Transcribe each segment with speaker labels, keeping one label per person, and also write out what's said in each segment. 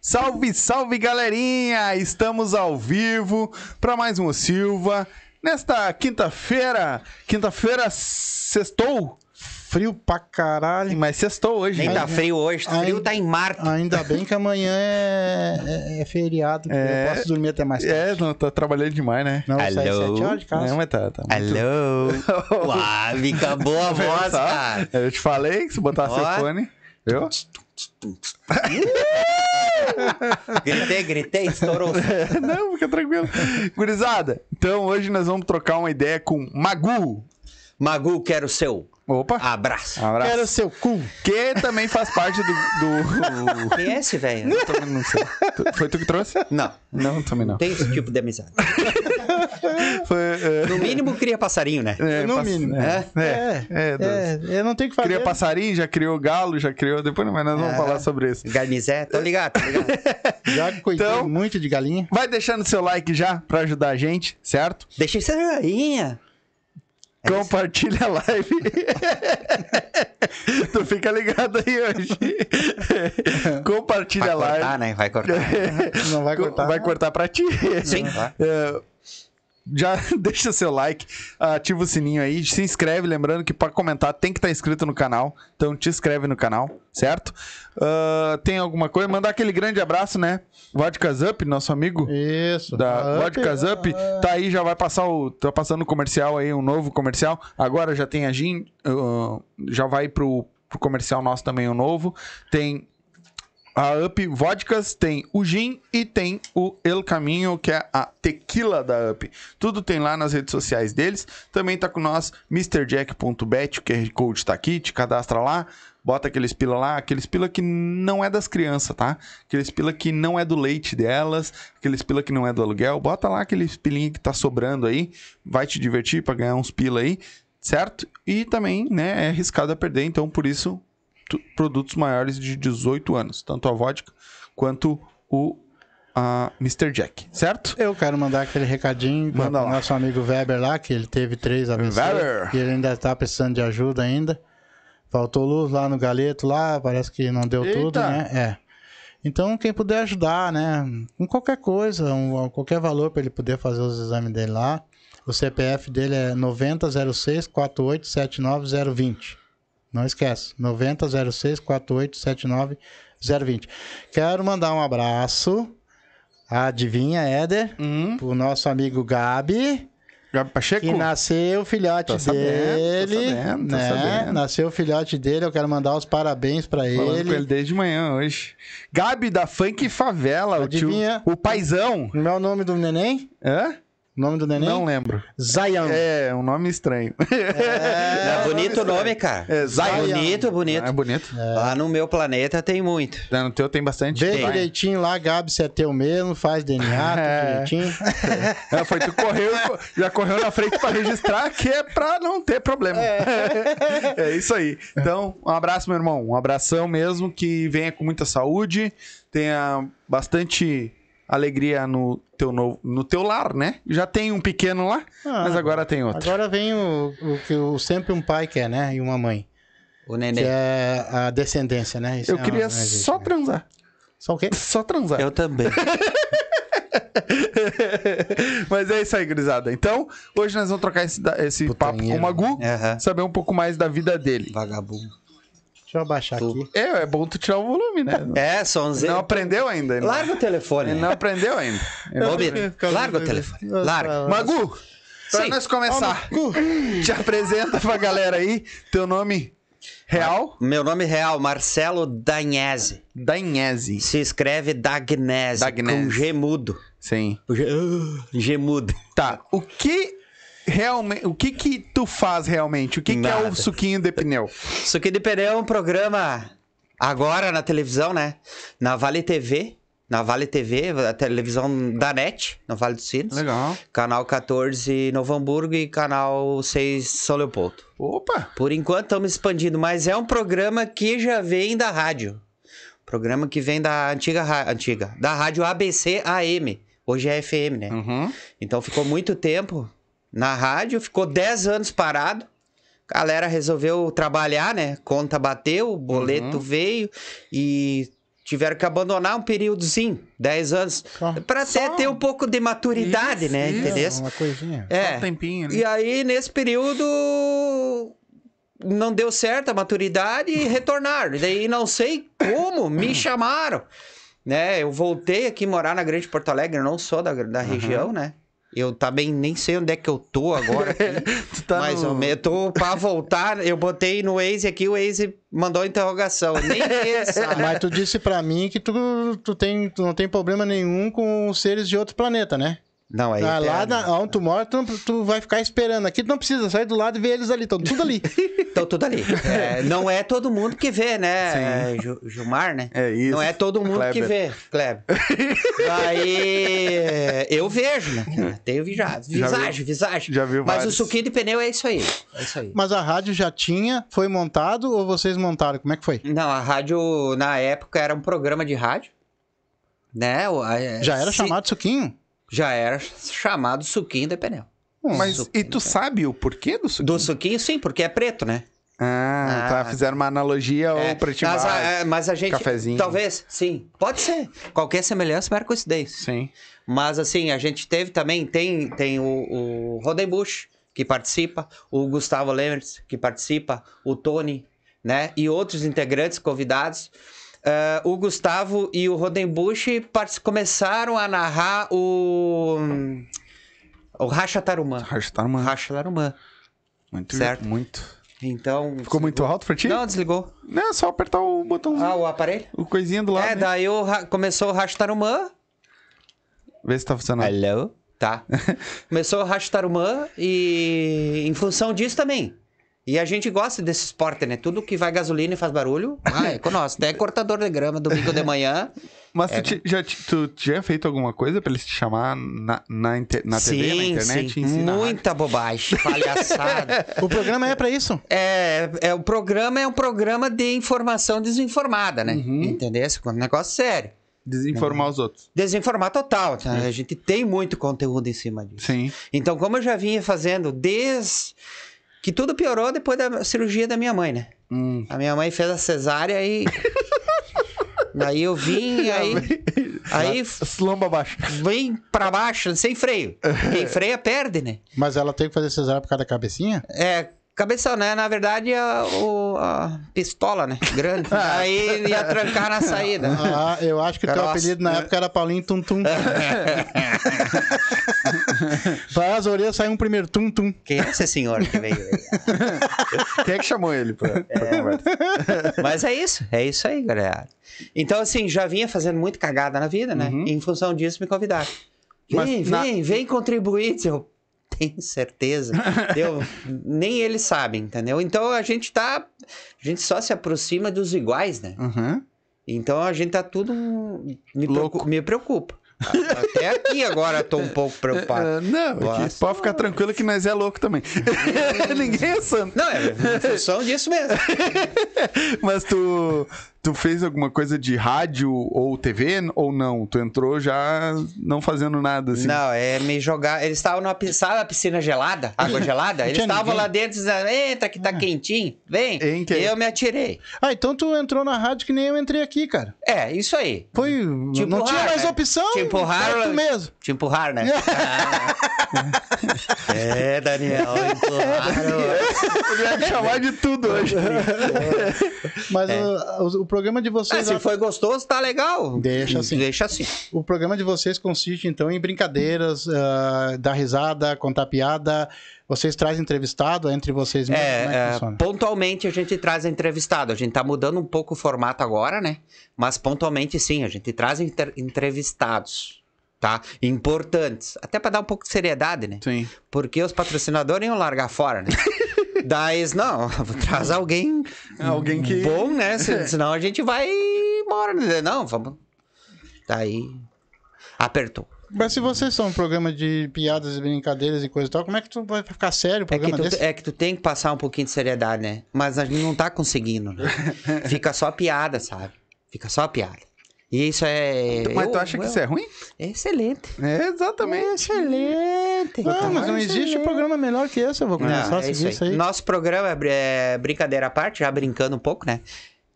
Speaker 1: Salve, salve galerinha! Estamos ao vivo para mais um O Silva. Nesta quinta-feira, quinta-feira sextou. Frio pra caralho, mas sextou hoje.
Speaker 2: Nem
Speaker 1: né?
Speaker 2: tá frio hoje,
Speaker 3: Ai.
Speaker 2: frio tá em Marte.
Speaker 3: Ainda bem que amanhã é, é- é feriado, eu posso dormir até mais tarde.
Speaker 1: É, não, tá trabalhando demais, né?
Speaker 3: Não, eu saio
Speaker 2: Alô?
Speaker 3: sete horas de casa.
Speaker 1: Não, mas tá, tá
Speaker 3: É
Speaker 1: muito-
Speaker 2: Alô? Uau, fica boa a voz,
Speaker 1: Tá?
Speaker 2: cara.
Speaker 1: Eu te falei que se botasse
Speaker 2: Ó.
Speaker 1: o fone, viu?
Speaker 2: Gritei, gritei, estourou.
Speaker 1: Não, fica tranquilo. Gurizada, então hoje nós vamos trocar uma ideia com Magu.
Speaker 2: Magu, quero o seu
Speaker 1: Opa,
Speaker 2: abraço.
Speaker 1: um abraço.
Speaker 3: Ah, Quero seu cu.
Speaker 1: Que também faz parte do. do-
Speaker 2: Quem é esse, velho? Eu tô- Não, sei.
Speaker 1: Tu- Foi tu que trouxe?
Speaker 2: Não,
Speaker 1: Ah. Não, também não.
Speaker 2: tem esse tipo de amizade.
Speaker 1: Foi, é,
Speaker 2: No mínimo, cria passarinho, né?
Speaker 1: é,
Speaker 3: No
Speaker 1: pass-
Speaker 3: mínimo. né?
Speaker 1: É, é, é,
Speaker 3: É,
Speaker 1: Deus.
Speaker 3: é, É. eu não tenho o que fazer.
Speaker 1: Cria passarinho, já criou galo, já criou. Depois, mas nós vamos falar sobre isso.
Speaker 2: Garnizé, tô ligado, tô ligado.
Speaker 3: Já cuidei
Speaker 1: Então-
Speaker 3: muito de galinha.
Speaker 1: Vai deixando seu like já pra ajudar a gente, certo?
Speaker 2: Deixei seu joinha. É isso.
Speaker 1: Compartilha a live. tu fica ligado aí hoje. Compartilha
Speaker 2: Vai
Speaker 1: a live.
Speaker 2: cortar, né? Vai cortar.
Speaker 3: Não vai
Speaker 1: Co-
Speaker 3: cortar.
Speaker 1: Vai cortar pra ti.
Speaker 2: Sim.
Speaker 1: É, já deixa seu like, ativa o sininho aí, se inscreve. Lembrando que pra comentar tem que estar inscrito no canal. Então te inscreve no canal, certo? Ah, tem alguma coisa? Mandar aquele grande abraço, né? Vodkas Up, nosso amigo.
Speaker 3: Isso.
Speaker 1: Da
Speaker 3: Ah,
Speaker 1: Vodkas Up, tá aí, já vai passar o. Tá passando o comercial aí, um novo comercial. Agora já tem a Gin, ah, já vai pro, pro comercial nosso também, um novo. Tem a Up Vodkas, tem o Gin e tem o El Caminho, que é a tequila da Up. Tudo tem lá nas redes sociais deles. Também tá com nós, MrJack.bet, o QR Code tá aqui, te cadastra lá, bota aqueles pila lá, aqueles pila que não é das crianças, tá? Aqueles pila que não é do leite delas, aqueles pila que não é do aluguel, bota lá aqueles pilinha que tá sobrando aí, vai te divertir pra ganhar uns pila aí, certo? E também, né, é arriscado a perder, então por isso tu- produtos maiores de 18 anos, tanto a vodka quanto o a Mr. Jack, certo?
Speaker 3: Eu quero mandar aquele recadinho pro
Speaker 1: Manda lá.
Speaker 3: nosso amigo Weber lá, que ele teve três AVCs
Speaker 1: Weber.
Speaker 3: e ele ainda tá precisando de ajuda ainda. Faltou luz lá no galeto lá, parece que não deu
Speaker 1: Eita.
Speaker 3: tudo, né? É. Então, quem puder ajudar, né? Com qualquer coisa, um- qualquer valor para ele poder fazer os exames dele lá. O CPF dele é 9006-4879020. Não esquece, 9006-4879020. Quero mandar um abraço. Adivinha, Éder?
Speaker 1: Hum,
Speaker 3: o nosso amigo Gabi,
Speaker 1: Gabi Pacheco.
Speaker 3: que nasceu o filhote
Speaker 1: Tô Tá sabendo,
Speaker 3: dele.
Speaker 1: tô sabendo, tô
Speaker 3: né?
Speaker 1: sabendo.
Speaker 3: Nasceu o filhote dele, eu quero mandar os parabéns pra
Speaker 1: Falando com ele
Speaker 3: ele.
Speaker 1: desde manhã hoje. Gabi da Funk Favela, o tio.
Speaker 3: Adivinha?
Speaker 1: O paizão.
Speaker 3: Como é o nome do neném?
Speaker 1: Hã?
Speaker 4: O nome do neném?
Speaker 1: Não lembro.
Speaker 4: Zion.
Speaker 1: É, um nome estranho. É,
Speaker 2: É, bonito o
Speaker 1: nome
Speaker 2: nome, cara.
Speaker 1: É,
Speaker 4: Zion.
Speaker 2: Bonito, bonito.
Speaker 1: É bonito. Né,
Speaker 2: Lá no meu planeta tem muito.
Speaker 1: No teu tem bastante.
Speaker 4: Vê
Speaker 1: Vai.
Speaker 4: direitinho lá, Gabi, se é teu mesmo, faz DNA, tudo
Speaker 1: É.
Speaker 4: direitinho.
Speaker 1: É, foi, tu correu, já correu na frente pra registrar, que é pra não ter problema. É. isso aí. Então, um abraço, meu irmão. Um abração mesmo, que venha com muita saúde, tenha bastante alegria no teu, novo, no teu lar, né? Já tem um pequeno lá,
Speaker 4: Ah,
Speaker 1: mas agora tem outro.
Speaker 4: agora vem o, o que o- sempre um pai quer, né? E uma mãe.
Speaker 2: O
Speaker 4: Que
Speaker 2: neném.
Speaker 4: é a descendência, né? Isso
Speaker 1: Eu
Speaker 4: é uma-
Speaker 1: queria
Speaker 4: não existe,
Speaker 1: só
Speaker 4: né?
Speaker 1: transar.
Speaker 4: Só o quê?
Speaker 1: Só transar.
Speaker 2: Eu também.
Speaker 1: Mas é isso aí, gurizada. Então, hoje nós vamos trocar esse, da- esse papo com o
Speaker 4: Putanheiro.
Speaker 1: Magu,
Speaker 2: Aham.
Speaker 1: saber um pouco mais da vida dele.
Speaker 2: Vagabundo.
Speaker 4: Deixa eu abaixar
Speaker 2: Tu.
Speaker 4: aqui.
Speaker 1: É, é bom tu tirar o volume, né?
Speaker 2: É, sonzeiro.
Speaker 1: Não aprendeu ainda. né? ele não-
Speaker 2: Larga o telefone. É
Speaker 1: Ele É, não aprendeu ainda. Ele não
Speaker 2: Ô, Bito,
Speaker 1: aprendeu.
Speaker 2: larga o telefone. Larga.
Speaker 1: Magu, pra
Speaker 2: Sim.
Speaker 1: nós começar, te apresenta pra galera aí teu nome real,
Speaker 2: Meu nome é real, Marcelo Dagnese.
Speaker 1: Dainese.
Speaker 2: Se escreve Dagnese,
Speaker 1: Dagnese.
Speaker 2: com gemudo.
Speaker 1: Sim.
Speaker 2: ah, Gemudo.
Speaker 1: Tá, o que realmente, o que que tu faz realmente? O que que é
Speaker 2: Nada.
Speaker 1: o suquinho de pneu?
Speaker 2: Isso aqui de Pereira é um programa agora na televisão, né? Na Vale TV. Na Vale TV, a televisão da NET, no Vale dos Sinos.
Speaker 1: Legal.
Speaker 2: Canal 14 Novo Hamburgo e canal 6 São Leopoldo.
Speaker 1: Opa,
Speaker 2: Por enquanto estamos expandindo, mas é um programa que já vem da rádio. Programa que vem da antiga, ra- antiga da rádio ABC AM. Hoje é FM, né?
Speaker 1: Uhum.
Speaker 2: Então ficou muito tempo na rádio, ficou 10 anos parado. Galera resolveu trabalhar, né? Conta bateu, boleto
Speaker 1: Uhum.
Speaker 2: veio e tiveram que abandonar um períodozinho, 10 anos,
Speaker 4: Só.
Speaker 2: para até
Speaker 1: Só.
Speaker 2: ter um pouco de maturidade,
Speaker 1: Isso,
Speaker 2: né?
Speaker 1: isso.
Speaker 2: Entendeu? É.
Speaker 4: Uma coisinha.
Speaker 1: Só um tempinho, né?
Speaker 2: E aí, nesse período, não deu certo a maturidade e retornaram. E daí, não sei como,
Speaker 1: Uhum.
Speaker 2: me chamaram. Né? Eu voltei aqui morar na Grande Porto Alegre, eu não sou da, da
Speaker 1: Uhum.
Speaker 2: região, né? Eu também nem sei onde é que eu tô agora aqui.
Speaker 1: Tu tá
Speaker 2: mais
Speaker 1: no-
Speaker 2: ou menos. Eu tô pra voltar, eu botei no Waze aqui, o Waze mandou interrogação. Nem
Speaker 1: Tá
Speaker 2: ele sabe.
Speaker 4: Mas tu disse pra mim que tu, tu, tem, tu não tem problema nenhum com seres de outro planeta, né?
Speaker 2: Não, aí. é
Speaker 4: Ah, lá
Speaker 2: pera,
Speaker 4: na, onde tu mora, tu, não- tu vai ficar esperando. Aqui tu não precisa, sai do lado e vê eles ali. Estão tudo ali.
Speaker 2: Então, tudo ali. É, não é todo mundo que vê, né?
Speaker 1: Sim.
Speaker 2: É, Ju- Gilmar, né?
Speaker 1: É isso.
Speaker 2: Não é todo mundo que vê, Kleber. Aí eu vejo, né? cara? Tenho visagem,
Speaker 1: É. Já viu-
Speaker 2: visagem, visagem.
Speaker 1: já viu
Speaker 2: Mas
Speaker 1: vários.
Speaker 2: o suquinho de pneu é isso aí. É isso aí.
Speaker 4: Mas a rádio já tinha, foi montado ou vocês montaram? Como é que foi?
Speaker 2: Não, a rádio, na época, era um programa de rádio. Né? O- a- é,
Speaker 4: Já
Speaker 2: se-
Speaker 4: era chamado Suquinho? Hum.
Speaker 2: Já era chamado suquinho de pneu.
Speaker 1: Mas, e tu sabe o porquê do suquinho?
Speaker 2: Do suquinho, sim, porque é preto, né?
Speaker 1: Ah,
Speaker 2: Ah.
Speaker 1: tá, fizeram uma analogia
Speaker 2: É,
Speaker 1: ao pretinho
Speaker 2: mas, a,
Speaker 1: básico.
Speaker 2: é, mas a gente.
Speaker 1: cafezinho.
Speaker 2: Talvez, sim. Pode ser. Qualquer semelhança mera coincidência.
Speaker 1: Sim.
Speaker 2: Mas assim, a gente teve também, tem, tem o, o Roden Bush, que participa, o Gustavo Lemers, que participa, o Tony, né? E outros integrantes convidados. Eh, o Gustavo e o Roden Bush parti- começaram a narrar o. O Racha Tarumã.
Speaker 1: Arrastar uma...
Speaker 2: Racha Tarumã.
Speaker 1: tá Muito,
Speaker 2: Certo.
Speaker 1: muito.
Speaker 2: Então.
Speaker 1: Ficou muito alto pra ti?
Speaker 2: Não, desligou.
Speaker 1: Não, é só apertar o botãozinho,
Speaker 2: Ah, o aparelho?
Speaker 1: o coisinha do lado.
Speaker 2: é,
Speaker 1: né?
Speaker 2: daí o ra- começou o Racha Tarumã.
Speaker 1: Vê se tá funcionando.
Speaker 2: Hello? Tá. Começou o Rashtarumã e em função disso também. E a gente gosta desse esporte, né? Tudo que vai gasolina e faz barulho, ah, é com nós. Até cortador de grama domingo de manhã.
Speaker 1: Mas
Speaker 2: é.
Speaker 1: tu, ti- já, ti- tu tinha feito alguma coisa pra eles te chamar na, na, inter- na TV, na internet?
Speaker 2: sim.
Speaker 1: ensinar?
Speaker 2: Muita bobagem, palhaçada.
Speaker 4: O programa é pra isso.
Speaker 2: É, é, o programa é um programa de informação desinformada, né?
Speaker 1: Uhum.
Speaker 2: Entendeu? Esse é um negócio sério.
Speaker 1: Desinformar os outros.
Speaker 2: Desinformar total. tá? A gente tem muito conteúdo em cima disso.
Speaker 1: Sim.
Speaker 2: Então, como eu já vinha fazendo desde que tudo piorou depois da cirurgia da minha mãe, né?
Speaker 1: Hum.
Speaker 2: A minha mãe fez a cesárea e aí eu vim e aí aí
Speaker 1: Slomba abaixo.
Speaker 2: vim pra baixo sem freio. Quem freia perde, né?
Speaker 4: Mas ela teve que fazer cesárea por causa da cabecinha?
Speaker 2: É, cabeção, né? Na verdade, a, o- a pistola, né? Grande. Aí ia trancar na saída.
Speaker 4: Ah, eu acho que o teu
Speaker 2: Nossa.
Speaker 4: apelido na época era Paulinho Tum Tum. Para as orelhas saiu um primeiro Tum Tum.
Speaker 2: Quem é esse senhor que veio aí?
Speaker 1: Quem é que chamou ele pra, pra conversa?
Speaker 2: Mas é isso, é isso aí, galera. Então, assim, já vinha fazendo muito cagada na vida, né?
Speaker 1: Uhum.
Speaker 2: E em função disso, me convidaram.
Speaker 1: Mas
Speaker 2: Vem,
Speaker 1: na-
Speaker 2: vem, vem contribuir, eu tenho certeza. Eu, nem eles sabem, entendeu? Então a gente tá. A gente só se aproxima dos iguais, né?
Speaker 1: Uhum.
Speaker 2: Então a gente tá tudo. um- Me,
Speaker 1: Louco.
Speaker 2: preocu- me preocupa. A- Até aqui agora eu tô um pouco preocupado.
Speaker 1: É, não, é que
Speaker 2: Nossa.
Speaker 1: pode ficar tranquilo que nós é louco também. Ninguém é santo.
Speaker 2: Não, é em função disso mesmo.
Speaker 1: Mas tu, tu fez alguma coisa de rádio ou TV ou não? Tu entrou já não fazendo nada assim.
Speaker 2: Não, é me jogar. Eles estavam numa piscina, sabe a piscina gelada, água gelada? Eles
Speaker 3: tinha
Speaker 2: estavam
Speaker 3: ninguém.
Speaker 2: lá dentro dizendo, entra que tá quentinho, vem.
Speaker 1: Hein, que-
Speaker 2: E eu me atirei.
Speaker 3: Ah, então tu entrou na rádio que nem eu entrei aqui, cara.
Speaker 2: É, isso aí.
Speaker 3: Foi.
Speaker 2: Te
Speaker 3: não tinha
Speaker 2: empurraram,
Speaker 3: mais
Speaker 2: né?
Speaker 3: opção.
Speaker 2: Te empurraram,
Speaker 3: é tu
Speaker 2: né?
Speaker 3: mesmo.
Speaker 2: Te empurraram, né? Ah. é, Daniel, empurraram.
Speaker 1: Ele ia te chamar de tudo hoje.
Speaker 3: Mas o, o- o programa de
Speaker 2: É. Ah,
Speaker 3: vocês.
Speaker 2: se foi gostoso, tá legal.
Speaker 3: Deixa assim.
Speaker 2: Deixa assim.
Speaker 3: O programa de vocês consiste, então, em brincadeiras, ah, dar risada, contar piada. Vocês trazem entrevistado entre vocês mesmos?
Speaker 2: É,
Speaker 3: Como é que
Speaker 2: é,
Speaker 3: funciona?
Speaker 2: pontualmente a gente traz entrevistado. A gente tá mudando um pouco o formato agora, né? Mas pontualmente sim, a gente traz inter- entrevistados, tá? Importantes. Até pra dar um pouco de seriedade, né?
Speaker 1: Sim.
Speaker 2: Porque os patrocinadores iam largar fora, né? Daí, eles, não, traz alguém
Speaker 1: Alguém que.
Speaker 2: bom, né? Se- Senão a gente vai embora. né? Não, vamos. Daí. Apertou.
Speaker 3: Mas se vocês são um programa de piadas e brincadeiras e coisa e tal, como é que tu vai ficar sério o
Speaker 2: É que,
Speaker 3: programa
Speaker 2: tu,
Speaker 3: desse?
Speaker 2: é que tu tem que passar um pouquinho de seriedade, né? Mas a gente não tá conseguindo, né? Fica só piada, sabe? Fica só piada. E isso é.
Speaker 1: Mas
Speaker 2: eu-
Speaker 1: tu acha que
Speaker 2: eu-
Speaker 1: isso é ruim?
Speaker 2: é excelente.
Speaker 1: É, exatamente.
Speaker 2: Excelente.
Speaker 3: Não, mas não existe programa melhor que esse. Eu vou começar
Speaker 2: Não,
Speaker 3: a
Speaker 2: é
Speaker 3: seguir
Speaker 2: isso aí.
Speaker 3: isso aí.
Speaker 2: Nosso programa é br- é brincadeira à parte, já brincando um pouco, né?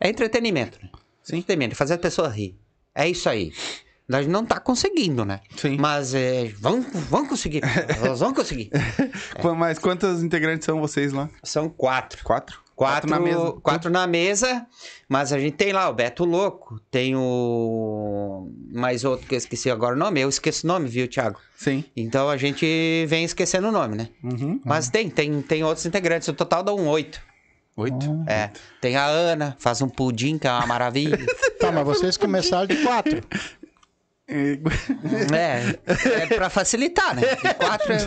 Speaker 2: É entretenimento, né?
Speaker 1: Sim.
Speaker 2: Entretenimento, fazer as pessoas rir. É isso aí. Nós não tá conseguindo, né?
Speaker 1: Sim.
Speaker 2: Mas é, vamos, vamos conseguir. Nós vamos conseguir.
Speaker 1: Qu- Mas quantas integrantes são vocês lá?
Speaker 2: São quatro.
Speaker 1: Quatro?
Speaker 2: Quatro,
Speaker 1: na mesa.
Speaker 2: quatro na mesa, mas a gente tem lá o Beto Louco, tem o. Mais outro que eu esqueci agora o nome. Eu esqueço o nome, viu, Thiago?
Speaker 1: Sim.
Speaker 2: Então a gente vem esquecendo o nome, né?
Speaker 1: Uhum.
Speaker 2: Mas tem, tem, tem outros integrantes. O total dá um oito.
Speaker 1: Oito.
Speaker 2: É. Tem a Ana, faz um pudim, que é uma maravilha.
Speaker 3: Tá, mas vocês começaram de quatro.
Speaker 1: E-
Speaker 2: é, é pra facilitar, né? E quatro. é-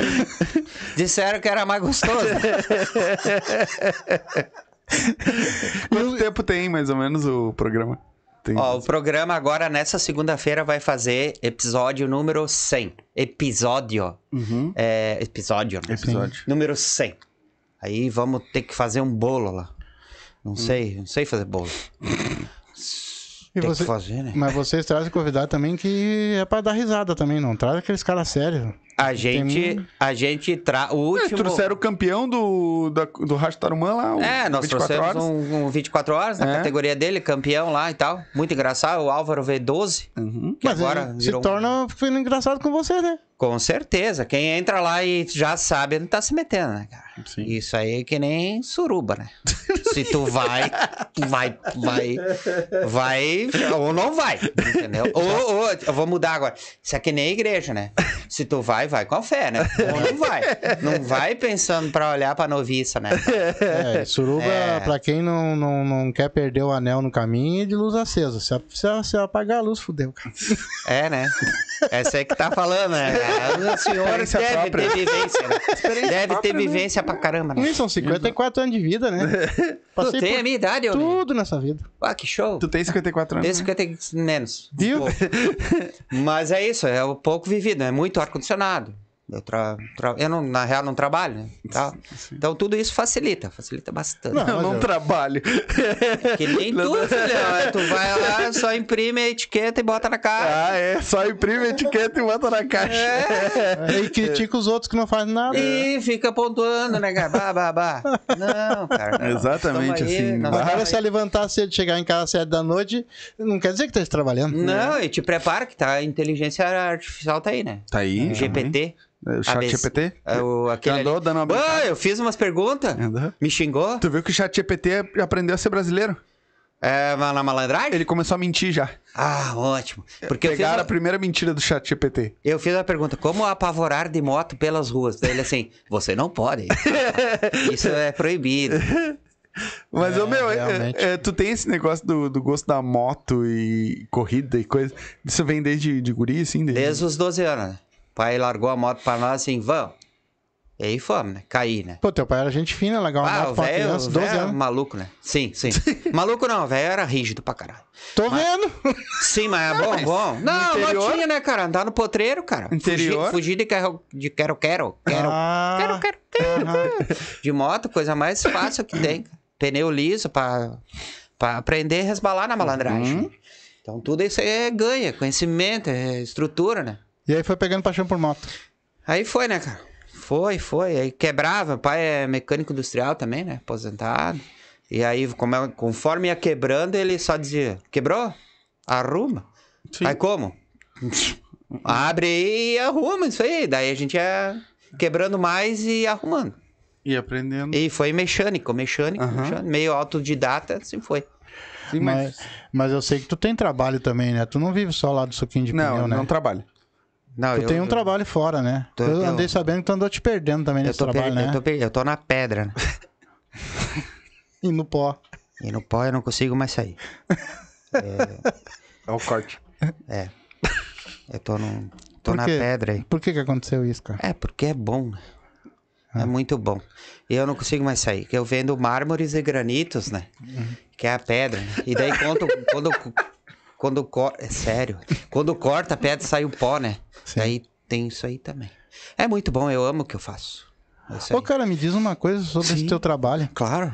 Speaker 2: Disseram que era mais gostoso.
Speaker 1: Quanto tempo tem, mais ou menos, o programa? Tem...
Speaker 2: Ó, o programa agora, nessa segunda-feira, vai fazer episódio número 100. Episódio.
Speaker 1: Uhum.
Speaker 2: É, episódio, né?
Speaker 1: Episódio.
Speaker 2: Número 100. Aí vamos ter que fazer um bolo lá.
Speaker 3: Hum.
Speaker 2: Não sei, não sei fazer bolo.
Speaker 3: E
Speaker 2: Tem
Speaker 3: você-
Speaker 2: que fazer, né?
Speaker 3: Mas vocês trazem convidado também que é pra dar risada também, não. Traz aqueles caras sérios.
Speaker 2: A
Speaker 3: um-
Speaker 2: gente, a gente traz... O
Speaker 3: É,
Speaker 1: Eles
Speaker 2: último...
Speaker 1: É, trouxeram o campeão do, da, do Rastarumã lá, o
Speaker 2: É, nós
Speaker 1: 24
Speaker 2: trouxemos
Speaker 1: horas.
Speaker 2: Um, um 24 horas na
Speaker 1: É.
Speaker 2: categoria dele, campeão lá e tal. Muito engraçado, o Álvaro V12,
Speaker 1: Uhum.
Speaker 2: que
Speaker 3: mas
Speaker 2: agora
Speaker 3: ele se
Speaker 2: virou... um-
Speaker 3: torna um engraçado com vocês, né?
Speaker 2: Com certeza, quem entra lá e já sabe, não tá se metendo, né, cara?
Speaker 1: Sim.
Speaker 2: Isso aí é que nem suruba, né? Se tu vai, tu vai, vai, vai, ou não vai, entendeu? Ou, ou, eu vou mudar agora. Isso é que nem igreja, né? Se tu vai, vai com a fé, né? Ou não vai. Não vai pensando pra olhar pra noviça, né?
Speaker 3: É, suruba,
Speaker 2: É.
Speaker 3: pra quem não, não, não quer perder o anel no caminho, é de luz acesa. Se, a- se, a- se apagar a luz, fudeu, cara.
Speaker 2: É, né? Essa é que tá falando, né? A senhora
Speaker 1: Experiência
Speaker 2: deve
Speaker 1: própria.
Speaker 2: ter vivência, né? Deve ter vivência pra caramba, né?
Speaker 3: Ih, são 54 anos de vida, né?
Speaker 2: Tu
Speaker 3: Passei
Speaker 2: tem a
Speaker 3: por
Speaker 2: minha idade, eu. né?
Speaker 3: tudo nessa vida.
Speaker 2: Ah, que show.
Speaker 1: Tu tem 54 anos?
Speaker 2: Tem 50 menos. Um
Speaker 3: Viu?
Speaker 2: Pouco. Mas é isso, é o pouco vivido, é muito ar-condicionado. Eu, tra- tra- eu não, na real não trabalho, né? Tá? Então tudo isso facilita, facilita bastante.
Speaker 3: Não.
Speaker 1: Eu não
Speaker 3: Olha.
Speaker 1: trabalho.
Speaker 2: Que nem tu, filhão. é, Tu vai lá, só imprime a etiqueta e bota na cara.
Speaker 1: Ah, é. Só imprime a etiqueta e bota na caixa.
Speaker 2: É.
Speaker 3: É, E critica os outros que não fazem
Speaker 1: Ah,
Speaker 3: nada.
Speaker 2: E
Speaker 1: é.
Speaker 2: fica pontuando, né, cara? Bah, bah, bah. Não, cara. não.
Speaker 1: Exatamente
Speaker 2: Tamo
Speaker 1: assim,
Speaker 2: nós
Speaker 1: bah.
Speaker 3: Agora,
Speaker 2: tamo
Speaker 3: se
Speaker 2: aí.
Speaker 3: levantar cedo, chegar em casa às 7 da noite, não quer dizer que tá trabalhando.
Speaker 1: né?
Speaker 2: Não, e te prepara que tá, a inteligência artificial tá aí, né?
Speaker 1: Tá aí.
Speaker 2: GPT.
Speaker 1: também. Tá O chat
Speaker 2: ABC.
Speaker 1: GPT?
Speaker 2: é O, aquele
Speaker 1: Andou
Speaker 2: ali.
Speaker 1: dando uma
Speaker 2: Ah,
Speaker 1: brincada.
Speaker 2: eu fiz umas perguntas.
Speaker 1: Andou.
Speaker 2: Me xingou?
Speaker 1: Tu viu que o chat GPT aprendeu a ser brasileiro?
Speaker 2: É, mas na malandragem?
Speaker 1: Ele começou a mentir já.
Speaker 2: Ah, ótimo. Porque eu fiz,
Speaker 1: Pegaram a
Speaker 2: a,
Speaker 1: primeira mentira do chat GPT.
Speaker 2: eu fiz a pergunta, como apavorar de moto pelas ruas? Daí ele assim, você não pode. Isso é proibido.
Speaker 1: Mas,
Speaker 3: É,
Speaker 1: ô, meu, é-
Speaker 3: realmente.
Speaker 1: é- tu tem esse negócio do, do gosto da moto e corrida e coisa. Isso vem desde de guri, assim? Desde...
Speaker 2: Desde os 12 anos. né? pai largou a moto pra nós assim, vamos. E aí fomos, né? Caí, né?
Speaker 3: Pô, teu pai era gente fina, legal.
Speaker 2: Ah,
Speaker 3: Ah,
Speaker 2: o
Speaker 3: pra uma
Speaker 2: velho
Speaker 3: criança,
Speaker 2: o
Speaker 3: 12
Speaker 2: velho era
Speaker 3: anos.
Speaker 2: maluco, né? Sim, sim. maluco não, o velho era rígido pra caralho.
Speaker 3: Tô vendo.
Speaker 2: Sim, mas é bom, bom. Não,
Speaker 1: interior?
Speaker 2: não tinha, né, cara? Andar no potreiro, cara. Fugir-
Speaker 1: Interior?
Speaker 2: Fugir, de quero, de quero, quero, quero,
Speaker 3: Ah,
Speaker 2: quero, quero, quero, quero. De moto, coisa mais fácil que tem. cara. Pneu liso pra, pra aprender a resbalar na malandragem. Então tudo isso aí é ganha, conhecimento, é estrutura, né?
Speaker 3: E aí foi pegando paixão por moto.
Speaker 2: Aí foi, né, cara? Foi, foi. Aí quebrava. O pai é mecânico industrial também, né? Aposentado. E aí, como é- conforme ia quebrando, ele só dizia: quebrou? Arruma.
Speaker 1: Sim.
Speaker 2: Aí como? Abre aí e arruma isso aí. Daí a gente ia quebrando mais e arrumando.
Speaker 1: E aprendendo.
Speaker 2: E foi mecânico, mecânico,
Speaker 1: Aham.
Speaker 2: mecânico meio autodidata, assim foi.
Speaker 1: Sim, mas...
Speaker 3: Mas, mas eu sei que tu tem trabalho também, né? Tu não vive só lá do suquinho de
Speaker 1: Não,
Speaker 3: pneu, né?
Speaker 1: não trabalho.
Speaker 2: Não,
Speaker 3: Tu
Speaker 2: eu-
Speaker 3: tem um
Speaker 2: eu-
Speaker 3: trabalho fora, né?
Speaker 2: Tô-
Speaker 3: eu
Speaker 2: eu-
Speaker 3: andei sabendo que tu andou te perdendo também
Speaker 2: Eu
Speaker 3: nesse
Speaker 2: tô, per-
Speaker 3: trabalho,
Speaker 2: eu,
Speaker 3: né?
Speaker 2: tô per- eu tô na pedra. né?
Speaker 3: E no pó.
Speaker 2: E no pó eu não consigo mais sair.
Speaker 1: É o corte.
Speaker 2: Eu tô, num, tô
Speaker 3: Por
Speaker 2: na
Speaker 3: quê?
Speaker 2: pedra aí.
Speaker 3: Por que que aconteceu isso, cara?
Speaker 2: É, porque é bom. né?
Speaker 3: Ah.
Speaker 2: É muito bom. E eu não consigo mais sair, que eu vendo mármores e granitos, né?
Speaker 3: Uhum.
Speaker 2: Que é a pedra. né? E daí quando quando quando cor- é sério, quando corta a pedra sai o pó, né?
Speaker 3: Sim.
Speaker 2: Daí tem isso aí também. É muito bom, eu amo o que eu faço. É isso
Speaker 3: Ô,
Speaker 2: aí.
Speaker 3: cara, me diz uma coisa sobre esse
Speaker 2: Sim.
Speaker 3: teu trabalho.
Speaker 2: Claro.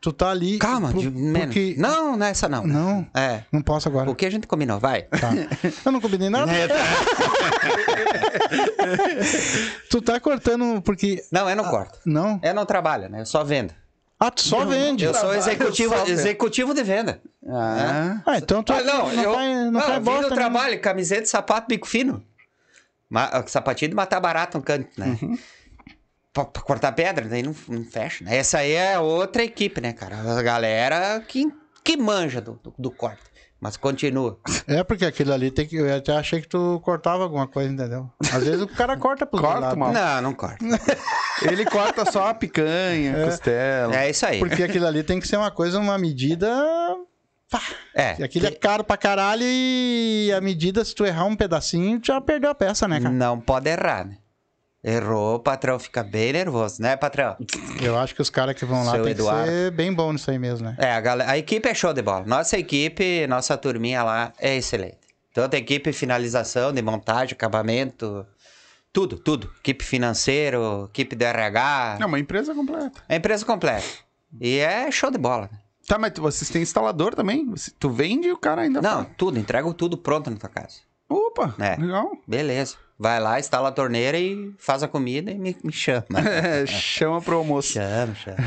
Speaker 3: Tu tá ali...
Speaker 2: Calma,
Speaker 3: por-
Speaker 2: de- menos.
Speaker 3: porque...
Speaker 2: Não, nessa não. né?
Speaker 3: Não?
Speaker 2: É.
Speaker 3: Não posso agora.
Speaker 2: O Né? que a gente combinou, vai.
Speaker 3: Tá. Eu não combinei nada. tu tá cortando porque...
Speaker 2: Não, eu não corto.
Speaker 3: Não?
Speaker 2: Eu não trabalho, né? Eu só vendo.
Speaker 3: Ah, tu só vende.
Speaker 2: Eu sou
Speaker 1: trabalho,
Speaker 2: executivo,
Speaker 1: só vendo.
Speaker 2: executivo de venda.
Speaker 1: Ah.
Speaker 3: Ah, então tu
Speaker 2: Ah, não, eu
Speaker 3: faz- não
Speaker 2: não,
Speaker 3: faz
Speaker 2: eu vim
Speaker 3: bosta,
Speaker 2: do
Speaker 3: né?
Speaker 2: trabalho, camiseta, sapato, bico fino. Ma- sapatinho de matar barato no canto, né? Pra, pra cortar pedra, daí não, não fecha, né? Essa aí é outra equipe, né, cara? A galera que, que manja do, do, do corte. Mas continua.
Speaker 3: É, porque aquilo ali tem que... Eu até achei que tu cortava alguma coisa, entendeu? Às vezes o cara corta pro
Speaker 1: Corta, mano.
Speaker 2: Não, não corta.
Speaker 1: Ele corta só a picanha, costela.
Speaker 2: É isso aí.
Speaker 3: Porque aquilo ali tem que ser uma coisa, uma medida...
Speaker 2: É.
Speaker 3: E Aquilo é caro pra caralho e a medida, se tu errar um pedacinho, tu já perdeu a peça, né,
Speaker 1: Hum.
Speaker 3: cara?
Speaker 2: Não pode errar, né? Errou, o patrão fica bem nervoso, né, patrão?
Speaker 3: Eu acho que os caras que vão lá
Speaker 2: Seu
Speaker 3: tem que
Speaker 2: Eduardo.
Speaker 3: ser bem bom nisso aí mesmo, né?
Speaker 2: É, a, galera, a equipe é show de bola. Nossa equipe, nossa turminha lá é excelente. Tanto a equipe finalização, de montagem, acabamento, tudo, tudo. Equipe financeiro, equipe do RH,
Speaker 1: É uma empresa completa.
Speaker 2: a empresa completa. E é show de bola. né?
Speaker 1: Tá, mas tu- vocês têm instalador também? Você- Tu vende e o cara ainda.
Speaker 2: Não, tudo, entrega tudo pronto na tua casa.
Speaker 1: Opa!
Speaker 2: É.
Speaker 1: Legal.
Speaker 2: Beleza. Vai lá, instala a torneira e faz a comida e me, me chama.
Speaker 1: É, chama pro almoço.
Speaker 2: chama, chama.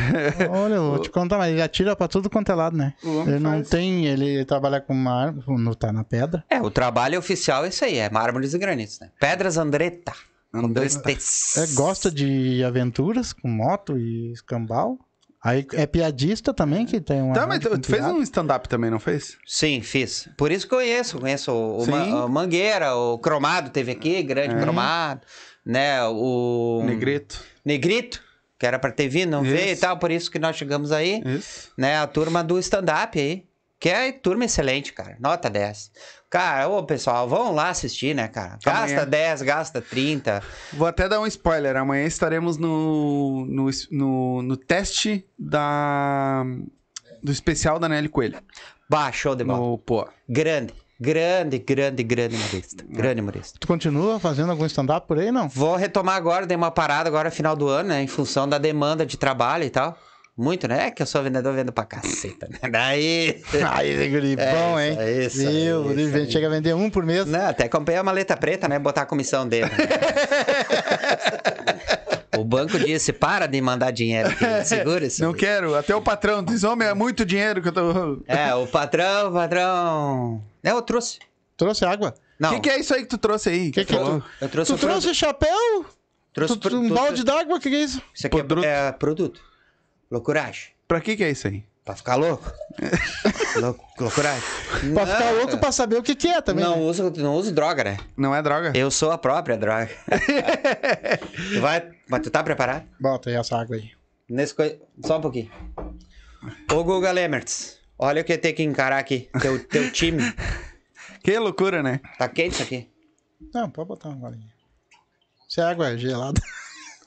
Speaker 3: Olha, eu vou te contar, mas ele atira pra tudo quanto é lado, né?
Speaker 1: O homem
Speaker 3: Ele não
Speaker 1: faz.
Speaker 3: tem, ele trabalha com uma arma, não tá na pedra.
Speaker 2: É, o trabalho oficial é isso aí, é mármores e granitos, né? Pedras Andretta. Com dois T's.
Speaker 3: É, gosta de aventuras com moto e escambau. Aí é piadista também, que tem uma.
Speaker 1: Tá, mas
Speaker 3: rádio
Speaker 1: tu,
Speaker 3: com
Speaker 1: tu fez
Speaker 3: piada.
Speaker 1: um stand-up também, não fez?
Speaker 2: Sim, fiz. Por isso que eu conheço. Conheço o, o
Speaker 1: Sim.
Speaker 2: Ma- o Mangueira, o Cromado teve aqui, grande Cromado, né? O
Speaker 1: Negreto.
Speaker 2: Negrito, que era pra ter vindo, não
Speaker 1: Isso.
Speaker 2: veio e tal, por isso que nós chegamos aí,
Speaker 1: Isso.
Speaker 2: né? A turma do stand-up aí, que é turma excelente, cara. Nota 10. Cara, ô pessoal, vão lá assistir, né, cara? Gasta
Speaker 1: Amanhã.
Speaker 2: 10, gasta 30.
Speaker 1: Vou até dar um spoiler. Amanhã estaremos no, no, es- no, no teste da, do especial da Nelly Coelho.
Speaker 2: Bah, show de bola.
Speaker 1: No Pô.
Speaker 2: Grande, grande, grande, grande humorista.
Speaker 3: É.
Speaker 2: Grande humorista.
Speaker 3: Tu continua fazendo algum stand-up por aí, não?
Speaker 2: Vou retomar agora, dei uma parada agora final do ano, né? Em função da demanda de trabalho e tal. Muito, né? É que eu sou vendedor, vendo pra caceta, né? Daí.
Speaker 3: Aí, gribão,
Speaker 2: É,
Speaker 3: hein?
Speaker 2: isso, é isso, é
Speaker 3: Meu,
Speaker 2: isso,
Speaker 3: ele
Speaker 2: é
Speaker 3: chega a vender um por mês.
Speaker 2: Não, até comprei a maleta preta, né? Botar a comissão dele. o banco disse: para de mandar dinheiro, filho. segura isso.
Speaker 1: Não quero. Até o patrão diz: homem, é muito dinheiro que eu tô.
Speaker 2: É, o patrão, o patrão. É, eu trouxe.
Speaker 3: Trouxe água.
Speaker 1: O
Speaker 2: Não.
Speaker 1: que, que é isso aí que tu trouxe aí?
Speaker 3: Que que é tu?
Speaker 2: Eu trouxe,
Speaker 3: Tu
Speaker 2: o produ-
Speaker 3: trouxe chapéu?
Speaker 2: trouxe
Speaker 3: Tu- tu-
Speaker 2: pro-
Speaker 3: um
Speaker 2: tu-
Speaker 3: balde d'água? O que, que é isso?
Speaker 2: Isso aqui é-
Speaker 1: Produto.
Speaker 2: é produto. Loucuragem.
Speaker 1: Pra que, que é isso aí?
Speaker 2: Pra ficar louco? Lou- Loucuragem.
Speaker 3: Pra
Speaker 2: Não,
Speaker 3: ficar louco pra saber o que, que é também.
Speaker 2: não,
Speaker 3: né?
Speaker 2: uso, não uso droga, né?
Speaker 1: Não é droga?
Speaker 2: Eu sou a própria droga. tu vai, mas tu tá preparado?
Speaker 3: Bota aí essa água aí.
Speaker 2: Nesse coi- Só um pouquinho. Ô, Guga Lemertz, olha o que tem que encarar aqui. Teu, teu time. É.
Speaker 1: Que loucura, né?
Speaker 2: Tá quente isso aqui.
Speaker 3: Não, pode botar uma agora aí. Isso é água gelada.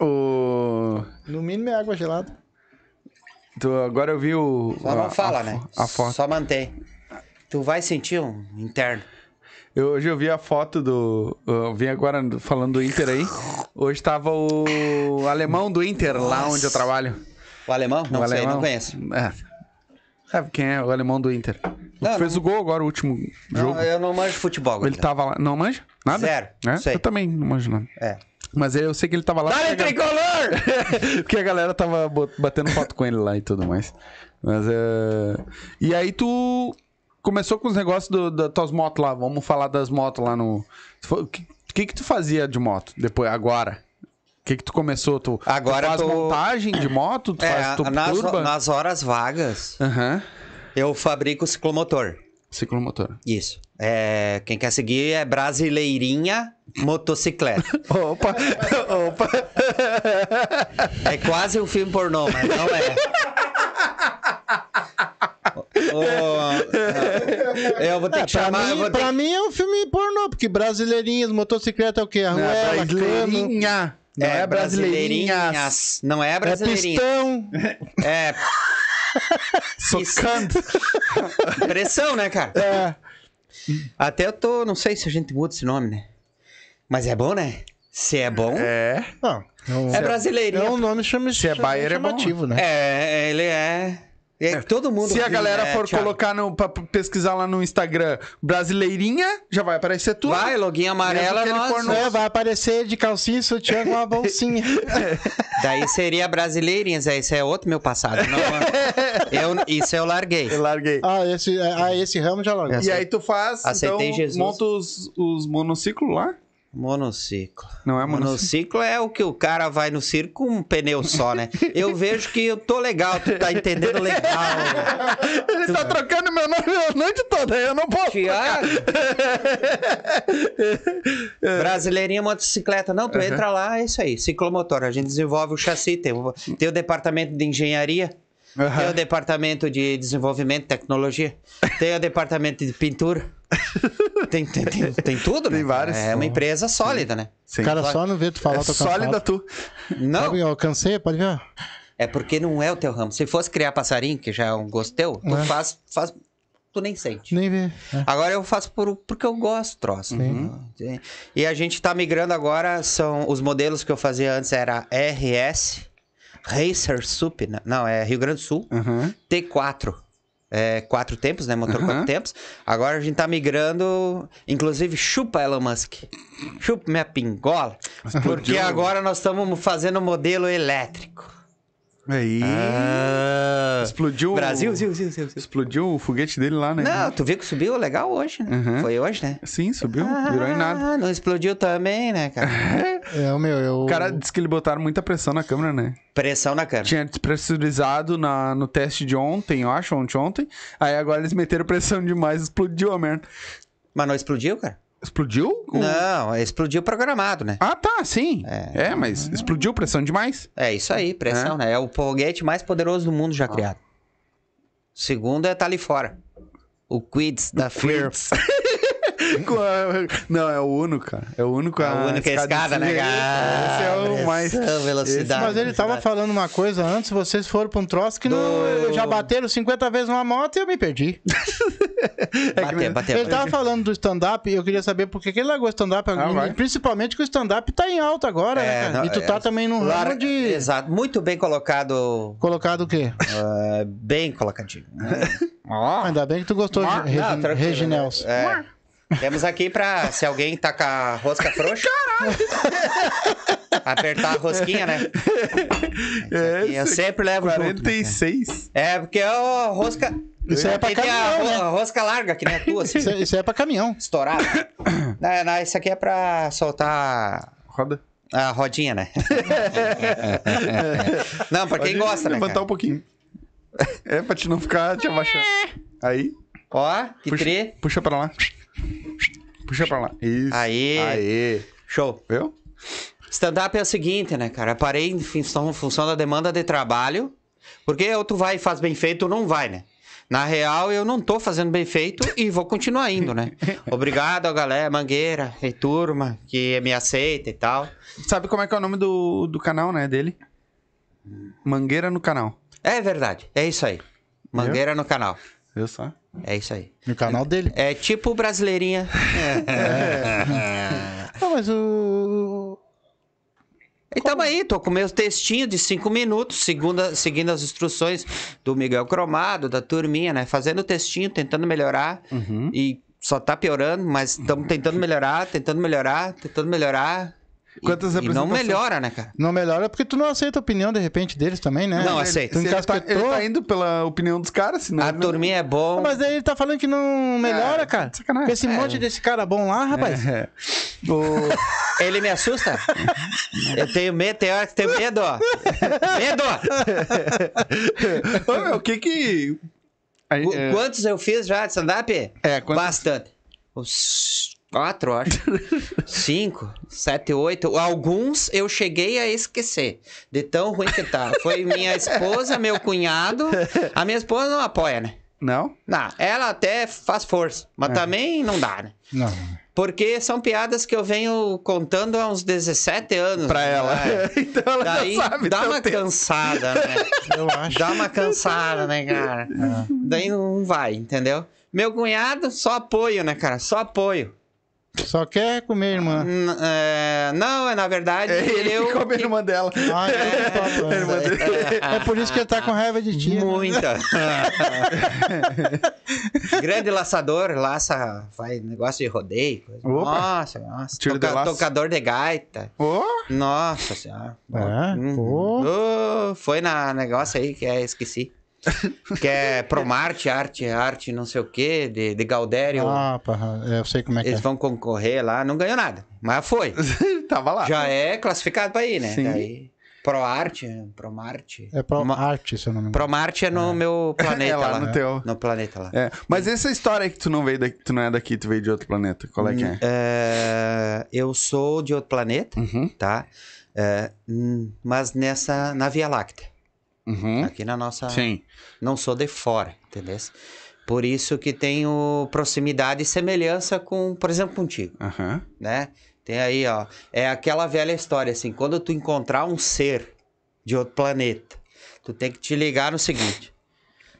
Speaker 1: O...
Speaker 3: No mínimo é água gelada.
Speaker 1: tu- agora eu vi o.
Speaker 2: Só não
Speaker 1: a-
Speaker 2: fala,
Speaker 1: a,
Speaker 2: né?
Speaker 1: fo- A foto.
Speaker 2: Só mantém. Tu vai sentir um interno.
Speaker 1: Eu- hoje eu vi a foto do. Eu vim agora falando do Inter aí. Hoje tava o alemão do Inter, lá onde eu trabalho.
Speaker 2: O alemão? Não
Speaker 1: o
Speaker 2: sei,
Speaker 1: alemão.
Speaker 2: não conheço.
Speaker 1: É. Sabe quem é o alemão do Inter? O
Speaker 2: Não,
Speaker 1: que fez o gol agora, o último jogo.
Speaker 2: Não, eu não manjo futebol.
Speaker 1: Ele tá- tava lá. Não manja? Nada?
Speaker 2: Zero,
Speaker 1: É?
Speaker 2: sei.
Speaker 1: Eu também não manjo nada.
Speaker 2: É. Tá
Speaker 1: Mas eu sei que ele tava lá.
Speaker 2: Dale
Speaker 1: porque a-
Speaker 2: tricolor!
Speaker 1: Porque a galera tava bot- batendo foto com ele lá e tudo mais. Mas é. E aí tu começou com os negócios do- das tuas motos lá. Vamos falar das motos lá no. Tu fa- O que, o que que tu fazia de moto depois, agora? O que que tu começou? Tu, tu
Speaker 2: Agora
Speaker 1: faz
Speaker 2: eu tô-
Speaker 1: montagem de moto? Tu
Speaker 2: É,
Speaker 1: faz tu
Speaker 2: nas,
Speaker 1: turba?
Speaker 2: nas horas vagas,
Speaker 1: Aham.
Speaker 2: eu fabrico ciclomotor.
Speaker 1: Ciclomotor.
Speaker 2: Isso. É, quem quer seguir é Brasileirinha Motocicleta.
Speaker 1: Opa! Opa!
Speaker 2: É quase um filme pornô, mas não é. Ô, eu vou ter
Speaker 3: É,
Speaker 2: que
Speaker 3: pra,
Speaker 2: chamar. eu
Speaker 3: mim,
Speaker 2: vou ter-
Speaker 3: pra mim é um filme pornô, porque brasileirinhas, motocicleta é o quê? A ruela, cano,
Speaker 1: brasileirinha! Não é, brasileirinha!
Speaker 2: Brasileirinhas. Não é
Speaker 3: é
Speaker 2: brasileirinha.
Speaker 3: pistão.
Speaker 2: É,
Speaker 1: Socando!
Speaker 2: pressão, né, cara?
Speaker 3: É.
Speaker 2: Até eu tô. Não sei se a gente muda esse nome, né? Mas é bom, né? Se é bom. É,
Speaker 1: É.
Speaker 3: Não, não-
Speaker 2: brasileirinha.
Speaker 3: É um nome chama,
Speaker 1: Se é
Speaker 3: chama-
Speaker 1: Bayer, é bom.
Speaker 3: chamativo, né?
Speaker 2: É, ele é. é todo mundo.
Speaker 1: Se a
Speaker 2: viu,
Speaker 1: galera
Speaker 2: né,
Speaker 1: for
Speaker 2: Thiago?
Speaker 1: colocar no, pra p- pesquisar lá no Instagram brasileirinha, já vai aparecer tudo.
Speaker 2: Vai, loguinho
Speaker 1: Mesmo
Speaker 2: amarela,
Speaker 1: que ele
Speaker 2: nós.
Speaker 1: for no-
Speaker 3: É, vai aparecer de calcinha e sutiã com uma bolsinha.
Speaker 2: Daí seria brasileirinhas, é, isso é outro meu passado. não- eu, isso eu larguei.
Speaker 1: Eu larguei.
Speaker 3: ah, esse, ah, esse ramo já logo.
Speaker 1: e aí tu faz,
Speaker 2: Aceitei
Speaker 1: então,
Speaker 2: Jesus.
Speaker 1: monta os, os monociclos lá.
Speaker 2: Monociclo.
Speaker 1: Não é monociclo?
Speaker 2: Monociclo é o que o cara vai no circo com um pneu só, né? Eu vejo que eu tô legal, tu tá entendendo legal.
Speaker 1: Ele tá trocando meu nome a noite toda, eu não posso.
Speaker 2: Tiago. Brasileirinha motocicleta. Não, tu entra lá, é isso aí. Ciclomotor. A gente desenvolve o chassi. Tem o, tem o departamento de engenharia. Tem o departamento de desenvolvimento, tecnologia. Tem o departamento de pintura. Tem, tem, tem, tem tudo, né?
Speaker 1: Tem vários.
Speaker 2: É uma empresa sólida, né?
Speaker 1: Sim.
Speaker 3: o cara só não vê tu falar,
Speaker 1: é
Speaker 3: eu tô
Speaker 1: sólida
Speaker 3: cansado.
Speaker 1: tu.
Speaker 2: Não,
Speaker 3: Sabe, eu alcancei, pode ver. ó.
Speaker 2: é porque não é o teu ramo. Se fosse criar passarinho, que já é um gosto teu, tu
Speaker 3: É.
Speaker 2: faz, faz... Tu nem sente.
Speaker 3: Nem vê. É.
Speaker 2: Agora eu faço por, porque eu gosto, troço. Uhum. E a gente tá migrando agora, são os modelos que eu fazia antes era RS, Racer Sup, né? não, é Rio Grande do Sul,
Speaker 1: Aham.
Speaker 2: T4. É, quatro tempos, né? Motor
Speaker 1: Uhum.
Speaker 2: quatro tempos. Agora a gente tá migrando, inclusive chupa Elon Musk. Chupa minha pingola. Porque
Speaker 1: Explodiu.
Speaker 2: agora nós estamos fazendo um modelo elétrico.
Speaker 1: Aí. Ah. Explodiu. o-
Speaker 2: Ah. Brasil, Brasil, Brasil, Brasil.
Speaker 1: Explodiu o foguete dele lá, né?
Speaker 2: Não, tu viu que subiu legal hoje, né?
Speaker 1: Uhum.
Speaker 2: Foi hoje, né?
Speaker 1: Sim, subiu. Virou em nada.
Speaker 2: Ah, não explodiu também, né, cara?
Speaker 3: É o meu, eu.
Speaker 1: O cara disse que ele botaram muita pressão na câmera, né?
Speaker 2: Pressão na câmera.
Speaker 1: Tinha despressurizado na, no teste de ontem, eu acho, ontem, ontem. Aí agora eles meteram pressão demais, explodiu a merda.
Speaker 2: Mas não explodiu, cara?
Speaker 1: Explodiu? O-
Speaker 2: Não, explodiu programado, né?
Speaker 1: Ah, tá, sim. É, mas explodiu pressão demais.
Speaker 2: É isso aí, pressão, né? É o foguete mais poderoso do mundo já criado. Segundo é tá ali fora. O Quids da Fear.
Speaker 1: Com a- Não, é o único, cara. É o único.
Speaker 2: É o único que é escada, né, cara?
Speaker 1: Esse é o
Speaker 2: Pressão,
Speaker 1: mais.
Speaker 2: velocidade.
Speaker 3: Mas ele tava falando uma coisa antes, vocês foram pra um troço que não,
Speaker 2: Do-
Speaker 3: eu já bateram 50 vezes uma moto e eu me perdi.
Speaker 2: Bateu, bateu.
Speaker 3: é ele tava falando do stand-up e eu queria saber por que que ele largou o stand-up.
Speaker 1: Ah, vai.
Speaker 3: e principalmente que o stand-up tá em alta agora,
Speaker 2: É,
Speaker 3: né, cara?
Speaker 2: não,
Speaker 3: e tu
Speaker 2: é,
Speaker 3: tá também num
Speaker 2: Larga-
Speaker 3: ramo de...
Speaker 2: Exato, muito bem colocado.
Speaker 3: Colocado o quê?
Speaker 2: ah, bem colocadinho. Ó.
Speaker 3: Ainda bem que tu gostou
Speaker 1: Ah,
Speaker 3: de Regi...
Speaker 2: Não, tranquilo. né?
Speaker 3: Reginels.
Speaker 2: É. Temos aqui pra se alguém tá com a rosca frouxa. Apertar a rosquinha, né?
Speaker 1: É,
Speaker 2: E eu sempre levo junto. né?
Speaker 1: 46.
Speaker 2: É, porque é a rosca.
Speaker 3: Isso aí é pra
Speaker 2: Porque tem a,
Speaker 3: caminhão,
Speaker 2: ro-
Speaker 3: né?
Speaker 2: a rosca larga, que nem a tua, assim,
Speaker 3: Isso, isso aí é pra caminhão.
Speaker 2: estourada. não, não, isso aqui é pra soltar
Speaker 1: Roda.
Speaker 2: a rodinha, né? não, pra quem
Speaker 1: Pode
Speaker 2: gosta, né?
Speaker 1: Levantar
Speaker 2: cara?
Speaker 1: um pouquinho. É, pra te não ficar te abaixando. Aí,
Speaker 2: Ó, que
Speaker 1: puxa,
Speaker 2: tri.
Speaker 1: puxa pra lá. Puxa pra lá. Isso.
Speaker 2: Aí.
Speaker 1: Aê.
Speaker 2: Show.
Speaker 1: Viu?
Speaker 2: Stand-up é o seguinte, né, cara? Parei em função, função da demanda de trabalho. Porque ou tu vai e faz bem feito, ou não vai, né? Na real, eu não tô fazendo bem feito e vou continuar indo, né? Obrigado a galera, Mangueira e turma que me aceita e tal.
Speaker 1: Sabe como é que é o nome do, do canal, né? Dele? Mangueira no canal.
Speaker 2: É verdade, é isso aí. Mangueira no canal.
Speaker 1: Viu só?
Speaker 2: É isso aí.
Speaker 3: No canal dele.
Speaker 2: É tipo brasileirinha.
Speaker 3: Não, mas o.
Speaker 2: E tamo aí, tô com meu textinho de cinco minutos, segunda, seguindo as instruções do Miguel Cromado, da turminha, né? Fazendo o textinho, tentando melhorar.
Speaker 1: Uhum.
Speaker 2: E só tá piorando, mas estamos tentando melhorar, tentando melhorar, tentando melhorar. E-
Speaker 1: Quantas
Speaker 2: e, não
Speaker 1: apresentações?
Speaker 2: melhora, né, cara?
Speaker 3: Não melhora porque tu não aceita a opinião, de repente, deles também, né?
Speaker 2: Não, é
Speaker 3: Ah,
Speaker 2: aceito.
Speaker 1: Se
Speaker 3: Tu
Speaker 1: ele, tá,
Speaker 3: encasquetou?
Speaker 1: ele tá indo pela opinião dos caras, senão.
Speaker 2: A
Speaker 1: ele não- é
Speaker 2: turminha é bom.
Speaker 3: Mas daí ele tá falando que não
Speaker 2: É.
Speaker 3: melhora, cara.
Speaker 1: sacanagem.
Speaker 3: Com esse monte desse cara bom lá, rapaz.
Speaker 1: É. O-
Speaker 2: Ele me assusta? Eu tenho medo, tem hora que tem medo, ó. Medo!
Speaker 1: Ô, meu, o que que. Aí,
Speaker 2: Qu-
Speaker 1: é,
Speaker 2: Quantos eu fiz já de stand-up?
Speaker 1: é, quanto-
Speaker 2: Bastante. Uns quatro, eu acho. Cinco, sete, oito. Alguns eu cheguei a esquecer. De tão ruim que tá. Foi minha esposa, meu cunhado. A minha esposa não apoia, né?
Speaker 1: Não?
Speaker 2: Não, ela até faz força,
Speaker 1: É.
Speaker 2: mas também não dá, né?
Speaker 3: Não.
Speaker 2: Porque são piadas que eu venho contando há uns 17 anos.
Speaker 1: Pra
Speaker 2: né?
Speaker 1: ela. então ela
Speaker 2: Daí
Speaker 1: já sabe.
Speaker 2: dá
Speaker 1: então
Speaker 2: uma
Speaker 1: tem-
Speaker 2: cansada, né?
Speaker 3: Eu acho.
Speaker 2: Dá uma cansada, né, cara? Daí não vai, entendeu? Meu cunhado, só apoio, né, cara? Só apoio.
Speaker 3: Só quer comer, irmã.
Speaker 2: N- é, não, é na verdade,
Speaker 1: Ah. Ele
Speaker 2: eu.
Speaker 1: ficou bem irmã dela.
Speaker 3: Ah, é, é por isso que ele tá com raiva de ti.
Speaker 1: né?
Speaker 2: Muita. Grande laçador, laça, faz negócio de rodeio. coisa.
Speaker 1: Opa.
Speaker 2: Nossa, nossa.
Speaker 1: Tiro de laço.
Speaker 2: Tocador de gaita.
Speaker 1: Ô,
Speaker 2: Nossa senhora.
Speaker 3: É,
Speaker 2: Hum.
Speaker 3: pô.
Speaker 2: Ô, foi na negócio aí que é, esqueci. Que é Promarte, arte, arte, não sei o quê, de, de Gaudério.
Speaker 3: Ah, parra, é, eu sei como é que é.
Speaker 2: Eles vão concorrer lá, não ganhou nada, mas foi.
Speaker 1: tava lá.
Speaker 2: Já é classificado pra ir, né?
Speaker 1: Sim.
Speaker 2: Daí, ProArte, ProMarte.
Speaker 3: É pro
Speaker 2: Uma-
Speaker 3: arte, se eu não me engano.
Speaker 2: ProMarte é no meu planeta
Speaker 1: é lá, no teu.
Speaker 2: No planeta lá.
Speaker 1: É, Mas essa história aí que tu não veio daqui, tu não é daqui, tu veio de outro planeta. Qual é que é?
Speaker 2: É, eu sou de outro planeta,
Speaker 1: Uhum.
Speaker 2: tá? É, hum, mas nessa, na Via Láctea,
Speaker 1: Uhum.
Speaker 2: aqui na nossa...
Speaker 1: Sim.
Speaker 2: Não sou de fora, entendeu? Por isso que tenho proximidade e semelhança com, por exemplo, contigo.
Speaker 1: Aham.
Speaker 2: né? Tem aí, ó. É aquela velha história, assim, quando tu encontrar um ser de outro planeta, tu tem que te ligar no seguinte.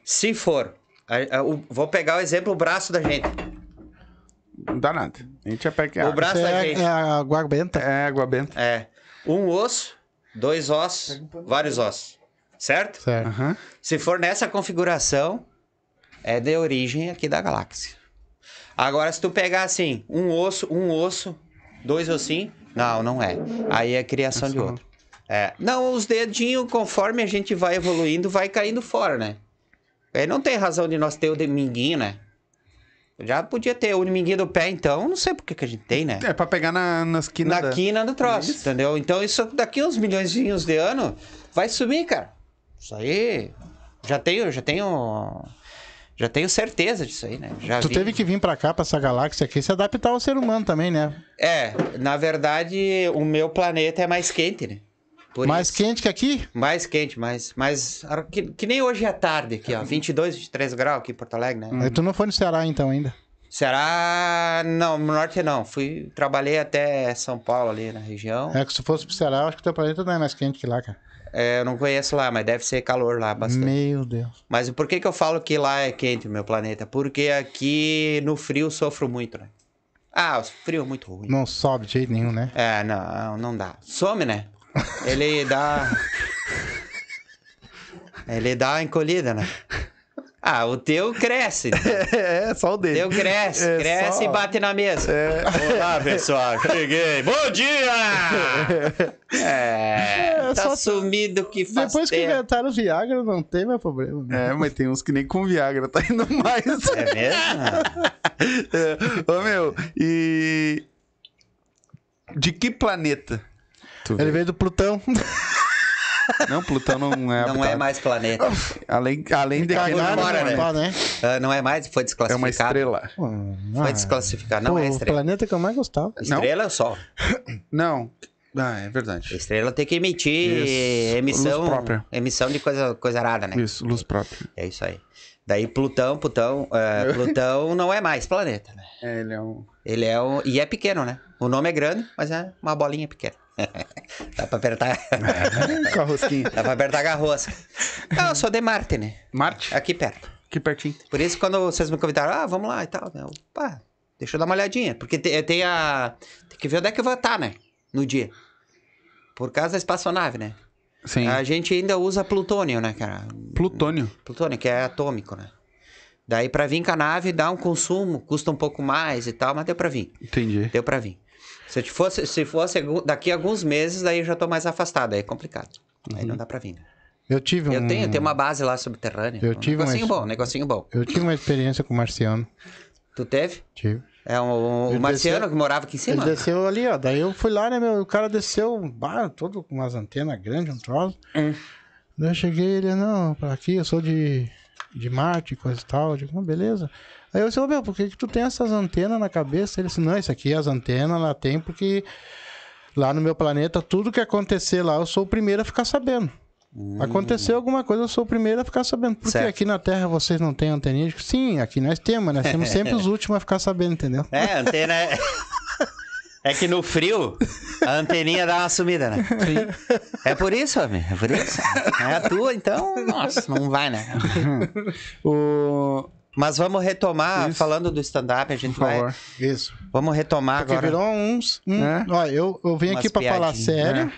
Speaker 2: Se for, a- a- o- vou pegar o exemplo, o braço da gente.
Speaker 1: Não dá nada. A gente é pé que é
Speaker 2: O
Speaker 1: água.
Speaker 2: braço
Speaker 3: Isso
Speaker 2: da
Speaker 3: é,
Speaker 2: gente.
Speaker 3: é a guarbenta.
Speaker 1: É água benta.
Speaker 2: É. Um osso, dois ossos, vários ossos. Certo?
Speaker 3: Certo.
Speaker 1: Aham.
Speaker 2: Se for nessa configuração, é de origem aqui da galáxia. Agora, se tu pegar assim, um osso, um osso, dois ossinhos, não, não é. Aí é criação de outro. É. Não, os dedinhos, conforme a gente vai evoluindo, vai caindo fora, né? Aí não tem razão de nós ter o de minguinho, né? Já podia ter o minguinho do pé, então, não sei por que que a gente tem, né?
Speaker 1: É pra pegar na, na esquina.
Speaker 2: na
Speaker 1: da-
Speaker 2: quina do troço, entendeu? Então isso daqui uns milhões de anos vai sumir, cara. Isso aí já tenho, já tenho, já tenho certeza disso aí, né? Já
Speaker 3: Tu
Speaker 2: vi.
Speaker 3: teve que vir pra cá, pra essa galáxia aqui, se adaptar ao ser humano também, né?
Speaker 2: É, na verdade o meu planeta é mais quente, né? Por
Speaker 3: Mais
Speaker 2: isso.
Speaker 3: quente que aqui?
Speaker 2: mais quente, mais, mais que, que nem hoje à tarde aqui, ó, 22, 23 graus aqui em Porto Alegre, né?
Speaker 3: Aí Tu não foi no Ceará então ainda.
Speaker 2: Será? Não, no norte não. Fui trabalhei até São Paulo ali na região.
Speaker 3: É que se fosse pro Ceará, eu acho que teu planeta não é mais quente que lá, cara.
Speaker 2: É, eu não conheço lá, mas deve ser calor lá bastante.
Speaker 3: Meu Deus.
Speaker 2: Mas por que, que eu falo que lá é quente o meu planeta? Porque aqui no frio sofro muito, né? Ah, o frio é muito ruim.
Speaker 3: Não sobe de jeito nenhum, né?
Speaker 2: É, não, não dá. Some, né? Ele dá. Ele dá uma encolhida, né? Ah, o teu cresce. né?
Speaker 1: É, só o É,
Speaker 2: O
Speaker 1: dele.
Speaker 2: teu cresce,
Speaker 1: É,
Speaker 2: cresce
Speaker 1: só-
Speaker 2: e bate na mesa. Olá, pessoal, cheguei. Bom dia! É,
Speaker 3: É,
Speaker 2: tá
Speaker 3: só-
Speaker 2: sumido que faz
Speaker 3: Depois que
Speaker 2: tempo.
Speaker 3: inventaram o Viagra, não tem mais problema. né?
Speaker 1: É, mas tem uns que nem com Viagra tá indo mais.
Speaker 2: É mesmo?
Speaker 1: É. Ô, meu, e. De que planeta? Tu
Speaker 3: Ele
Speaker 1: veio?
Speaker 3: veio do Plutão.
Speaker 1: Não, Plutão não é.
Speaker 2: Não é
Speaker 3: tá.
Speaker 1: habitado.
Speaker 2: mais planeta.
Speaker 1: Além, além de que não é
Speaker 3: Cagaram
Speaker 2: mora,
Speaker 1: um
Speaker 3: no
Speaker 2: né?
Speaker 1: planeta,
Speaker 3: pau, tá né?
Speaker 2: Ah, não é mais, foi
Speaker 1: é uma
Speaker 2: desclassificado.
Speaker 1: estrela.
Speaker 3: Pô,
Speaker 2: Foi
Speaker 3: ah,
Speaker 2: desclassificado, não
Speaker 3: pô, O
Speaker 2: é estrela.
Speaker 3: planeta que eu mais gostava.
Speaker 2: Estrela é o Sol.
Speaker 1: Não. Ah, é verdade.
Speaker 2: Estrela tem que emitir
Speaker 1: Isso.
Speaker 2: emissão,
Speaker 1: Luz própria.
Speaker 2: emissão de coisa, coisa arada, né?
Speaker 1: Isso, luz própria.
Speaker 2: É isso aí. Daí Plutão, Plutão, é, Plutão não é mais planeta, né?
Speaker 1: É, ele é um.
Speaker 2: Ele é um. E é pequeno, né? O nome é grande, mas é uma bolinha pequena. Dá pra apertar.
Speaker 1: Com a rosquinha.
Speaker 2: Dá pra apertar a garrosca. Não, eu sou de Marte, né?
Speaker 1: Marte,
Speaker 2: Aqui perto.
Speaker 1: aqui pertinho.
Speaker 2: Por isso, quando vocês me convidaram, ah, vamos lá e tal, né? Eu, pá, deixa eu dar uma olhadinha. Porque te- tem a. Tem que ver onde é que eu vou estar, né? No dia. Por causa da espaçonave, né?
Speaker 1: Sim.
Speaker 2: A gente ainda usa plutônio, né, cara?
Speaker 1: Plutônio.
Speaker 2: Plutônio, que é atômico, né? Daí pra vir com a nave dá um consumo, custa um pouco mais e tal, mas deu pra vir.
Speaker 1: Entendi.
Speaker 2: Deu pra vir. Se eu te fosse, se fosse algum- daqui a alguns meses, daí eu já tô mais afastado, aí é complicado.
Speaker 3: Uhum.
Speaker 2: Aí não dá pra vir. né?
Speaker 3: Eu tive um.
Speaker 2: Eu tenho, eu tenho uma base lá subterrânea.
Speaker 3: Eu
Speaker 2: um
Speaker 3: tive uma
Speaker 2: negocinho
Speaker 3: ex-
Speaker 2: bom, um negocinho bom.
Speaker 3: Eu tive uma experiência com o Marciano.
Speaker 2: Tu teve?
Speaker 3: Tive.
Speaker 2: É um, um-
Speaker 3: Ele
Speaker 2: um marciano
Speaker 3: desceu-
Speaker 2: que morava aqui em
Speaker 3: Ele
Speaker 2: cima?
Speaker 3: desceu ali, ó. Daí eu fui lá, né, meu? O cara desceu um bar todo com umas antenas grandes, um troço.
Speaker 2: Hum.
Speaker 3: Daí eu cheguei, ele, não, pra aqui, eu sou de, de Marte, coisa e tal. Eu digo, "Ah, beleza. Aí eu disse, ô meu, por que, que tu tem essas antenas na cabeça? Ele disse, não, isso aqui, as antenas, ela tem porque lá no meu planeta, tudo que acontecer lá, eu sou o primeiro a ficar sabendo. Aconteceu alguma coisa, eu sou o primeiro a ficar sabendo. Porque
Speaker 2: Hum. Certo.
Speaker 3: aqui na Terra vocês não têm anteninha? Eu digo, Sim, aqui nós temos, nós temos sempre os últimos a ficar sabendo, entendeu?
Speaker 2: É, a antena é... É que no frio, a anteninha dá uma sumida, né? É por isso, homem. É por isso. É a tua, então, nossa, não vai, né?
Speaker 1: O...
Speaker 2: Mas vamos retomar,
Speaker 1: Isso.
Speaker 2: falando do stand-up, a gente
Speaker 1: Por
Speaker 2: vai.
Speaker 1: favor.
Speaker 3: Isso.
Speaker 2: Vamos retomar
Speaker 3: Porque
Speaker 2: agora.
Speaker 3: virou uns. Um,
Speaker 1: É.
Speaker 3: Ó, eu, eu vim
Speaker 2: Umas
Speaker 3: aqui pra falar
Speaker 2: piadinhas,
Speaker 3: sério.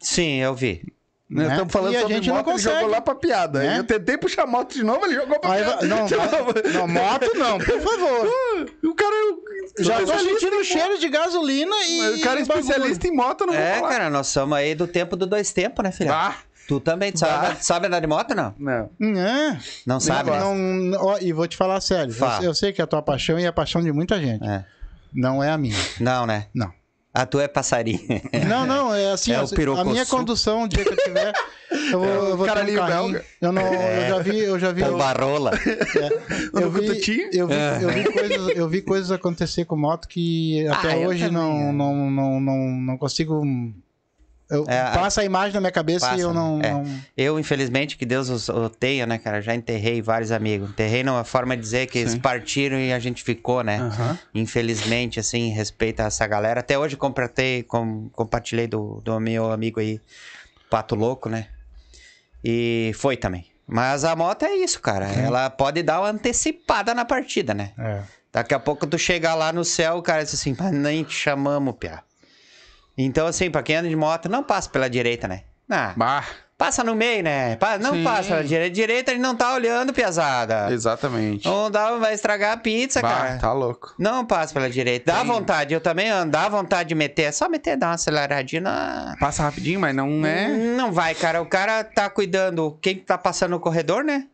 Speaker 2: Sim, eu vi.
Speaker 1: Nós
Speaker 3: Né?
Speaker 1: estamos falando
Speaker 3: E a
Speaker 1: sobre
Speaker 3: gente não
Speaker 1: moto, ele
Speaker 3: consegue.
Speaker 1: jogou lá pra piada.
Speaker 3: Né?
Speaker 1: Eu tentei puxar a moto de novo, ele jogou pra
Speaker 3: Aí
Speaker 1: piada.
Speaker 3: vai- não,
Speaker 1: De
Speaker 3: vai-
Speaker 1: novo.
Speaker 3: Não, moto não, por favor.
Speaker 1: O cara é o...
Speaker 3: Já tô
Speaker 1: especialista
Speaker 3: sentindo
Speaker 1: em
Speaker 3: o cheiro de gasolina
Speaker 1: moto.
Speaker 3: e.
Speaker 1: O cara é especialista em moto, eu não
Speaker 2: é,
Speaker 1: vou falar.
Speaker 2: cara, nós somos aí do tempo do dois tempos, né, filha?
Speaker 1: Bah.
Speaker 2: Tu também tu sabe, sabe andar de moto, não?
Speaker 1: Não.
Speaker 3: É.
Speaker 2: Não sabe, né?
Speaker 3: Não, não- ó, e vou te falar sério.
Speaker 2: Fala.
Speaker 3: Eu, eu sei que é a tua paixão e a paixão de muita gente.
Speaker 2: É.
Speaker 3: Não é a minha.
Speaker 2: Não, né?
Speaker 3: Não.
Speaker 2: A tua é passarinho.
Speaker 3: Não, não, é assim, ó,
Speaker 2: É o
Speaker 3: a minha
Speaker 2: pirocossu.
Speaker 3: condução, o dia que eu tiver, eu vou, eu vou ter um
Speaker 1: Caralhinho
Speaker 3: carrinho.
Speaker 1: belga.
Speaker 3: Eu, não, eu já vi, eu já vi,
Speaker 2: Tá
Speaker 3: um eu,
Speaker 2: Pombarola.
Speaker 1: No
Speaker 3: vi,
Speaker 1: cututinho?
Speaker 3: eu vi, eu vi coisas, eu vi coisas acontecer com moto que até
Speaker 2: Ah, eu
Speaker 3: hoje
Speaker 2: também,
Speaker 3: não,
Speaker 2: é.
Speaker 3: não, não, não, não consigo, hum, eu
Speaker 2: É,
Speaker 3: passa a imagem na minha cabeça
Speaker 2: passa,
Speaker 3: e eu não,
Speaker 2: é.
Speaker 3: não-
Speaker 2: Eu, infelizmente, que Deus os o tenha, né, cara? Já enterrei vários amigos. Enterrei não é forma de dizer que eles partiram e a gente ficou, né?
Speaker 1: Aham.
Speaker 2: Infelizmente, assim, respeita essa galera. Até hoje compartilhei, com- compartilhei do, do meu amigo aí, Pato Louco, né? E foi também. Mas a moto é isso, cara. Ela pode dar uma antecipada na partida, né?
Speaker 3: é.
Speaker 2: Daqui a pouco tu chegar lá no céu, o cara diz assim, mas nem te chamamos, piá. Então, assim, pra quem anda de moto, não passa pela direita, né? Ah,
Speaker 1: Bah.
Speaker 2: passa no meio, né? Pa- Não
Speaker 1: Sim.
Speaker 2: passa pela direita. Direita ele não tá olhando, piazada.
Speaker 1: Exatamente.
Speaker 2: Não dá, vai estragar a pizza,
Speaker 1: Bah,
Speaker 2: cara.
Speaker 1: tá louco.
Speaker 2: Não passa pela direita. Dá
Speaker 1: Sim.
Speaker 2: vontade, eu também ando. Dá vontade de meter. É só meter, dar uma aceleradinha. Não,
Speaker 1: Passa rapidinho, mas não é...
Speaker 2: não vai, cara. O cara tá cuidando. Quem tá passando no corredor, né?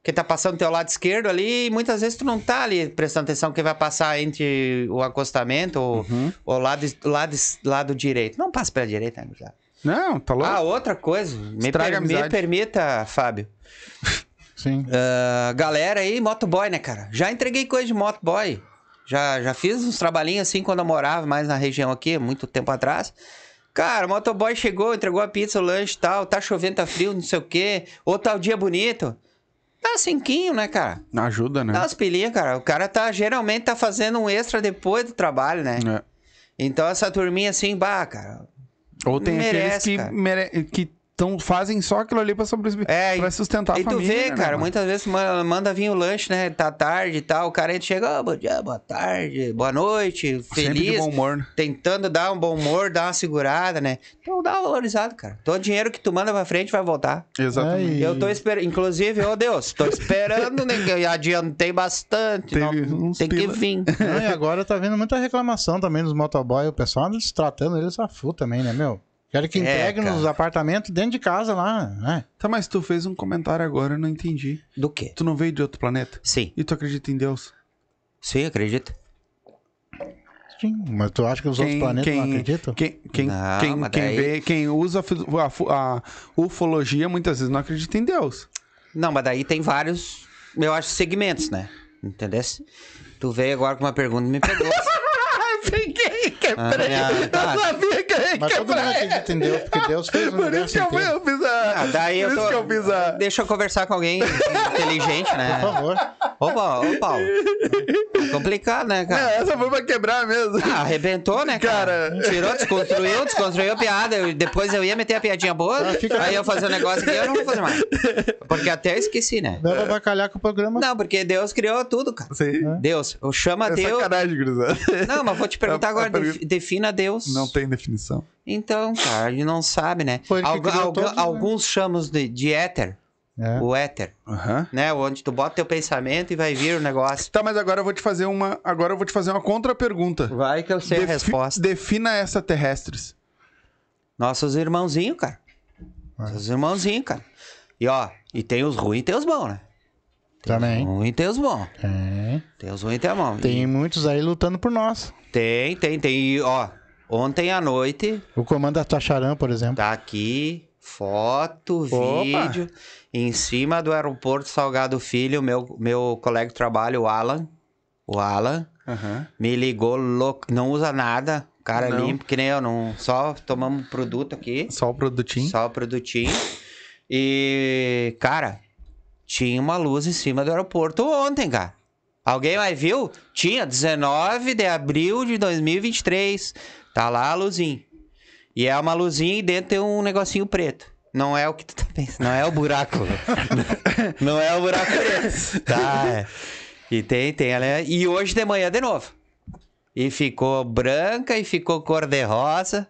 Speaker 2: Quem tá passando do teu lado esquerdo ali. e Muitas vezes tu não tá ali prestando atenção quem vai passar entre o acostamento ou
Speaker 1: Uhum.
Speaker 2: o lado, es- lado, es- lado direito. Não passa pela direita, né, já.
Speaker 1: Não, tá louco.
Speaker 2: Ah, outra coisa. Me,
Speaker 1: Estraga
Speaker 2: per-
Speaker 1: a amizade.
Speaker 2: me permita, Fábio.
Speaker 3: sim.
Speaker 2: Ah, galera aí, motoboy, né, cara? Já entreguei coisa de motoboy. Já, já fiz uns trabalhinhos assim quando eu morava mais na região aqui, muito tempo atrás. Cara, o motoboy chegou, entregou a pizza, o lanche e tal. Tá chovendo, tá frio, não sei o quê. Ou tá o dia bonito. Dá cinquinho, né, cara?
Speaker 1: Ajuda, né?
Speaker 2: Dá umas pilinhas, cara. O cara tá, geralmente, tá fazendo um extra depois do trabalho, né?
Speaker 1: É.
Speaker 2: Então essa turminha assim, bah, cara.
Speaker 1: Ou tem aqueles
Speaker 2: Merece,
Speaker 1: que,
Speaker 2: cara.
Speaker 1: mere... que tão... fazem só aquilo ali pra, sobreviver,
Speaker 2: É, e-
Speaker 1: pra sustentar a
Speaker 2: e tu
Speaker 1: família.
Speaker 2: vê,
Speaker 1: né,
Speaker 2: cara,
Speaker 1: mano?
Speaker 2: muitas vezes ma- manda vir o lanche, né? Tá tarde e tal. O cara aí chega, "Ah, bom dia, boa tarde, boa noite,
Speaker 1: Sempre de
Speaker 2: feliz.
Speaker 1: bom humor, né?
Speaker 2: Tentando dar um bom humor, dar uma segurada, né? Então dá uma valorizada, cara. Todo dinheiro que tu manda pra frente vai voltar.
Speaker 1: Exatamente.
Speaker 3: Aí,
Speaker 2: Eu tô esperando, inclusive, ô Deus, tô esperando, né? Que eu adiantei bastante.
Speaker 1: Teve
Speaker 2: não,
Speaker 1: uns
Speaker 2: tem que
Speaker 1: pila.
Speaker 2: vir.
Speaker 3: Não, e agora tá vendo muita reclamação também dos motoboy, o pessoal anda se tratando eles a fu também, né, meu? Quero que
Speaker 2: É,
Speaker 3: entregue
Speaker 2: cara.
Speaker 3: nos apartamentos dentro de casa lá, né?
Speaker 1: Tá, mas tu fez um comentário agora, eu não entendi.
Speaker 2: Do quê?
Speaker 1: Tu não veio de outro planeta?
Speaker 2: Sim,
Speaker 1: E tu acredita em Deus?
Speaker 2: sim, acredito.
Speaker 3: Sim, mas tu acha que os
Speaker 1: Quem-
Speaker 3: outros planetas não
Speaker 1: quem-
Speaker 3: acreditam?
Speaker 1: Quem, quem,
Speaker 2: Não,
Speaker 1: quem,
Speaker 2: mas
Speaker 1: quem
Speaker 2: daí-
Speaker 1: vê, quem usa a, fu- a ufologia muitas vezes não acredita em Deus.
Speaker 2: Não, mas daí tem vários, eu acho, segmentos, né? Entendesse? Tu veio agora com uma pergunta e me pegou.
Speaker 1: Peguei,
Speaker 2: Ah, tá.
Speaker 1: sabia que
Speaker 3: Mas todo mundo acredita em Deus, porque Deus fez o
Speaker 1: Por
Speaker 3: universo
Speaker 1: isso que eu,
Speaker 3: inteiro.
Speaker 1: eu fiz a,
Speaker 2: Ah,
Speaker 1: Por
Speaker 2: daí eu
Speaker 1: isso
Speaker 2: tô...
Speaker 1: que eu fiz a-
Speaker 2: Deixa eu conversar com alguém inteligente,
Speaker 3: Por
Speaker 2: né?
Speaker 3: favor.
Speaker 2: Opa, ô Paulo. É complicado, né,
Speaker 1: Não,
Speaker 2: cara?
Speaker 1: essa foi pra quebrar mesmo.
Speaker 2: Ah, arrebentou, né, cara?
Speaker 1: Cara.
Speaker 2: Tirou, desconstruiu, desconstruiu a piada. Eu- depois eu ia meter a piadinha boa,
Speaker 3: Ah, fica-
Speaker 2: aí eu fazer um negócio que eu não vou fazer mais. Porque até eu esqueci, né?
Speaker 3: Dá pra bacalhar com o programa.
Speaker 2: Não, porque Deus criou tudo, cara.
Speaker 1: Sei.
Speaker 2: Deus, eu chama
Speaker 1: É
Speaker 2: Ah, Deus.
Speaker 1: sacanagem, gurizada.
Speaker 2: Não, mas vou te
Speaker 1: A-
Speaker 2: perguntar
Speaker 1: a
Speaker 2: agora,
Speaker 1: pergunta-
Speaker 2: defi- defina Deus.
Speaker 1: Não tem definição.
Speaker 2: Então, cara, a gente não sabe, né?
Speaker 3: Foi ele que
Speaker 2: Algu-
Speaker 3: criou
Speaker 2: algu-
Speaker 3: todos, né?
Speaker 2: Alguns chamam de, de éter,
Speaker 3: É.
Speaker 2: o éter,
Speaker 1: Aham.
Speaker 2: né? Onde tu bota teu pensamento e vai vir o negócio.
Speaker 1: Tá, mas agora eu vou te fazer uma. Agora eu vou te fazer uma contra-pergunta.
Speaker 2: Vai que eu sei
Speaker 1: Defi-
Speaker 2: a resposta.
Speaker 1: Defina extraterrestres.
Speaker 2: Nossos irmãozinhos, cara. Nossos irmãozinhos, cara. E ó, e tem os ruins e tem os bons, né? Tem
Speaker 3: Também.
Speaker 2: os ruins e tem os bons.
Speaker 3: Tem.
Speaker 2: Tem os ruins e tem os bons.
Speaker 3: Tem muitos aí lutando por nós.
Speaker 2: Tem, tem, tem. E, ó, ontem à noite,
Speaker 3: O comando da Tacharam, por exemplo.
Speaker 2: tá aqui foto,
Speaker 1: Opa!
Speaker 2: vídeo, em cima do aeroporto Salgado Filho, meu, meu colega de trabalho, o Alan. O Alan
Speaker 1: Aham.
Speaker 2: me ligou louco, não usa nada, cara
Speaker 1: Não.
Speaker 2: limpo que nem eu, não, só tomamos produto aqui.
Speaker 1: Só o produtinho.
Speaker 2: Só o produtinho. E, cara, tinha uma luz em cima do aeroporto ontem, cara. Alguém mais viu? Tinha, 19 de abril de 2023. Tá lá a luzinha. E é uma luzinha e dentro tem um negocinho preto. Não é o que tu tá pensando, não é o buraco. não é o buraco preto. Tá. é. E tem, tem. ela é- E hoje de manhã de novo. E ficou branca e ficou cor de rosa.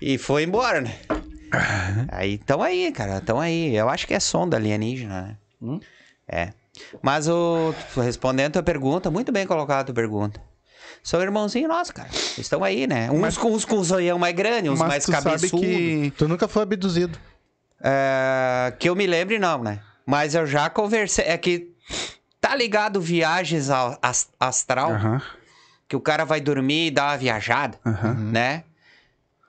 Speaker 2: E foi embora, né? Aí, então aí, cara, então aí. Eu acho que é sonda alienígena, né?
Speaker 1: Hum?
Speaker 2: É. Mas o respondendo a tua pergunta, muito bem colocada a tua pergunta. São irmãozinhos nossos, cara. Estão aí, né? Uns
Speaker 1: Mas-
Speaker 2: com uns com zoião mais grande, uns mais
Speaker 1: Mas tu sabe
Speaker 2: cabeçudo.
Speaker 1: que.
Speaker 2: Que...
Speaker 3: Tu nunca foi abduzido.
Speaker 2: É, que eu me lembre, não, né? Mas eu já conversei. É que tá ligado viagens a- as- astral,
Speaker 1: Aham.
Speaker 2: que o cara vai dormir e dá uma viajada
Speaker 1: Aham.
Speaker 2: né?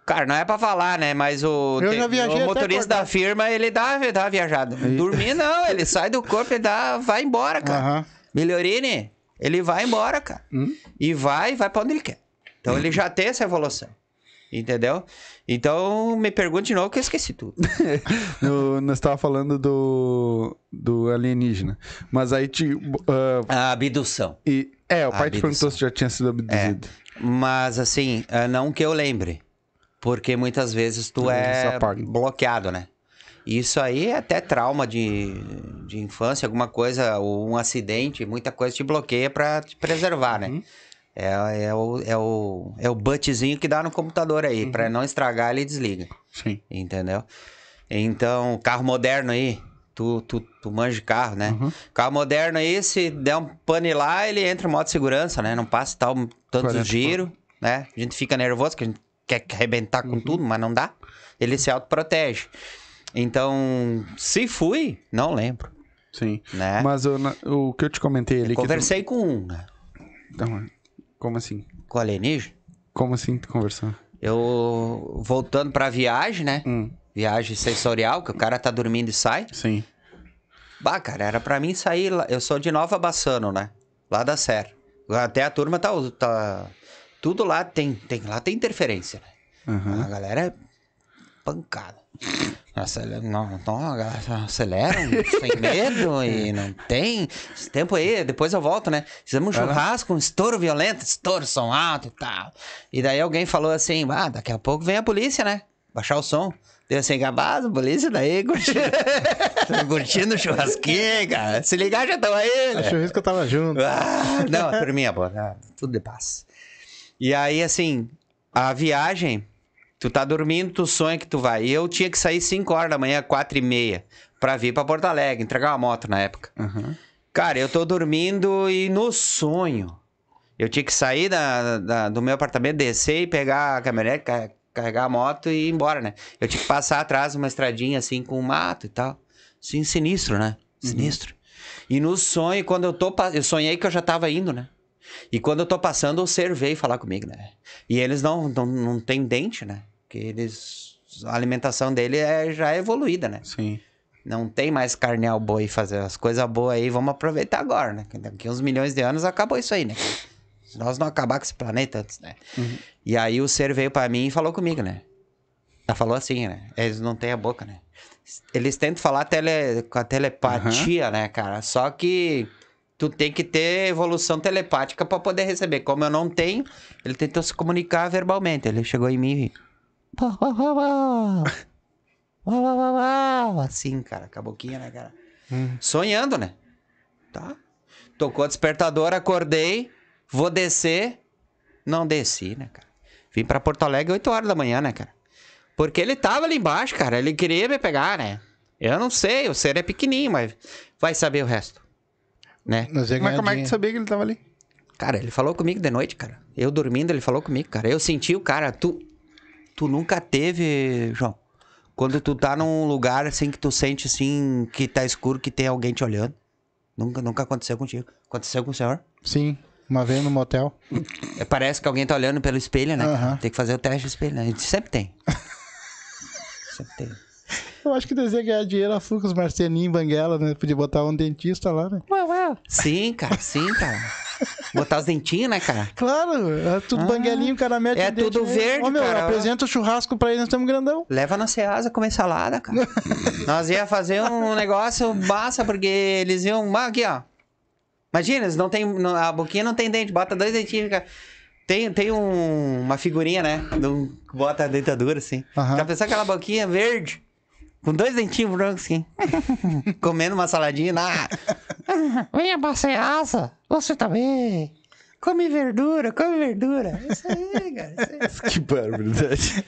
Speaker 2: Cara, não é pra falar, né? Mas o,
Speaker 3: Eu
Speaker 2: te-
Speaker 3: já viajei até
Speaker 2: o motorista
Speaker 3: acordar.
Speaker 2: da firma, ele dá, dá uma viajada. Dormir não, ele sai do corpo e dá, vai embora, cara.
Speaker 3: Aham. Hum?
Speaker 2: Melhorine, ele vai embora, cara. E vai, vai pra onde ele quer. Então ele já tem essa evolução. Entendeu? Então me pergunte de novo que eu esqueci tudo.
Speaker 1: No- nós estávamos falando do, do alienígena. Mas aí te. ah,
Speaker 2: A abdução.
Speaker 1: e, é, o pai te
Speaker 2: Abdução.
Speaker 1: perguntou se já tinha sido abduzido.
Speaker 2: Mas assim, ah, não que eu lembre. Porque muitas vezes tu
Speaker 1: Às vezes
Speaker 2: é
Speaker 1: apaga.
Speaker 2: bloqueado, né? Isso aí é até trauma de, de infância, alguma coisa, ou um acidente, muita coisa te bloqueia pra te preservar, né? É, é o, é, o, é o buttzinho que dá no computador aí. Pra não estragar, ele desliga.
Speaker 1: Sim.
Speaker 2: Entendeu? Então, carro moderno aí. Tu, tu, tu manja de carro, né?
Speaker 1: Uhum.
Speaker 2: Carro moderno aí, se der um pane lá, ele entra em modo de segurança, né? Não passa tal tanto
Speaker 1: 40
Speaker 2: giro, né? A gente fica nervoso, que a gente quer arrebentar
Speaker 1: Uhum.
Speaker 2: com tudo, mas não dá. Ele se autoprotege. Então, se fui, não lembro,
Speaker 1: Sim.
Speaker 2: né?
Speaker 1: Mas o, na- o que eu te comentei ali. que tu-
Speaker 2: Conversei com um, né?
Speaker 1: Então, como assim?
Speaker 2: Com o alienígena.
Speaker 1: Como assim tu conversando?
Speaker 2: Eu, voltando pra viagem, né?
Speaker 1: Hum,
Speaker 2: Viagem sensorial, que o cara tá dormindo e sai.
Speaker 1: sim.
Speaker 2: Bah, cara, era pra mim sair lá. Eu sou de Nova Bassano, né? Lá da Serra. Até a turma tá. tá- Tudo lá tem, tem. Lá tem interferência, né?
Speaker 1: Aham.
Speaker 2: A galera é pancada. Acelera, não, não, a galera acelera sem medo e não tem. Esse tempo aí, depois eu volto, né? Fizemos um churrasco, um estouro violento, estouro, som alto e tal. E daí alguém falou assim: ah, daqui a pouco vem a polícia, né? Baixar o som. Deu assim, gabado, polícia daí, curtindo. curtindo o churrasquinho, cara. Se ligar, já estão aí. né?
Speaker 3: Acho que eu tava junto.
Speaker 2: Ah, não, a turminha é boa, né? tudo de paz. E aí, assim, a viagem, tu tá dormindo, tu sonha que tu vai. E eu tinha que sair 5 horas da manhã, 4 e meia, pra vir pra Porto Alegre, entregar uma moto na época.
Speaker 1: Aham.
Speaker 2: Cara, eu tô dormindo e no sonho. Eu tinha que sair da, da- do meu apartamento, descer e pegar a caminhonete, ca- carregar a moto e ir embora, né? Eu tinha que passar atrás de uma estradinha assim com mato e tal. Assim, sinistro, né? Sinistro. E no sonho, quando eu tô. pa- Eu sonhei que eu já tava indo, né? E quando eu tô passando, o ser veio falar comigo, né? E eles não, não, não têm dente, né? Porque eles. A alimentação dele é, já é evoluída, né?
Speaker 1: Sim.
Speaker 2: Não tem mais carne ao boi fazer as coisas boas aí, vamos aproveitar agora, né? Que Daqui uns milhões de anos acabou isso aí, né? Se nós não acabar com esse planeta antes, né? E aí o ser veio pra mim e falou comigo, né? Ela falou assim, né? Eles não têm a boca, né? Eles tentam falar tele, com a telepatia, né, cara? Só que tu tem que ter evolução telepática pra poder receber. Como eu não tenho, ele tentou se comunicar verbalmente. Ele chegou em mim e. Pá, pá, pá, pá. Pá, pá, pá, pá. Assim, cara, com a boquinha, né, cara?
Speaker 3: Hum.
Speaker 2: Sonhando, né? Tá? Tocou o despertador, acordei, vou descer. Não desci, né, cara? Vim pra Porto Alegre 8 horas da manhã, né, cara? Porque ele tava ali embaixo, cara. Ele queria me pegar, né? Eu não sei, o ser é pequenininho, mas vai saber o resto. Né?
Speaker 3: Mas é
Speaker 1: Mas como é que
Speaker 3: ganhadinha.
Speaker 1: tu sabia que ele tava ali?
Speaker 2: Cara, ele falou comigo de noite, cara. Eu dormindo, ele falou comigo, cara. Eu senti o cara, tu. Tu nunca teve, João. Quando tu tá num lugar assim que tu sente assim, que tá escuro, que tem alguém te olhando. Nunca, nunca aconteceu contigo. Aconteceu com o senhor?
Speaker 3: Sim, uma vez no motel.
Speaker 2: É, parece que alguém tá olhando pelo espelho, né? cara?
Speaker 3: Aham.
Speaker 2: Tem que fazer o teste do espelho, né? A gente sempre tem. sempre tem.
Speaker 3: Eu acho que desenha ganhar dinheiro a Fluxo, Marcelinho, Banguela, né? Podia botar um dentista lá, né?
Speaker 2: Sim, cara, sim, cara. Botar os dentinhos, né, cara?
Speaker 3: Claro, é tudo
Speaker 2: Ah,
Speaker 3: banguelinho, o cara mete
Speaker 2: é
Speaker 3: o dente
Speaker 2: tudo
Speaker 3: nele.
Speaker 2: verde,
Speaker 3: Ô, meu,
Speaker 2: cara, ó.
Speaker 3: apresenta o churrasco pra ele, nós estamos grandão.
Speaker 2: Leva na Ceasa comer salada, cara. Nós ia fazer um negócio massa, porque eles iam. Ah, aqui, ó. Imagina, eles não tem, não- a boquinha não tem dente, bota dois dentinhos. Cara. Tem, tem um- uma figurinha, né? de um- bota a dentadura assim.
Speaker 3: Aham.
Speaker 2: Já pensou aquela boquinha verde? Com dois dentinhos brancos, assim. Comendo uma saladinha. Ah. Venha pra Ceasa, você também. Come verdura, come verdura. Isso aí, cara. Isso aí.
Speaker 1: que barbaridade.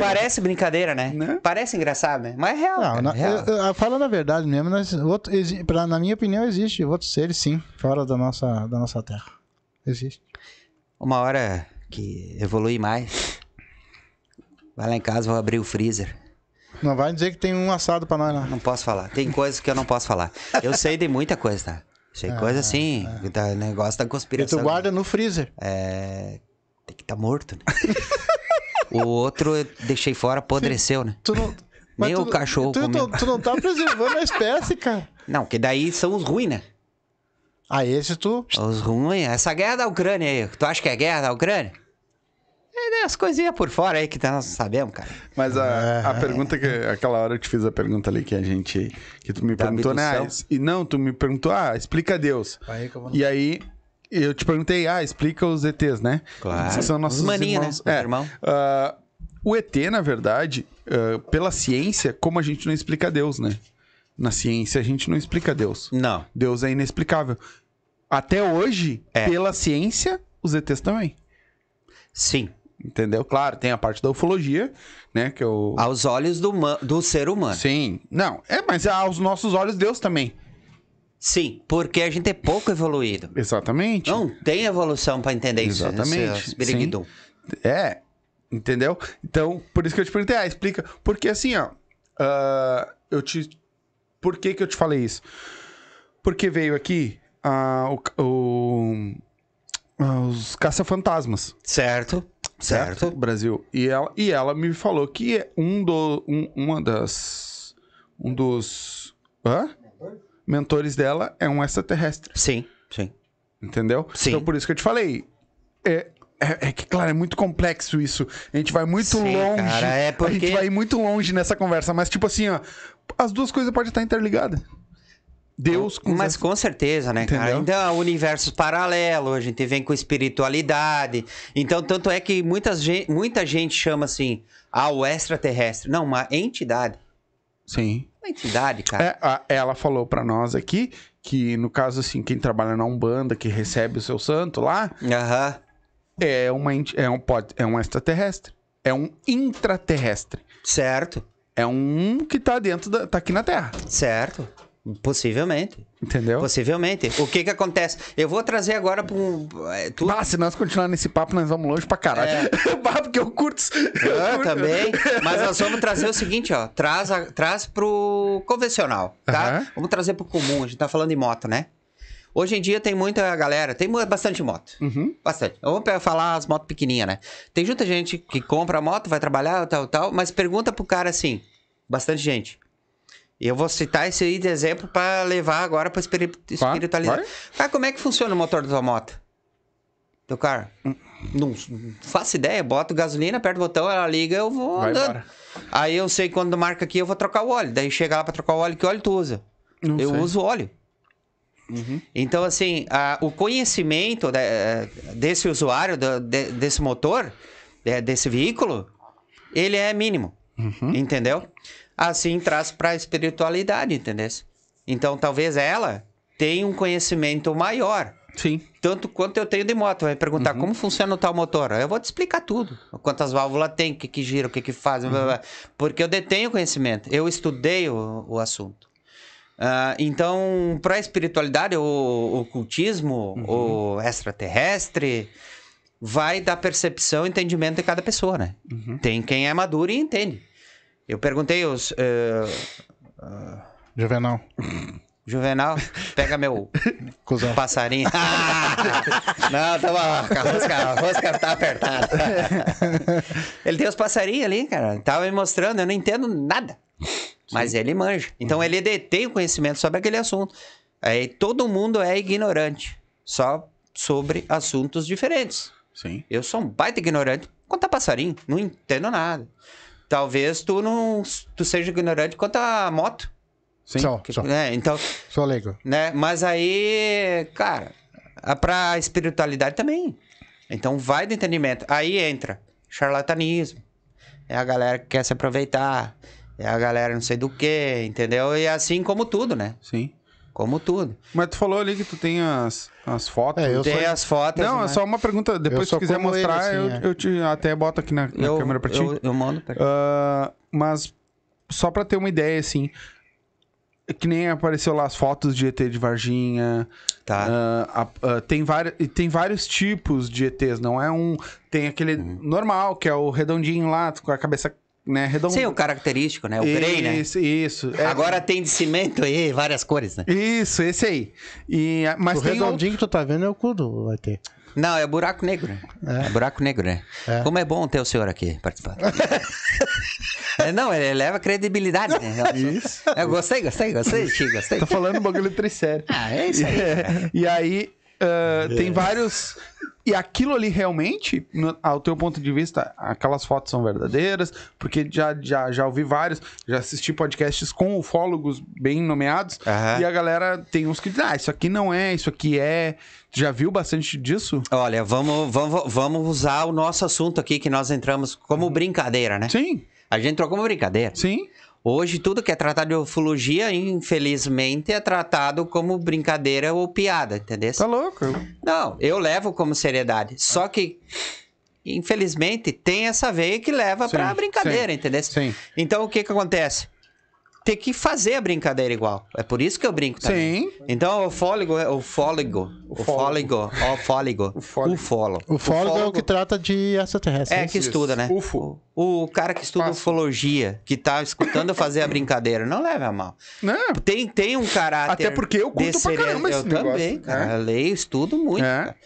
Speaker 2: Parece brincadeira, né?
Speaker 1: Né?
Speaker 2: Parece engraçado, né? Mas é real.
Speaker 3: Não,
Speaker 2: cara,
Speaker 3: na,
Speaker 2: é real.
Speaker 3: eu- eu- falando a verdade mesmo, nós, outro- exi- pra- na minha opinião, existe outros seres, sim, fora da nossa, da nossa terra. Existe.
Speaker 2: Uma hora que evolui mais. Vai lá em casa, vou abrir o freezer.
Speaker 3: Não vai dizer que tem um assado pra nós lá.
Speaker 2: Não posso falar. Tem coisas que eu não posso falar. Eu sei de muita coisa, tá? Sei coisa assim, da negócio da
Speaker 3: Ah, E
Speaker 1: né?
Speaker 2: conspiração.
Speaker 3: tu guarda no freezer.
Speaker 2: É, Tem que estar morto, né? o outro eu deixei fora, apodreceu, né?
Speaker 3: Tu não,
Speaker 2: Nem
Speaker 3: mas
Speaker 2: o
Speaker 3: tu-
Speaker 2: cachorro
Speaker 3: tu,
Speaker 2: comeu.
Speaker 3: tu, tu não tá preservando a espécie, cara.
Speaker 2: Não, que daí são os ruins, né?
Speaker 3: Ah, esse tu.
Speaker 2: Os ruins. Essa guerra da Ucrânia aí, tu acha que é guerra da Ucrânia? É, né, as coisinhas por fora aí que nós não sabemos, cara.
Speaker 1: Mas a, a pergunta que. Aquela hora eu te fiz a pergunta ali que a gente. Que tu me
Speaker 2: Da
Speaker 1: perguntou, né?
Speaker 2: abdução.
Speaker 1: Ah, e não, tu me perguntou, ah, explica Deus.
Speaker 3: Aí que eu vou no-
Speaker 1: E aí, eu te perguntei, ah, explica os ETs, né?
Speaker 2: Claro.
Speaker 1: Que são nossos
Speaker 2: Os maninhos,
Speaker 1: irmãos.
Speaker 2: né?
Speaker 1: É.
Speaker 2: Irmão.
Speaker 1: Ah, o ET, na verdade, ah, pela ciência, como a gente não explica Deus, né? Na ciência, a gente não explica Deus.
Speaker 2: Não.
Speaker 1: Deus é inexplicável. Até hoje,
Speaker 2: É.
Speaker 1: pela ciência, os ETs também.
Speaker 2: Sim.
Speaker 1: Entendeu? Claro, tem a parte da ufologia, né? Que eu.
Speaker 2: Aos olhos do, ma- do ser humano. Sim.
Speaker 1: Sim. Não, é, mas aos nossos olhos, Deus também.
Speaker 2: porque a gente é pouco evoluído.
Speaker 1: Exatamente.
Speaker 2: Não tem evolução pra entender isso.
Speaker 1: Exatamente,
Speaker 2: esses biriguidum.
Speaker 1: É, entendeu? Então, por isso que eu te perguntei, ah, explica. Porque assim, ó, ah, eu te. Por que que eu te falei isso? Porque veio aqui ah, o, ca- o- ah, os caça-fantasmas,
Speaker 2: Certo.
Speaker 1: certo?
Speaker 2: Certo.
Speaker 1: Brasil. E ela, e ela me falou que é um do, um- uma das. Um dos. hã? Mentores dela é um extraterrestre.
Speaker 2: Sim, sim.
Speaker 1: Entendeu?
Speaker 2: Sim.
Speaker 1: Então por isso que eu te falei. É, é, é que, claro, é muito complexo isso. A gente vai muito
Speaker 2: Sim,
Speaker 1: longe.
Speaker 2: cara, é
Speaker 1: A
Speaker 2: porque-
Speaker 1: gente vai muito longe nessa conversa. Mas, tipo assim, ó, as duas coisas podem estar interligadas. Deus com
Speaker 2: Mas com certeza, né, cara?
Speaker 1: Entendeu?
Speaker 2: Então, universos paralelos, a gente vem com espiritualidade. Então, tanto é que muitas gen- muita gente chama assim, ah, o extraterrestre. Não, uma entidade.
Speaker 1: Sim.
Speaker 2: Uma entidade, cara.
Speaker 1: É, a- ela falou pra nós aqui que, no caso, assim, quem trabalha na Umbanda, que recebe o seu santo lá,
Speaker 2: Aham.
Speaker 1: é, uma, enti- é, um, pode, é um extraterrestre. É um intraterrestre.
Speaker 2: Certo,
Speaker 1: É um que tá dentro da. tá aqui na Terra.
Speaker 2: certo. Possivelmente.
Speaker 1: Entendeu?
Speaker 2: Possivelmente. O que que acontece? Eu vou trazer agora para um. é, tu-
Speaker 1: Bah, se nós continuar nesse papo, nós vamos longe pra caralho. bah, porque eu curto. isso.
Speaker 2: Ah,
Speaker 1: Eu curto.
Speaker 2: É. também. Mas nós vamos trazer o seguinte, ó. Traz, a, traz pro convencional, tá?
Speaker 1: Aham.
Speaker 2: Vamos trazer pro comum. A gente tá falando de moto, né? Hoje em dia tem muita galera, tem mu- bastante moto.
Speaker 1: Uhum.
Speaker 2: Bastante. Vamos pe- falar as motos pequenininhas, né? Tem muita gente que compra a moto, vai trabalhar, tal, tal, mas pergunta pro cara assim, bastante gente. E eu vou citar esse aí de exemplo pra levar agora pra espiri-
Speaker 1: Tá,
Speaker 2: espiritualidade.
Speaker 1: vai.
Speaker 2: Cara, como é que funciona o motor da tua moto? Do carro? Não faço ideia, boto gasolina, aperto o botão, ela liga, eu vou
Speaker 1: Vai
Speaker 2: andando.
Speaker 1: embora.
Speaker 2: Aí eu sei que quando marca aqui, eu vou trocar o óleo. Daí chega lá pra trocar o óleo, que óleo tu usa?
Speaker 1: Não
Speaker 2: eu
Speaker 1: sei. Uhum.
Speaker 2: uso óleo. Então, assim, a- o conhecimento da- desse usuário, da- de- desse motor, é, desse veículo, ele é mínimo.
Speaker 1: Uhum.
Speaker 2: Entendeu? Assim traz para a espiritualidade, entendeu? Então, talvez ela tenha um conhecimento maior.
Speaker 1: Sim.
Speaker 2: Tanto quanto eu tenho de moto, vai perguntar como funciona o tal motor. Eu vou te explicar tudo. Quantas válvulas tem, o que, que gira, o que, que faz, blá, blá, blá. porque eu detenho conhecimento. Eu estudei o, o assunto. Ah, então, para a espiritualidade, o ocultismo, o extraterrestre, vai da percepção e entendimento de cada pessoa, né? Tem quem é maduro e entende. Eu perguntei os. eh,
Speaker 3: Juvenal.
Speaker 2: Juvenal, pega meu
Speaker 3: Cusão.
Speaker 2: Passarinho. não, tá bom. A rosca, a rosca tá apertada. ele tem os passarinhos ali, cara. Tava me mostrando, eu não entendo nada. Mas ele manja. Então ele detém o conhecimento sobre aquele assunto. Aí todo mundo é ignorante. Só sobre assuntos diferentes.
Speaker 1: Sim.
Speaker 2: Eu sou um baita ignorante quanto a passarinho. Não entendo nada. Talvez tu não. Tu seja ignorante quanto a moto.
Speaker 1: Sim.
Speaker 3: Só,
Speaker 2: que-
Speaker 3: só,
Speaker 2: né? Então
Speaker 3: só leigo.
Speaker 2: né? Mas aí, cara, a- pra espiritualidade também. Então vai do entendimento. Aí entra charlatanismo. É a galera que quer se aproveitar. É a galera não sei do que, entendeu? E assim como tudo, né?
Speaker 1: Sim.
Speaker 2: Como tudo.
Speaker 1: Mas tu falou ali que tu tem as, as fotos.
Speaker 3: É, eu
Speaker 2: Tem
Speaker 3: sou-
Speaker 2: as fotos.
Speaker 1: Não,
Speaker 2: né?
Speaker 1: é só uma pergunta. Depois, se
Speaker 3: sou
Speaker 1: quiser
Speaker 3: como ele,
Speaker 1: mostrar,
Speaker 3: assim,
Speaker 1: eu,
Speaker 3: é.
Speaker 1: eu te até boto aqui na, na
Speaker 2: eu,
Speaker 1: câmera pra ti.
Speaker 2: eu, eu mando pra ti.
Speaker 1: Ah, mas só pra ter uma ideia, assim. é Que nem apareceu lá as fotos de ET de Varginha.
Speaker 2: Tá.
Speaker 1: ah, a- ah, tem, vari- e tem vários tipos de ETs, não é um. Tem aquele
Speaker 2: Uhum.
Speaker 1: normal, que é o redondinho lá, com a cabeça né, redonda.
Speaker 2: Sim, o característico, né? O grey, né?
Speaker 1: Isso, isso. É-
Speaker 2: Agora tem de cimento aí, várias cores, né?
Speaker 1: Isso, esse aí. E, ah, mas
Speaker 3: o
Speaker 1: tem outro.
Speaker 3: redondinho que tu tá vendo é o cu do vai ter.
Speaker 2: Não, é buraco negro. né? É, buraco negro, né?
Speaker 3: É.
Speaker 2: Como é bom ter o senhor aqui participando. É, não, ele leva credibilidade, né?
Speaker 1: Isso.
Speaker 2: Eu gostei, gostei, gostei, Chico, gostei.
Speaker 1: Tá falando um bagulho tricério.
Speaker 2: Ah, é isso aí.
Speaker 1: E aí, ah,
Speaker 2: É.
Speaker 1: tem vários. E aquilo ali realmente, no- ao teu ponto de vista, aquelas fotos são verdadeiras, porque já, já, já ouvi vários, já assisti podcasts com ufólogos bem nomeados,
Speaker 2: Aham.
Speaker 1: e a galera tem uns que dizem, ah, isso aqui não é, isso aqui é. Já viu bastante disso?
Speaker 2: Olha, vamos, vamos, vamos usar o nosso assunto aqui que nós entramos como brincadeira, né?
Speaker 1: Sim,
Speaker 2: A gente entrou como brincadeira.
Speaker 1: sim.
Speaker 2: Hoje, tudo que é tratado de ufologia, infelizmente, é tratado como brincadeira ou piada, entendeu?
Speaker 1: Tá louco.
Speaker 2: Não, eu levo como
Speaker 1: Tá.
Speaker 2: seriedade. Só que, infelizmente, tem essa veia que leva
Speaker 1: Sim,
Speaker 2: pra brincadeira, entendeu?
Speaker 1: Sim.
Speaker 2: Então, o que que acontece? Tem que fazer a brincadeira igual. É por isso que eu brinco também.
Speaker 1: Sim.
Speaker 2: Então, o fóligo, é- o fóligo, o fóligo, o fóligo, o
Speaker 1: fóligo.
Speaker 2: fólogo.
Speaker 3: O fólogo é o que trata de extraterrestre.
Speaker 2: é que estuda, né?
Speaker 1: Ufo.
Speaker 2: O, o cara que estuda
Speaker 1: Espaço.
Speaker 2: ufologia, que tá escutando eu fazer a brincadeira, não leva a mal.
Speaker 1: Não,
Speaker 2: Tem, tem um caráter.
Speaker 1: Né? Até porque eu curto
Speaker 2: de
Speaker 1: pra caramba
Speaker 2: seriedade.
Speaker 1: esse
Speaker 2: Eu
Speaker 1: negócio,
Speaker 2: também, cara.
Speaker 1: né?
Speaker 2: Eu leio, estudo
Speaker 1: É.
Speaker 2: muito. cara.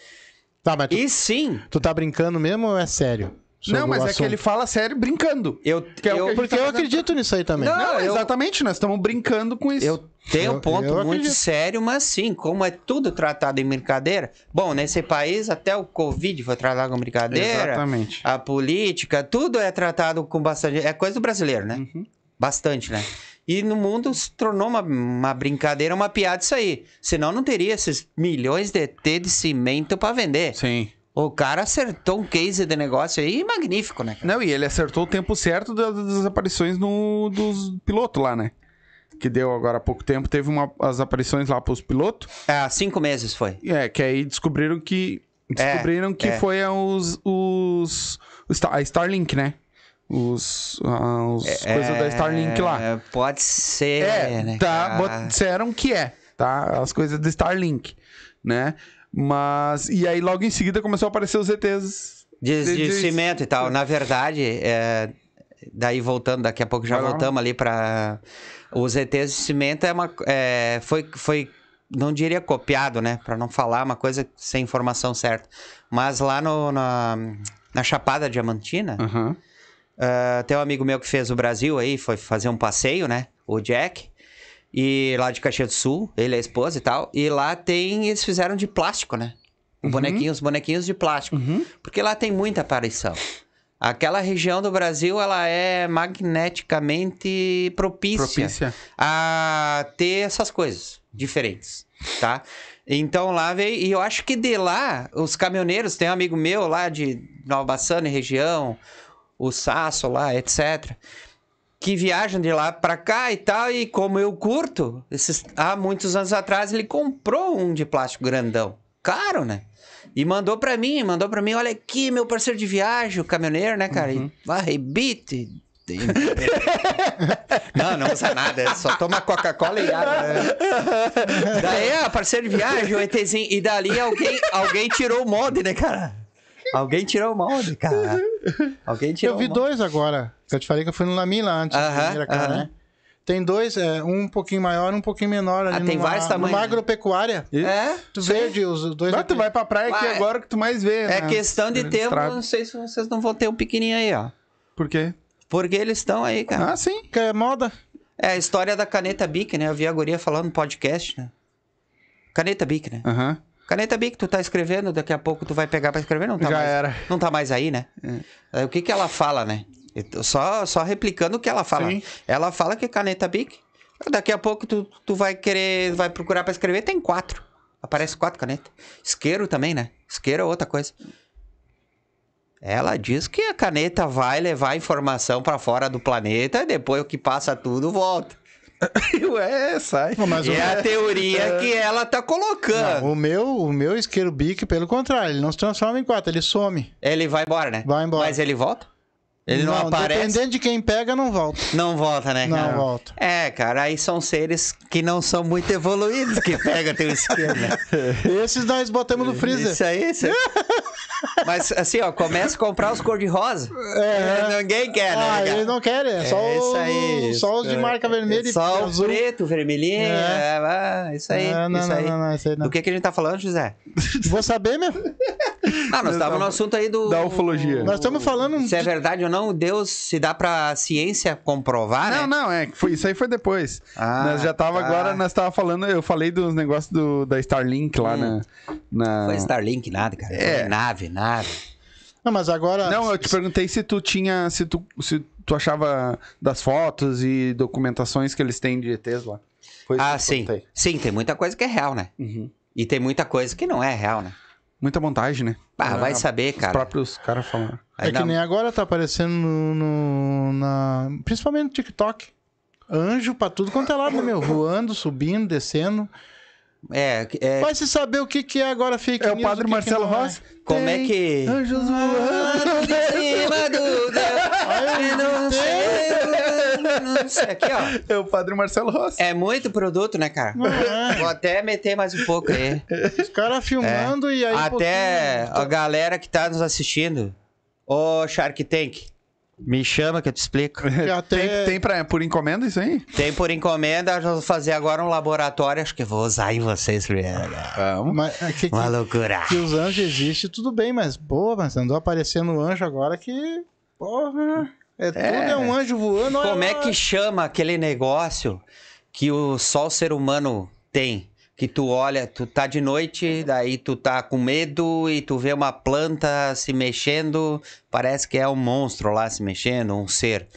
Speaker 3: Tá, mas tu,
Speaker 2: E sim,
Speaker 3: tu tá brincando mesmo ou é sério? Sobre
Speaker 1: não mas
Speaker 3: o
Speaker 1: é que ele
Speaker 3: assunto?
Speaker 1: fala sério brincando. é
Speaker 2: eu,
Speaker 1: o que a
Speaker 2: eu,
Speaker 1: gente
Speaker 3: Porque
Speaker 1: tá
Speaker 3: eu
Speaker 1: fazendo-
Speaker 3: acredito nisso aí também.
Speaker 2: Não,
Speaker 1: Não,
Speaker 2: eu-
Speaker 1: exatamente, nós estamos brincando com isso.
Speaker 2: Eu tenho
Speaker 3: Eu-
Speaker 2: um ponto
Speaker 3: eu
Speaker 2: muito
Speaker 3: acredito.
Speaker 2: sério, mas sim, como é tudo tratado em brincadeira. Bom, nesse país até o Covid foi tratado como brincadeira.
Speaker 1: Exatamente.
Speaker 2: A política, tudo é tratado com bastante. É coisa do brasileiro, né?
Speaker 1: Uhum.
Speaker 2: Bastante, né? E no mundo se tornou uma, uma brincadeira, uma piada isso aí. Senão não teria esses milhões de T de cimento pra vender.
Speaker 1: Sim.
Speaker 2: O cara acertou um case de negócio aí magnífico, né? cara?
Speaker 1: Não, e ele acertou o tempo certo da- das desaparições no, dos pilotos lá, né? Que deu agora há pouco tempo, teve uma, as aparições lá pros pilotos.
Speaker 2: Há cinco meses foi.
Speaker 1: e É, que aí descobriram que.
Speaker 2: É,
Speaker 1: Descobriram que
Speaker 2: é.
Speaker 1: foi os, os. os- A Starlink, né? Os. As coisas da Starlink lá.
Speaker 2: É, Pode ser.
Speaker 1: É,
Speaker 2: né,
Speaker 1: tá,
Speaker 2: cara?
Speaker 1: bot- disseram que é, tá? As coisas do Starlink, né? Mas, e aí logo em seguida começou a aparecer os ETs.
Speaker 2: De,
Speaker 1: De-
Speaker 2: de
Speaker 1: de-
Speaker 2: cimento e tal. Na verdade, é, daí voltando, daqui a pouco já
Speaker 1: Vai lá.
Speaker 2: voltamos ali para Os ETs de cimento é uma, é, foi, foi, não diria copiado, né? Para não falar uma coisa sem informação certa. Mas lá no, na, na Chapada Diamantina,
Speaker 1: Aham.
Speaker 2: ah, tem um amigo meu que fez o Brasil aí, foi fazer um passeio, né? O Jack. E lá de Caxias do Sul, ele é a esposa e tal. E lá tem. Eles fizeram de plástico, né? O
Speaker 1: Uhum.
Speaker 2: bonequinho, os bonequinhos de plástico.
Speaker 3: Uhum.
Speaker 2: Porque lá tem muita aparição. Aquela região do Brasil, ela é magneticamente propícia
Speaker 1: Propícia.
Speaker 2: a ter essas coisas diferentes, tá? Então lá veio, e eu acho que de lá, os caminhoneiros, tem um amigo meu lá de Nova Bassana e região, o Sasso lá, etc., que viajam de lá pra cá e tal, e como eu curto, esses, há muitos anos atrás ele comprou um de plástico grandão, caro, né? E mandou pra mim, mandou pra mim, olha aqui, meu parceiro de viagem, o caminhoneiro, né, cara?
Speaker 3: Uhum.
Speaker 2: E arrebite. um Não, não usa nada, é só toma Coca-Cola e água. né? Daí, ah, parceiro de viagem, o ETzinho. E dali alguém, alguém tirou o molde, né, cara? Alguém tirou o molde, cara. Alguém tirou
Speaker 3: Eu vi
Speaker 2: o molde.
Speaker 3: dois agora. que Eu te falei que eu fui no Lamila antes. na
Speaker 2: Aham,
Speaker 3: primeira, cara,
Speaker 2: aham.
Speaker 3: né? Tem dois, é, um um pouquinho maior e um pouquinho menor. Ali
Speaker 2: Ah, tem
Speaker 3: numa-
Speaker 2: vários tamanhos,
Speaker 3: Numa
Speaker 2: né?
Speaker 3: agropecuária.
Speaker 2: É?
Speaker 3: Tu verde, os dois.
Speaker 1: Mas tu vai pra praia que
Speaker 2: Ué.
Speaker 1: agora que tu mais vê, né?
Speaker 2: É questão de
Speaker 1: Grande
Speaker 2: tempo,
Speaker 1: estrada.
Speaker 2: não sei se vocês não vão ter um pequenininho aí, ó.
Speaker 1: Por quê?
Speaker 2: Porque eles estão aí, cara.
Speaker 1: Ah, sim.
Speaker 3: Que é moda.
Speaker 2: É a história da caneta Bic, né? Eu vi a guria falando no podcast, né? Caneta Bic, né?
Speaker 1: Aham.
Speaker 2: Caneta Bic, tu tá escrevendo, daqui a pouco tu vai pegar pra escrever, não tá
Speaker 1: Já
Speaker 2: mais.
Speaker 1: era.
Speaker 2: Não tá mais aí, né? Aí, O que que ela fala, né? Eu tô Só, só replicando o que ela fala.
Speaker 1: Sim.
Speaker 2: Ela fala que é caneta Bic, daqui a pouco tu, tu vai querer, vai procurar pra escrever, tem quatro. Aparece quatro canetas. Isqueiro também, né? Isqueiro é outra coisa. Ela diz que a caneta vai levar a informação pra fora do planeta e depois o que passa tudo volta.
Speaker 1: Ué, sai.
Speaker 3: Mas o-
Speaker 2: é a teoria que ela tá colocando.
Speaker 3: Não, o meu, o meu isqueiro bique, pelo contrário, ele não se transforma em quatro, ele some.
Speaker 2: Ele vai embora, né?
Speaker 3: Vai embora.
Speaker 2: Mas ele volta? Ele não, aparece?
Speaker 3: Dependendo de quem pega, não volta.
Speaker 2: Não volta, né?
Speaker 3: Não,
Speaker 2: cara?
Speaker 3: volta.
Speaker 2: É, cara, aí são seres que não são muito evoluídos que pegam teu isqueiro, né?
Speaker 3: Esses nós botamos no freezer.
Speaker 2: Isso aí, isso aí. Mas assim, ó, começa a comprar os cor-de-rosa.
Speaker 3: É.
Speaker 2: Ninguém quer, né?
Speaker 3: ah,
Speaker 2: cara?
Speaker 3: eles não querem, é só,
Speaker 2: É isso aí,
Speaker 3: o, só os de
Speaker 2: isso
Speaker 3: marca
Speaker 2: aí.
Speaker 3: vermelha e
Speaker 2: Só
Speaker 3: azul.
Speaker 2: o preto, vermelhinho.
Speaker 3: É.
Speaker 2: é, ah, isso aí,
Speaker 3: Ah, não,
Speaker 2: isso
Speaker 3: não,
Speaker 2: aí.
Speaker 3: não, não, isso aí não.
Speaker 2: Do que, que a gente tá falando, José?
Speaker 3: Vou saber meu
Speaker 2: Ah,
Speaker 1: Eu
Speaker 2: nós estávamos
Speaker 1: tava-
Speaker 2: no assunto aí do.
Speaker 1: da ufologia.
Speaker 3: Nós estamos falando um-
Speaker 2: Se é verdade ou não, Deus se dá pra ciência comprovar,
Speaker 1: Não,
Speaker 2: né?
Speaker 1: não, é. que Foi, isso aí foi depois.
Speaker 2: Ah,
Speaker 1: nós já tava
Speaker 2: tá.
Speaker 1: agora, nós tava falando, eu falei dos negócios do, da Starlink lá
Speaker 2: Hum.
Speaker 1: na. na...
Speaker 2: Foi Starlink, nada, cara.
Speaker 1: É.
Speaker 2: Foi nave, nave.
Speaker 3: Não, mas agora.
Speaker 1: Não, eu te perguntei se tu tinha. Se tu, se tu achava das fotos e documentações que eles têm de ETs lá. Foi isso que
Speaker 2: Ah,
Speaker 1: eu
Speaker 2: sim.
Speaker 1: perguntei.
Speaker 2: Sim, tem muita coisa que é real, né?
Speaker 1: Uhum.
Speaker 2: E tem muita coisa que não é real, né?
Speaker 1: Muita montagem, né?
Speaker 2: Ah, vai
Speaker 1: Ah,
Speaker 2: saber,
Speaker 1: Os
Speaker 2: cara.
Speaker 1: próprios caras falaram.
Speaker 3: É que nem agora tá aparecendo no, no- na. Principalmente no TikTok. Anjo pra tudo quanto é lado, né, meu? Voando, subindo, descendo.
Speaker 2: É, é,
Speaker 3: Vai se saber o que, que é agora fake
Speaker 1: É o
Speaker 3: news,
Speaker 1: padre
Speaker 3: que que
Speaker 1: Marcelo
Speaker 3: não é.
Speaker 1: Rossi?
Speaker 2: como é
Speaker 1: Tem
Speaker 2: que...
Speaker 1: Anjos voando.
Speaker 3: Aí eu
Speaker 2: Não sei, não sei. Aqui, ó.
Speaker 1: É o padre Marcelo Rossi.
Speaker 2: É muito produto, né, cara?
Speaker 3: Não é.
Speaker 2: Vou até meter mais um pouco aí.
Speaker 3: Os caras filmando e aí.
Speaker 2: É.
Speaker 3: um
Speaker 2: Até
Speaker 3: pô,
Speaker 2: a galera que tá nos assistindo. Ô, Shark Tank, me chama que eu te explico.
Speaker 3: que até-
Speaker 1: Tem, tem pra, por encomenda isso aí?
Speaker 2: Tem por encomenda, nós vou fazer agora um laboratório. Acho que eu vou usar em vocês primeiro. um.
Speaker 1: Vamos.
Speaker 3: Mas, é, que, que,
Speaker 2: Uma loucura.
Speaker 3: que os anjos existem, tudo bem, mas boa, mas andou aparecendo um anjo agora que. Porra. É, tudo é um anjo voando. olha
Speaker 2: Como é
Speaker 3: lá.
Speaker 2: que chama aquele negócio que o só o ser humano tem? Que tu olha, tu tá de noite, daí tu tá com medo e tu vê uma planta se mexendo, parece que é um monstro lá se mexendo, um ser.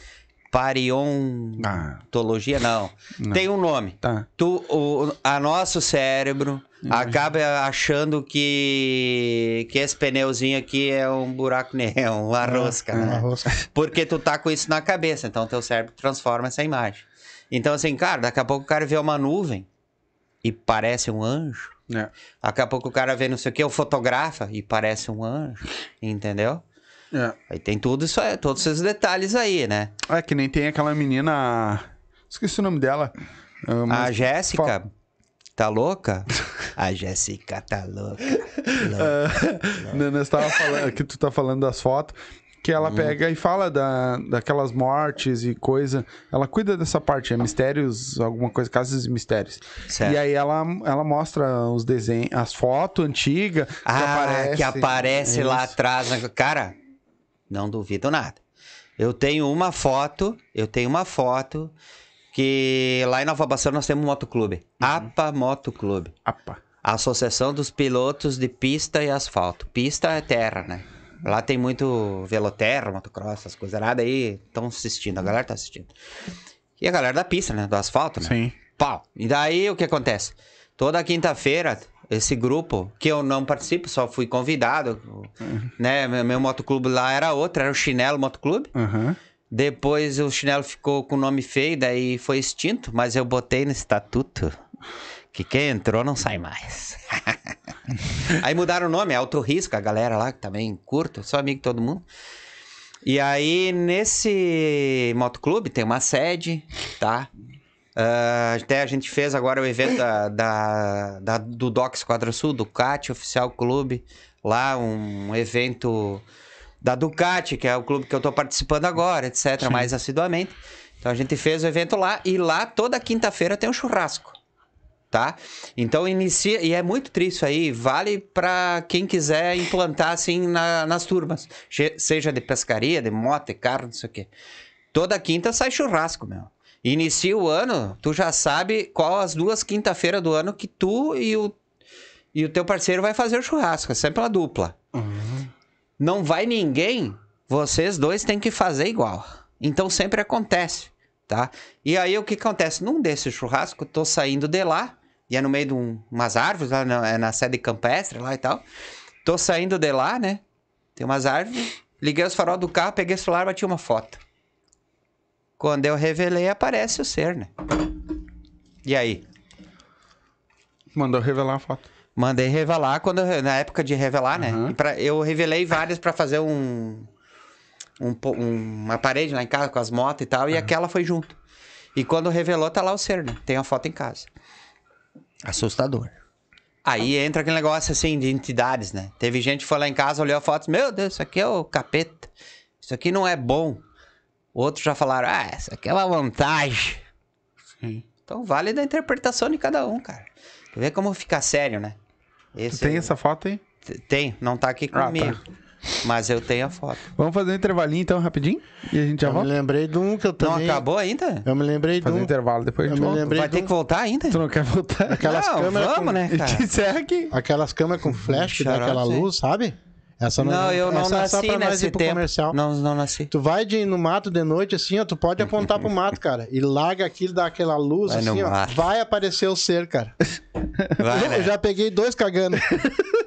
Speaker 2: Pariontologia,
Speaker 1: Ah,
Speaker 2: não.
Speaker 1: Não.
Speaker 2: Tem um nome.
Speaker 1: tá.
Speaker 2: Tu, o, a nosso cérebro acaba achando que, que esse pneuzinho aqui é um buraco negro, uma rosca, né?
Speaker 3: Uma rosca.
Speaker 2: Porque tu tá com isso na cabeça, então teu cérebro transforma essa imagem. Então, assim, cara, daqui a pouco o cara vê uma nuvem e parece um anjo.
Speaker 1: É.
Speaker 2: Daqui a pouco o cara vê não sei o que, o fotografa e parece um anjo. Entendeu?
Speaker 1: É.
Speaker 2: Aí tem tudo isso aí, todos esses detalhes aí, né?
Speaker 1: É que nem tem aquela menina. Esqueci o nome dela. Ah,
Speaker 2: A
Speaker 1: mas-
Speaker 2: Jéssica. Tá louca? A Jéssica tá louca. louca.
Speaker 1: Não, Nós tava falando, que tu tá falando das fotos, que ela
Speaker 2: Uhum.
Speaker 1: pega e fala da, daquelas mortes e coisa. Ela cuida dessa parte, é mistérios, alguma coisa, casos e mistérios.
Speaker 2: Certo.
Speaker 1: E aí ela, ela mostra os desenhos, as fotos antigas que
Speaker 2: Ah,
Speaker 1: aparece.
Speaker 2: que aparece
Speaker 1: É
Speaker 2: lá
Speaker 1: isso.
Speaker 2: atrás. né? Cara, não duvido nada. Eu tenho uma foto, eu tenho uma foto
Speaker 1: Uhum.
Speaker 2: que lá em Nova Bassana nós temos um motoclube. APA Motoclube.
Speaker 1: Apa.
Speaker 2: a Associação dos Pilotos de Pista e Asfalto. Pista é terra, né? Lá tem muito veloterra, motocross, essas coisas erradas aí. Estão assistindo, a galera tá assistindo. E a galera da pista, né? Do asfalto, né?
Speaker 1: Sim.
Speaker 2: Pau. E daí o que acontece? Toda quinta-feira, esse grupo, que eu não participo, só fui convidado, né? Meu, meu motoclube lá era outro, era o Chinelo Motoclube.
Speaker 1: Aham.
Speaker 2: Depois o chinelo ficou com o nome feio, daí foi extinto, mas eu botei no estatuto que quem entrou não sai mais. aí mudaram o nome, é Alto Risco, a galera lá que também curto, sou amigo de todo mundo. E aí nesse motoclube tem uma sede, tá? Ah, até a gente fez agora o evento da, da- da- do Docs Quadra Sul, Ducati Oficial Clube, lá um evento da Ducati, que é o clube que eu tô participando agora, etc., mais assiduamente. Então a gente fez o evento lá e lá toda quinta-feira tem um churrasco, tá? Então inicia, e é muito triste isso aí, vale para quem quiser implantar assim na- nas turmas, che- seja de pescaria, de moto, de carro, não sei o quê. Toda quinta sai churrasco, meu. Inicia o ano, tu já sabe qual as duas quinta-feiras do ano que tu e o, e o teu parceiro vai fazer o churrasco, é sempre a dupla não vai ninguém, vocês dois têm que fazer igual. Então sempre acontece, tá? E aí o que acontece? Num desses churrascos, tô saindo de lá, e é no meio de um- umas árvores, lá na, é na sede campestre lá e tal. Tô saindo de lá, né? Tem umas árvores. Liguei os farol do carro, peguei o celular, bati uma foto. Quando eu revelei, aparece o ser, né? E aí?
Speaker 1: Mandou revelar a foto.
Speaker 2: Mandei revelar quando eu- na época de revelar, né?
Speaker 1: Aham.
Speaker 2: E pra- eu revelei várias pra fazer um, um po- um- uma parede lá em casa com as motos e tal, e aquela foi junto. E quando revelou, tá lá o ser, né? Tem a foto em casa. Assustador. Aí entra aquele negócio assim de entidades, né? Teve gente que foi lá em casa, olhou a foto, e disse, meu Deus, isso aqui é o capeta. Isso aqui não é bom. Outros já falaram, ah, isso aqui é uma vantagem.
Speaker 1: Sim.
Speaker 2: Então vale da interpretação de cada um, cara. Tu vê como fica sério, né? Esse
Speaker 1: Tu tem essa foto aí?
Speaker 2: T- Tem, não tá aqui
Speaker 1: Ah,
Speaker 2: comigo. Mas eu tenho a foto.
Speaker 1: Vamos fazer um intervalinho então, rapidinho? E a gente já
Speaker 3: Eu me
Speaker 1: volta?
Speaker 3: lembrei de um que eu
Speaker 2: Não
Speaker 3: também...
Speaker 2: acabou ainda?
Speaker 3: Eu me lembrei de
Speaker 1: Fazer um
Speaker 3: um...
Speaker 1: intervalo, depois a
Speaker 3: Eu
Speaker 1: gente
Speaker 3: me
Speaker 1: volta.
Speaker 3: lembrei
Speaker 2: Vai
Speaker 3: de
Speaker 2: ter que
Speaker 3: um...
Speaker 2: voltar ainda?
Speaker 1: Tu não quer voltar?
Speaker 3: Aquelas
Speaker 2: não,
Speaker 3: câmeras
Speaker 2: vamos,
Speaker 3: com-
Speaker 2: né,
Speaker 1: A gente
Speaker 2: cara?
Speaker 1: encerra aqui.
Speaker 3: Aquelas câmeras com flash,
Speaker 2: Hum, Xarope,
Speaker 3: daquela
Speaker 2: sim.
Speaker 3: luz, sabe? Essa
Speaker 2: Não, eu não
Speaker 3: essa é só
Speaker 2: nasci
Speaker 3: pra nós
Speaker 2: nesse
Speaker 3: ir pro
Speaker 2: tempo.
Speaker 3: comercial.
Speaker 2: Não, não nasci.
Speaker 3: Tu vai de, no mato de noite, assim, ó, tu pode apontar pro mato, cara. E larga aquilo, dá aquela luz,
Speaker 2: Vai no
Speaker 3: assim, ó.
Speaker 2: mato.
Speaker 3: Vai aparecer o ser, cara.
Speaker 2: Vai,
Speaker 3: eu
Speaker 2: né?
Speaker 3: já peguei dois cagando.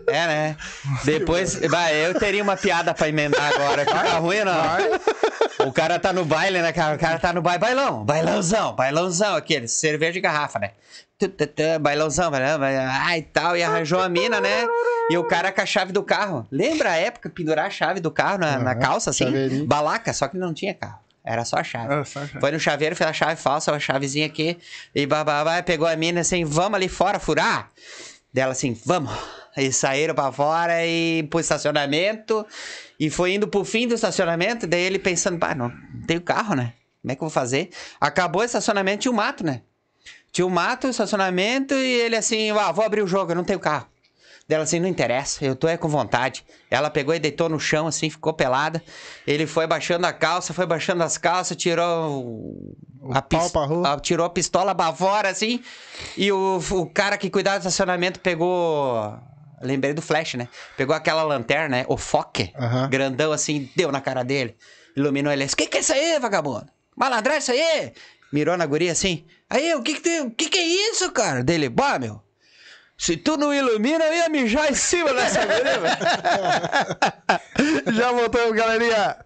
Speaker 2: É, né? Depois, bah, eu teria uma piada pra emendar agora. Fica ruim, não? O cara tá no baile, né, cara? O cara tá no baile. Bailão, bailãozão, bailãozão. Aquele, cerveja de garrafa, né? Tu, tu, tu, Bailãozão, bailão, bailão, ai e tal. E arranjou a mina, né? E o cara com a chave do carro. Lembra a época, pendurar a chave do carro na, na
Speaker 3: Aham,
Speaker 2: calça, assim?
Speaker 3: chaveirinho.
Speaker 2: Balaca, só que não tinha carro. Era só a chave.
Speaker 1: Ah, só a chave.
Speaker 2: Foi no chaveiro, fez a chave falsa, a chavezinha aqui. E bababá, pegou a mina assim, vamos ali fora furar? Dela assim, vamos. E saíram pra fora e pro estacionamento. E foi indo pro fim do estacionamento. Daí ele pensando, pá, não, não tenho carro, né? Como é que eu vou fazer? Acabou o estacionamento, tinha um mato, né? Tinha um mato, estacionamento, e ele assim, ah, vou abrir o jogo, eu não tenho carro. Dela assim, não interessa, eu tô é com vontade. Ela pegou e deitou no chão, assim, ficou pelada. Ele foi baixando a calça, foi baixando as calças, tirou o- a,
Speaker 3: pau
Speaker 2: pis-
Speaker 3: pra rua.
Speaker 2: a- tirou a pistola bavora, assim. E o, o cara que cuidava do estacionamento pegou. Lembrei do flash, né? Pegou aquela lanterna, né? o foque,
Speaker 3: Aham.
Speaker 2: grandão assim, deu na cara dele. Iluminou ele assim: Que que é isso aí, vagabundo? Malandragem isso aí? Mirou na guria assim: Aí, o que que, tem- o que, que é isso, cara? Dele, bah, meu. Se tu não ilumina, eu ia mijar em cima dessa guria, velho.
Speaker 1: Já voltamos, galerinha.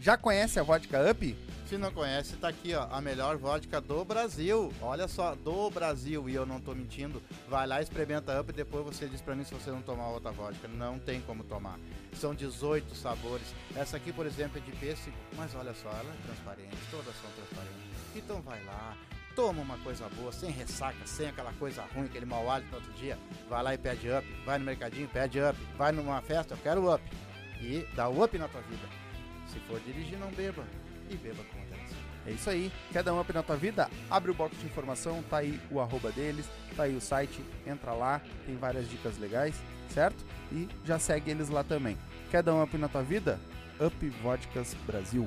Speaker 4: Já conhece a Vodka Up? Se não conhece, tá aqui, ó, a melhor vodka do Brasil. Olha só, do Brasil, e eu não tô mentindo. Vai lá, experimenta a Up e depois você diz pra mim se você não tomar outra vodka. Não tem como tomar. São 18 sabores. Essa aqui, por exemplo, é de pêssego, mas olha só, ela é transparente, todas são transparentes. Então vai lá, toma uma coisa boa, sem ressaca, sem aquela coisa ruim, aquele mau hálito no outro dia. Vai lá e pede Up, vai no mercadinho, pede Up, vai numa festa, eu quero Up. E dá o Up na tua vida. Se for dirigir, não beba. E beba com moderação. É isso aí. Quer dar um up na tua vida? Abre o box de informação, tá aí o arroba deles, tá aí o site, entra lá, tem várias dicas legais, certo? E já segue eles lá também. Quer dar um up na tua vida? Up Vodkas Brasil.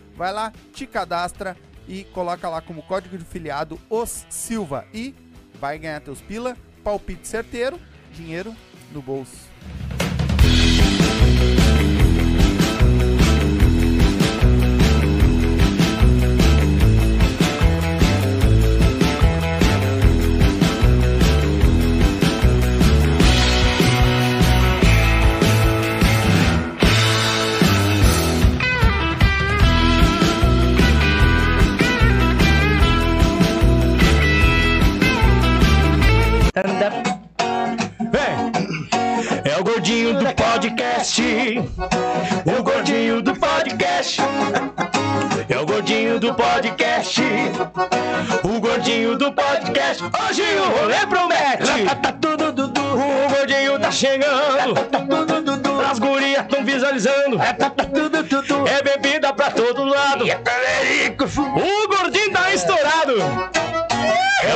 Speaker 4: Vai lá, te cadastra e coloca lá como código de filiado os Silva e vai ganhar teus pila, palpite certeiro, dinheiro no bolso.
Speaker 5: Vem! É o gordinho do podcast. O gordinho do podcast. É o gordinho do podcast. O gordinho do podcast. Hoje o rolê promete. O gordinho tá chegando. As gurias tão visualizando. É bebida pra todo lado. O gordinho tá estourado. É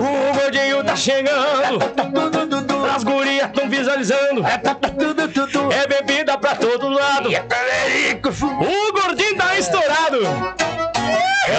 Speaker 5: O gordinho tá chegando. As gurias tão visualizando. É bebida pra todo lado. O gordinho tá estourado. É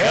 Speaker 5: É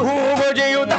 Speaker 5: O gordinho tá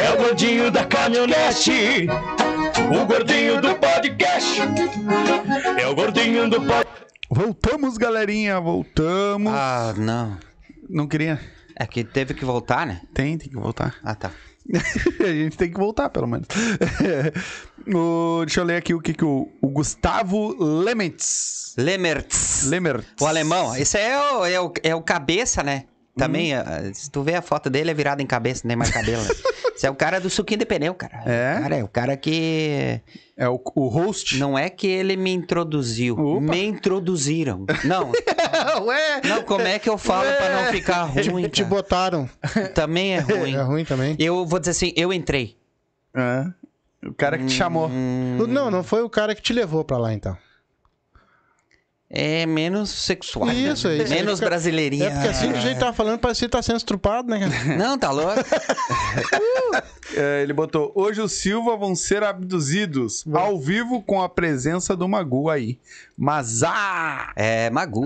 Speaker 5: É o gordinho da caminhonete. O gordinho do podcast. É o gordinho do podcast.
Speaker 1: Voltamos, galerinha, voltamos.
Speaker 2: Ah, não.
Speaker 1: Não queria.
Speaker 2: É que teve que voltar, né?
Speaker 1: Tem, tem que voltar.
Speaker 2: Ah, tá.
Speaker 1: a gente tem que voltar, pelo menos. O- deixa eu ler aqui o que, que o, o Gustavo Lements.
Speaker 2: Lemertz.
Speaker 1: Lemert.
Speaker 2: O alemão. Esse é o, é o, é o cabeça, né? Também,
Speaker 3: Uhum.
Speaker 2: eh, se tu vê a foto dele, é virado em cabeça, nem mais cabelo. né? Esse é o cara do suquinho de pneu, cara.
Speaker 1: É?
Speaker 2: O cara, é o cara que...
Speaker 1: É o, o host.
Speaker 2: Não é que ele me introduziu.
Speaker 1: Opa.
Speaker 2: Me introduziram. Não,
Speaker 1: Ué!
Speaker 2: não, como é que eu falo pra não ficar ruim,
Speaker 3: Te
Speaker 2: cara?
Speaker 3: botaram.
Speaker 2: Também é ruim.
Speaker 3: É ruim também.
Speaker 2: Eu vou dizer assim, eu entrei.
Speaker 1: É. O cara que te chamou.
Speaker 3: Não, não foi o cara que te levou pra lá, então.
Speaker 2: É menos sexual. né?
Speaker 3: Isso, isso.
Speaker 2: Menos
Speaker 3: É porque-
Speaker 2: brasileirinha.
Speaker 3: É porque assim, do jeito que tava falando, parecia que tá sendo estrupado, né? cara?
Speaker 2: Não, tá louco?
Speaker 1: É, ele botou: Hoje os Silva vão ser abduzidos ao vivo com a presença do Magu aí. Mas ah!
Speaker 2: É, Magu.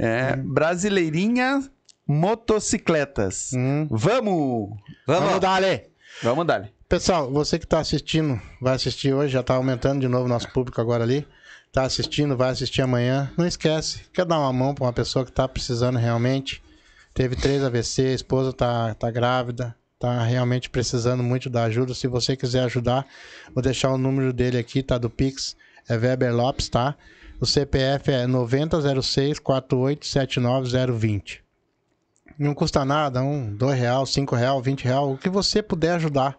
Speaker 1: É, brasileirinha motocicletas.
Speaker 3: Hum.
Speaker 1: Vamos!
Speaker 2: Vamos,
Speaker 3: Vamos dar, Ale.
Speaker 1: Vamos, Dali.
Speaker 3: Pessoal, você que tá assistindo, vai assistir hoje, já tá aumentando de novo o nosso público agora ali. Tá assistindo, vai assistir amanhã. Não esquece, quer dar uma mão pra uma pessoa que tá precisando realmente. Teve três AVC, a esposa tá, tá grávida, tá realmente precisando muito da ajuda. Se você quiser ajudar, vou deixar o número dele aqui, tá? Do Pix, é Weber Lopes, tá? O CPF é 9006-4879020. Não custa nada, um, dois real, cinco real, vinte real, o que você puder ajudar,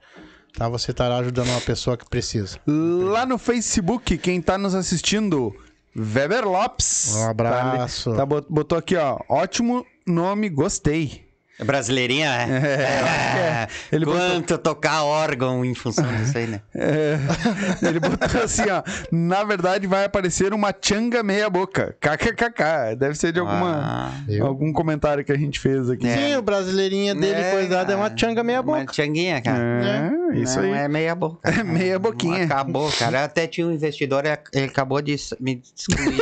Speaker 3: tá? Você estará ajudando uma pessoa que precisa.
Speaker 1: Lá no Facebook, quem tá nos assistindo, Weber Lopes.
Speaker 3: Um abraço.
Speaker 1: Tá, bot- botou aqui, ó. Ótimo nome, gostei.
Speaker 2: Brasileirinha, é.
Speaker 1: é. Ele
Speaker 2: Quanto tocar órgão em função disso aí, né?
Speaker 1: É, ele botou assim, ó. Na verdade, vai aparecer uma tchanga meia-boca. KKKK. Deve ser de alguma,
Speaker 2: Ah,
Speaker 3: Eu?
Speaker 1: algum comentário que a gente fez aqui.
Speaker 3: Sim, o brasileirinha dele
Speaker 2: É,
Speaker 3: coisado é uma
Speaker 2: cara.
Speaker 3: tchanga meia boca.
Speaker 2: Uma tchanguinha, cara.
Speaker 1: É, isso
Speaker 2: não
Speaker 1: aí.
Speaker 2: é meia boca.
Speaker 1: É meia boquinha.
Speaker 2: Acabou, cara. Até tinha um investidor, ele ac- ele acabou de s- me excluir.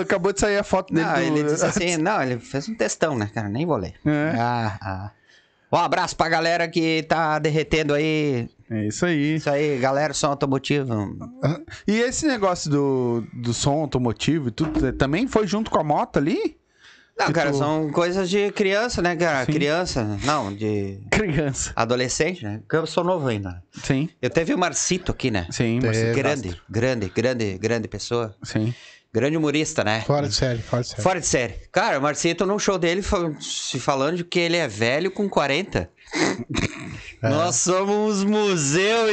Speaker 1: Acabou de sair a foto dele.
Speaker 2: Não,
Speaker 1: do-
Speaker 2: ele disse assim, não, ele fez um textão, né, cara? Nem vou ler.
Speaker 1: É.
Speaker 2: Ah, ah. Um abraço pra galera que tá derretendo aí.
Speaker 1: É isso aí.
Speaker 2: Isso aí, galera, som automotivo.
Speaker 1: E esse negócio do, do som automotivo e tudo, também foi junto com a moto ali?
Speaker 2: Não,
Speaker 1: Que
Speaker 2: cara,
Speaker 1: tu-
Speaker 2: são coisas de criança, né, cara?
Speaker 1: Sim.
Speaker 2: Criança, não, de
Speaker 1: Criança.
Speaker 2: adolescente, né? Porque eu sou novo ainda.
Speaker 1: Sim,
Speaker 2: Eu teve o Marcito aqui, né?
Speaker 1: sim, mas-
Speaker 3: É,
Speaker 2: grande, grande, grande, grande pessoa.
Speaker 1: sim.
Speaker 2: Grande humorista, né?
Speaker 3: Fora de série, fora de série.
Speaker 2: Fora de série. Cara, o Marcito, no show dele, fa- se falando de que ele é velho com 40.
Speaker 3: É.
Speaker 2: Nós somos museu,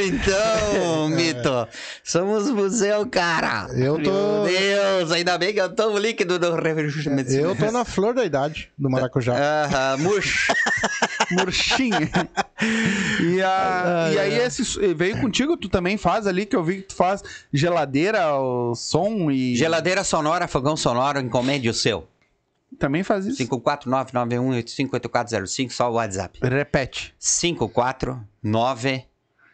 Speaker 2: então, Mito. Somos museu, cara.
Speaker 3: Eu
Speaker 2: Meu
Speaker 3: tô.
Speaker 2: Deus, ainda bem que eu tomo líquido do refrigerante.
Speaker 3: Eu tô na flor da idade do
Speaker 2: É.
Speaker 3: maracujá.
Speaker 2: Aham, murcho.
Speaker 1: Murchinha. e, a- e aí, esse su- veio contigo, tu também faz ali, que eu vi que tu faz geladeira, o som e.
Speaker 2: Geladeira sonora, fogão sonoro, encomende o seu.
Speaker 1: Também faz isso.
Speaker 2: 54991858405, só o WhatsApp.
Speaker 1: Repete.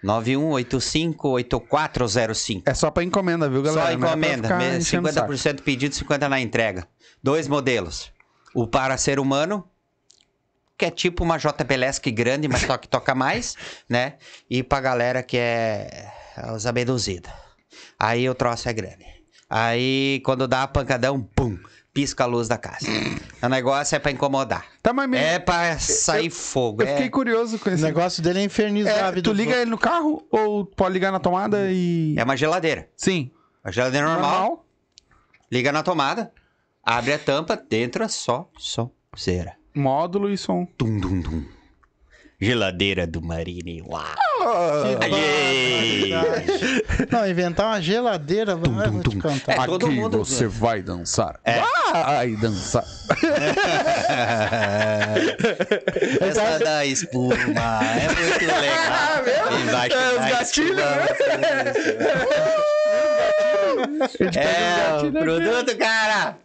Speaker 2: 54991858405.
Speaker 1: É só pra encomenda, viu, galera?
Speaker 2: Só
Speaker 1: Não é pra
Speaker 2: encomenda,
Speaker 1: ficar
Speaker 2: né? me-
Speaker 1: enchendo o saco.
Speaker 2: 50% pedido, 50% na entrega. Dois modelos. O para ser humano, que é tipo uma JPLESC grande, mas só que toca mais, né? E pra galera que é os abduzidos. Aí o troço é grande. Aí quando dá a pancadão, pum, pisca a luz da casa. o negócio é pra incomodar.
Speaker 1: Tá, mas me-
Speaker 2: É pra sair fogo.
Speaker 1: eu
Speaker 2: é-
Speaker 1: fiquei curioso com
Speaker 3: O
Speaker 1: esse negócio.
Speaker 3: negócio dele é infernizar a vida
Speaker 1: tu
Speaker 3: dos
Speaker 1: liga
Speaker 3: outros.
Speaker 1: ele no carro ou pode ligar na tomada e.
Speaker 2: é uma geladeira.
Speaker 1: Sim.
Speaker 2: Uma geladeira normal. Liga na tomada, abre a tampa, dentro é só sonzeira.
Speaker 1: Módulo e som.
Speaker 2: Tum, dum, dum. Geladeira do Marini. Uau. Ah,
Speaker 1: Ah,
Speaker 3: Que barbaridade. Não, inventar uma geladeira, vai vou te cantar.
Speaker 2: É, todo mundo-
Speaker 1: vai dançar.
Speaker 2: É.
Speaker 1: Vai dançar.
Speaker 2: Essa da espuma é muito
Speaker 1: Ah,
Speaker 2: legal. Embaixo
Speaker 1: É, os
Speaker 2: da
Speaker 1: gatilhos,
Speaker 2: espuma,
Speaker 1: um
Speaker 2: É, o produto, cara.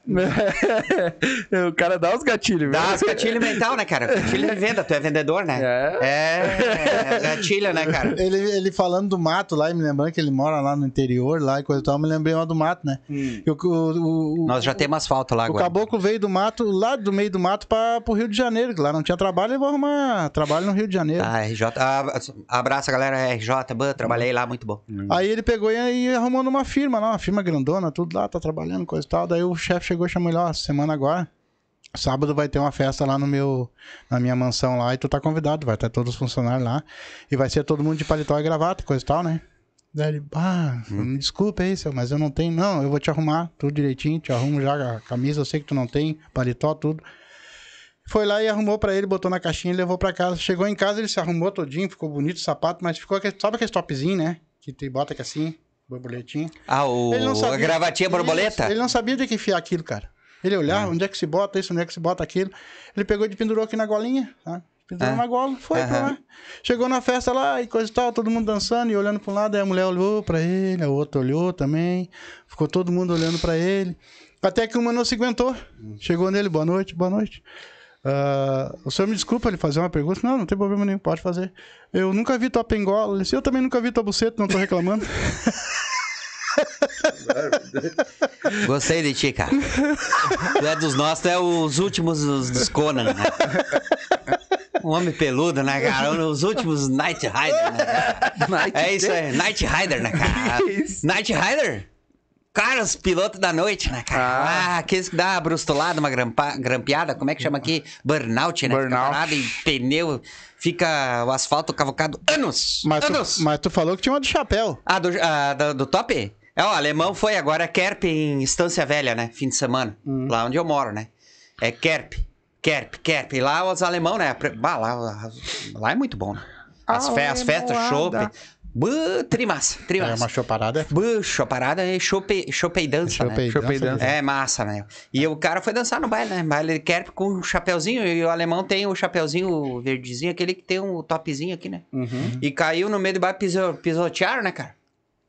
Speaker 1: o cara dá os gatilhos,
Speaker 2: É, Dá
Speaker 1: velho.
Speaker 2: os é gatilho mental, né, cara? Gatilho é venda, tu é vendedor, né?
Speaker 1: É.
Speaker 2: É, gatilho, né, cara?
Speaker 3: Ele, ele falando do mato lá e me lembrando que ele mora lá no interior lá e coisa e tal, eu me lembrei uma do mato, né? Que o- o- o-
Speaker 2: Nós já temos asfalto lá
Speaker 3: O
Speaker 2: agora.
Speaker 3: caboclo veio do mato, lá do meio do mato, para pro Rio de Janeiro, que lá não tinha trabalho, ele vai arrumar trabalho no Rio de Janeiro.
Speaker 2: Ah, RJ. Ah, abraço, galera. RJ, ban, trabalhei lá, muito bom.
Speaker 3: Aí ele pegou e, e arrumou numa firma lá, uma firma grandona, tudo lá, tá trabalhando, coisa e tal. Daí o chefe chegou e chamou ele, ó, semana agora, sábado vai ter uma festa lá no meu, na minha mansão lá, e tu tá convidado, vai estar todos os funcionários lá, e vai ser todo mundo de paletó e gravata, coisa e tal, né? Daí ele, ah,
Speaker 2: Hum.
Speaker 3: me desculpa aí, seu, mas eu não tenho, não, eu vou te arrumar, tudo direitinho, te arrumo já a camisa, eu sei que tu não tem, paletó, tudo. Foi lá e arrumou pra ele, botou na caixinha e levou pra casa. Chegou em casa, ele se arrumou todinho, ficou bonito o sapato, mas ficou aquele, sabe aquele topzinho, né? Que tu bota aqui assim, borboletinha.
Speaker 2: Ah, o
Speaker 3: Ele não sabia-
Speaker 2: a gravatinha borboleta? Ah.
Speaker 3: Isso, Ele não sabia de que enfiar aquilo, cara. Ele olhava, onde é que se bota isso, onde é que se bota aquilo. Ele pegou e pendurou aqui na golinha, tá? Pendurou
Speaker 2: Ah.
Speaker 3: na gola, foi pra
Speaker 2: Aham.
Speaker 3: lá. Chegou na festa lá e coisa e tal, todo mundo dançando e olhando pra um lado. Aí a mulher olhou pra ele, a outra olhou também. Ficou todo mundo olhando pra ele. Até que uma não se aguentou. Chegou nele, boa noite, boa noite. Ah, o senhor me desculpa ele fazer uma pergunta? Não, não tem problema nenhum, pode fazer. Eu nunca vi tua pengola. Ele disse, eu também nunca vi tua buceta, não tô reclamando.
Speaker 2: Gostei de ti, cara. tu é dos nossos, tu é os últimos dos, dos Conan, né? Um homem peludo, né, cara? Um dos últimos Night Rider, né? cara? é isso aí, Night Rider, né, cara? Night Rider? Cara, os pilotos da noite, né, cara? Ah, aqueles que dá uma brustolada, uma grampa- grampeada, como é que chama aqui? Burnout, né?
Speaker 1: Burnout.
Speaker 2: Fica parado em pneu, fica o asfalto cavocado anos,
Speaker 3: Mas
Speaker 2: anos.
Speaker 3: tu, mas tu falou que tinha uma de chapéu.
Speaker 2: Ah, do, ah, do, do top? É, ó, alemão foi agora é Kerp em Estância Velha, né? Fim de semana. Lá onde eu moro, né? É Kerp. Kerp, Kerp. E lá os alemão, né? Pre- Bah, lá, lá é muito bom, né? As, fe as festas, chope.
Speaker 1: Alemoada.
Speaker 2: Buh, Trimassa,
Speaker 3: É
Speaker 2: trimassa.
Speaker 3: uma choparada, é
Speaker 2: Bucho, a parada é chope, chope e dança, né?
Speaker 3: Chopei,
Speaker 1: Chopei
Speaker 3: dança,
Speaker 1: dança.
Speaker 2: É massa, né? E o cara foi dançar no baile, né? Baile de Kerp com um chapeuzinho. E o alemão tem o chapeuzinho verdezinho, aquele que tem um topzinho aqui, né?
Speaker 3: Uhum.
Speaker 2: E caiu no meio do baile, piso, pisotearam, né, cara?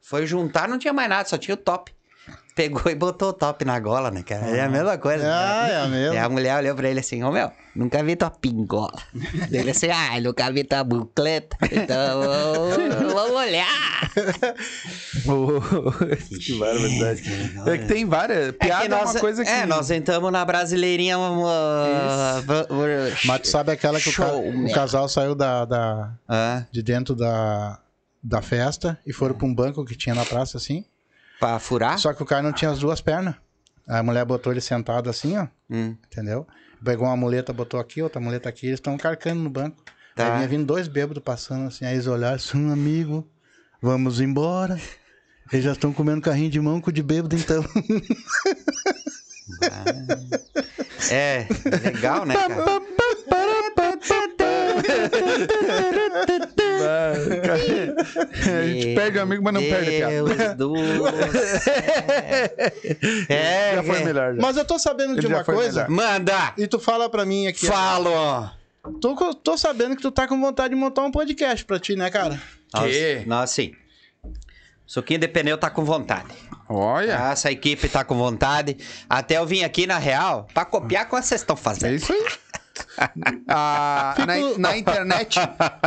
Speaker 2: Foi juntar, não tinha mais nada, só tinha o top. Pegou e botou o top na gola, né, cara? É a mesma coisa.
Speaker 3: Ah,
Speaker 2: né?
Speaker 3: é a mesma.
Speaker 2: E a mulher olhou pra ele assim, ô meu, nunca vi tua pingola. Daí ele assim, ah, nunca vi tua bucleta. Então, vamos- vamos olhar.
Speaker 1: que barbaridade. É que tem várias.
Speaker 2: É que
Speaker 1: Piada é,
Speaker 2: nós-
Speaker 1: uma coisa que.
Speaker 2: É, nós entramos na brasileirinha. uh, uma-
Speaker 3: Mas tu sabe aquela que o, ca-
Speaker 2: Show, né?
Speaker 3: o
Speaker 2: meu.
Speaker 3: casal saiu da, da-
Speaker 2: Ah,
Speaker 3: de dentro da, da festa e
Speaker 2: É.
Speaker 3: foram pra um banco que tinha na praça, assim.
Speaker 2: pra furar?
Speaker 3: Só que o cara não tinha as duas pernas. A mulher botou ele sentado assim, ó.
Speaker 2: Hum.
Speaker 3: Entendeu? Pegou uma muleta, botou aqui, outra muleta aqui. Eles estão carcando no banco.
Speaker 2: Tá.
Speaker 3: Aí vinha vindo dois bêbados passando assim. Aí eles olharam assim, um amigo, vamos embora. Eles já estão comendo carrinho de mão com o de bêbado, então.
Speaker 2: É, legal, né, cara?
Speaker 1: A gente perde o amigo, mas não perde a piada.
Speaker 2: Deus do céu. É,
Speaker 1: Já foi
Speaker 2: é.
Speaker 1: melhor. Já.
Speaker 3: Mas eu tô sabendo
Speaker 1: Ele
Speaker 3: de
Speaker 1: já
Speaker 3: uma
Speaker 1: foi
Speaker 3: coisa.
Speaker 1: melhor.
Speaker 2: Manda!
Speaker 3: E tu fala pra mim aqui. ó.
Speaker 2: Falo!
Speaker 3: Tô, co- tô sabendo que tu tá com vontade de montar um podcast pra ti, né, cara?
Speaker 1: Que?
Speaker 2: Nossa, nossa, sim. Suquinho de pneu tá com vontade.
Speaker 1: Olha.
Speaker 2: Ah, Essa equipe tá com vontade. Até eu vim aqui, na real, pra copiar o que vocês estão
Speaker 1: É
Speaker 2: fazendo.
Speaker 1: isso aí. Ah, na, na internet,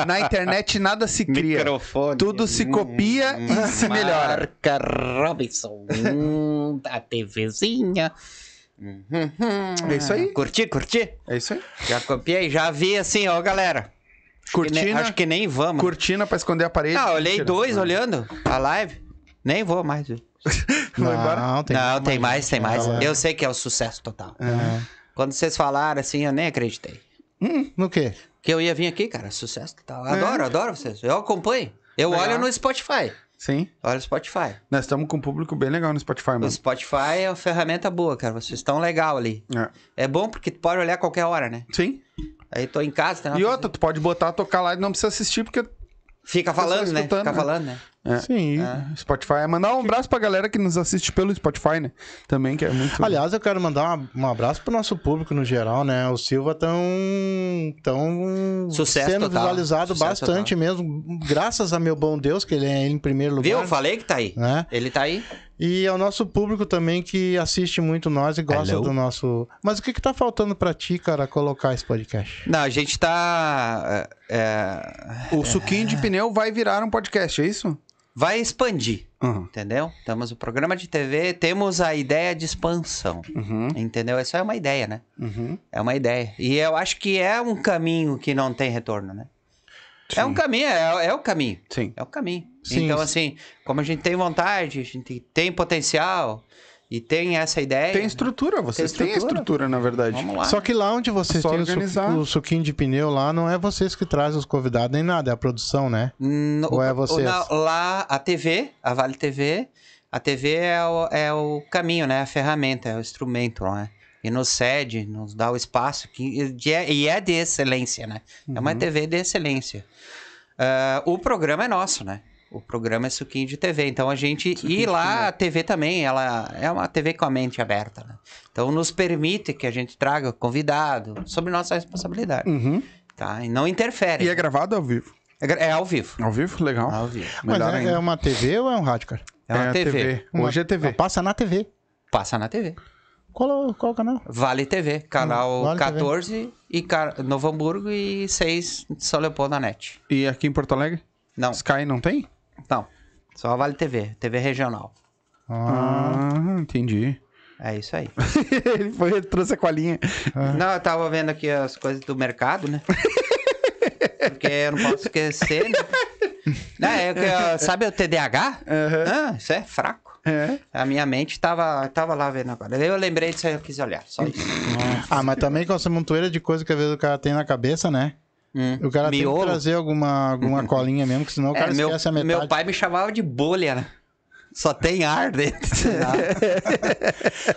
Speaker 1: na internet nada se cria.
Speaker 2: Microfone. Hum.
Speaker 1: Tudo se
Speaker 3: Hum,
Speaker 1: copia e se melhora.
Speaker 2: Marca Robinson. Hum, a TVzinha.
Speaker 1: É isso aí.
Speaker 2: Curti, curti?
Speaker 1: É isso aí.
Speaker 2: Já copiei, já vi assim, ó, galera. Acho que nem-
Speaker 1: Cortina.
Speaker 2: acho que nem vamos.
Speaker 1: Cortina pra esconder a parede.
Speaker 2: Ah, olhei
Speaker 1: Mentira.
Speaker 2: dois olhando a live. Nem vou mais. viu?
Speaker 1: Vai embora.
Speaker 2: Não, tem mais, tem mais.
Speaker 3: Ah,
Speaker 2: Eu sei que é o sucesso total.
Speaker 3: É.
Speaker 2: Quando vocês falaram assim, eu nem acreditei.
Speaker 3: No quê?
Speaker 2: Que eu ia vir aqui, cara, sucesso total. Adoro, adoro vocês. Eu acompanho. Eu
Speaker 1: É. Legal.
Speaker 2: olho no Spotify.
Speaker 1: Sim.
Speaker 2: Olho no Spotify.
Speaker 1: Nós estamos com um público bem legal no Spotify,
Speaker 2: O
Speaker 1: mano.
Speaker 2: Spotify é uma ferramenta boa, cara. Vocês estão legal ali.
Speaker 1: É.
Speaker 2: É bom porque tu pode olhar a qualquer hora, né?
Speaker 1: Sim.
Speaker 2: Aí tô em casa, tá tem nada
Speaker 1: E
Speaker 2: pra
Speaker 1: outra, tu pode botar, tocar lá e não precisa assistir, porque
Speaker 2: fazer. Fica falando,
Speaker 1: Pessoas
Speaker 2: né?
Speaker 1: escutando,
Speaker 2: Fica
Speaker 1: né?
Speaker 2: falando, né?
Speaker 1: É.
Speaker 3: Sim.
Speaker 1: Spotify. Mandar um abraço pra galera que nos assiste pelo Spotify, né? Também, que é muito.
Speaker 3: Aliás, eu quero mandar uma- um abraço pro nosso público no geral, né? O Silva tão, tão
Speaker 2: Sucesso
Speaker 3: sendo
Speaker 2: total.
Speaker 3: visualizado
Speaker 2: Sucesso
Speaker 3: bastante mesmo, graças a meu bom Deus que ele é ele em primeiro lugar.
Speaker 2: Viu? Falei que tá aí.
Speaker 3: Né?
Speaker 2: Ele tá aí.
Speaker 3: E ao nosso público também que assiste muito nós e gosta
Speaker 2: Hello?
Speaker 3: do nosso. Mas o que, que tá faltando pra ti, cara, colocar esse podcast?
Speaker 2: Não, a gente tá. é, é,
Speaker 1: O suquinho de pneu vai virar um podcast, é isso?
Speaker 2: vai expandir,
Speaker 1: Uhum.
Speaker 2: entendeu? Temos o programa de TV, temos a ideia de expansão,
Speaker 1: Uhum.
Speaker 2: entendeu? Isso é uma ideia, né?
Speaker 1: Uhum.
Speaker 2: É uma ideia. E eu acho que é um caminho que não tem retorno, né? É um caminho, é, é o caminho.
Speaker 1: Sim.
Speaker 2: É o caminho.
Speaker 3: Sim.
Speaker 2: Então, assim, como a gente tem vontade, a gente tem potencial e tem essa
Speaker 1: É.
Speaker 2: ideia.
Speaker 1: Tem estrutura, vocês têm a estrutura, na verdade.
Speaker 2: Vamos lá.
Speaker 3: Só que lá onde vocês
Speaker 1: Só
Speaker 3: têm o, su-
Speaker 1: organizar.
Speaker 3: o suquinho de pneu lá, não é vocês que trazem os convidados nem nada, é a produção, né?
Speaker 2: No-
Speaker 3: Ou é
Speaker 2: o-
Speaker 3: vocês?
Speaker 2: na- lá, a TV, a Vale TV, a TV é o, é o caminho, né? A ferramenta, é o instrumento, né? E nos cede, nos dá o espaço, que, e, é, e é de excelência, né? É uma TV de excelência. Ah, o programa é nosso, né? O programa é Suquinho de TV. Então a gente. e lá a TV também, ela é uma TV com a mente aberta, né? Então nos permite que a gente traga convidado, sob nossa responsabilidade,
Speaker 1: Uhum.
Speaker 2: tá? E não interfere.
Speaker 1: E é Ah, gravado ao vivo.
Speaker 2: É gra- é ao vivo.
Speaker 1: Ao vivo? Legal.
Speaker 2: Ao vivo.
Speaker 3: Mas
Speaker 1: Melhor
Speaker 3: é,
Speaker 1: ainda.
Speaker 3: é uma TV ou é um rádio, cara?
Speaker 2: É uma TV.
Speaker 3: Uma- Ah,
Speaker 1: Hoje é TV.
Speaker 3: Passa na TV.
Speaker 2: Passa na TV.
Speaker 3: Qual, qual canal?
Speaker 2: Vale TV, canal
Speaker 3: Hum, Vale TV.
Speaker 2: 14 e car... Novo Hamburgo e 6 de São Leopoldo na net.
Speaker 1: E aqui em Porto Alegre?
Speaker 2: Não,
Speaker 1: Sky não tem?
Speaker 2: não. Só a Vale TV, TV regional.
Speaker 3: Ah,
Speaker 1: Ah, entendi.
Speaker 2: É isso aí.
Speaker 1: Ele foi, ele trouxe a colinha.
Speaker 2: Não, eu tava vendo aqui as coisas do mercado, né? Porque eu não posso esquecer, né? Não, é que, ó, sabe o TDAH? Ah, isso é fraco.
Speaker 1: É.
Speaker 2: A minha mente tava, tava lá vendo agora. Eu lembrei disso aí, eu quis olhar. Só isso.
Speaker 3: Ah, mas também com essa montoeira de coisa que às vezes o cara tem na cabeça, né?
Speaker 2: Hum,
Speaker 3: O cara tem
Speaker 2: miolo.
Speaker 3: que trazer alguma, alguma colinha mesmo, que senão o cara
Speaker 2: É, meu,
Speaker 3: esquece a metade.
Speaker 2: meu pai me chamava de bolha, né? Só tem ar dentro.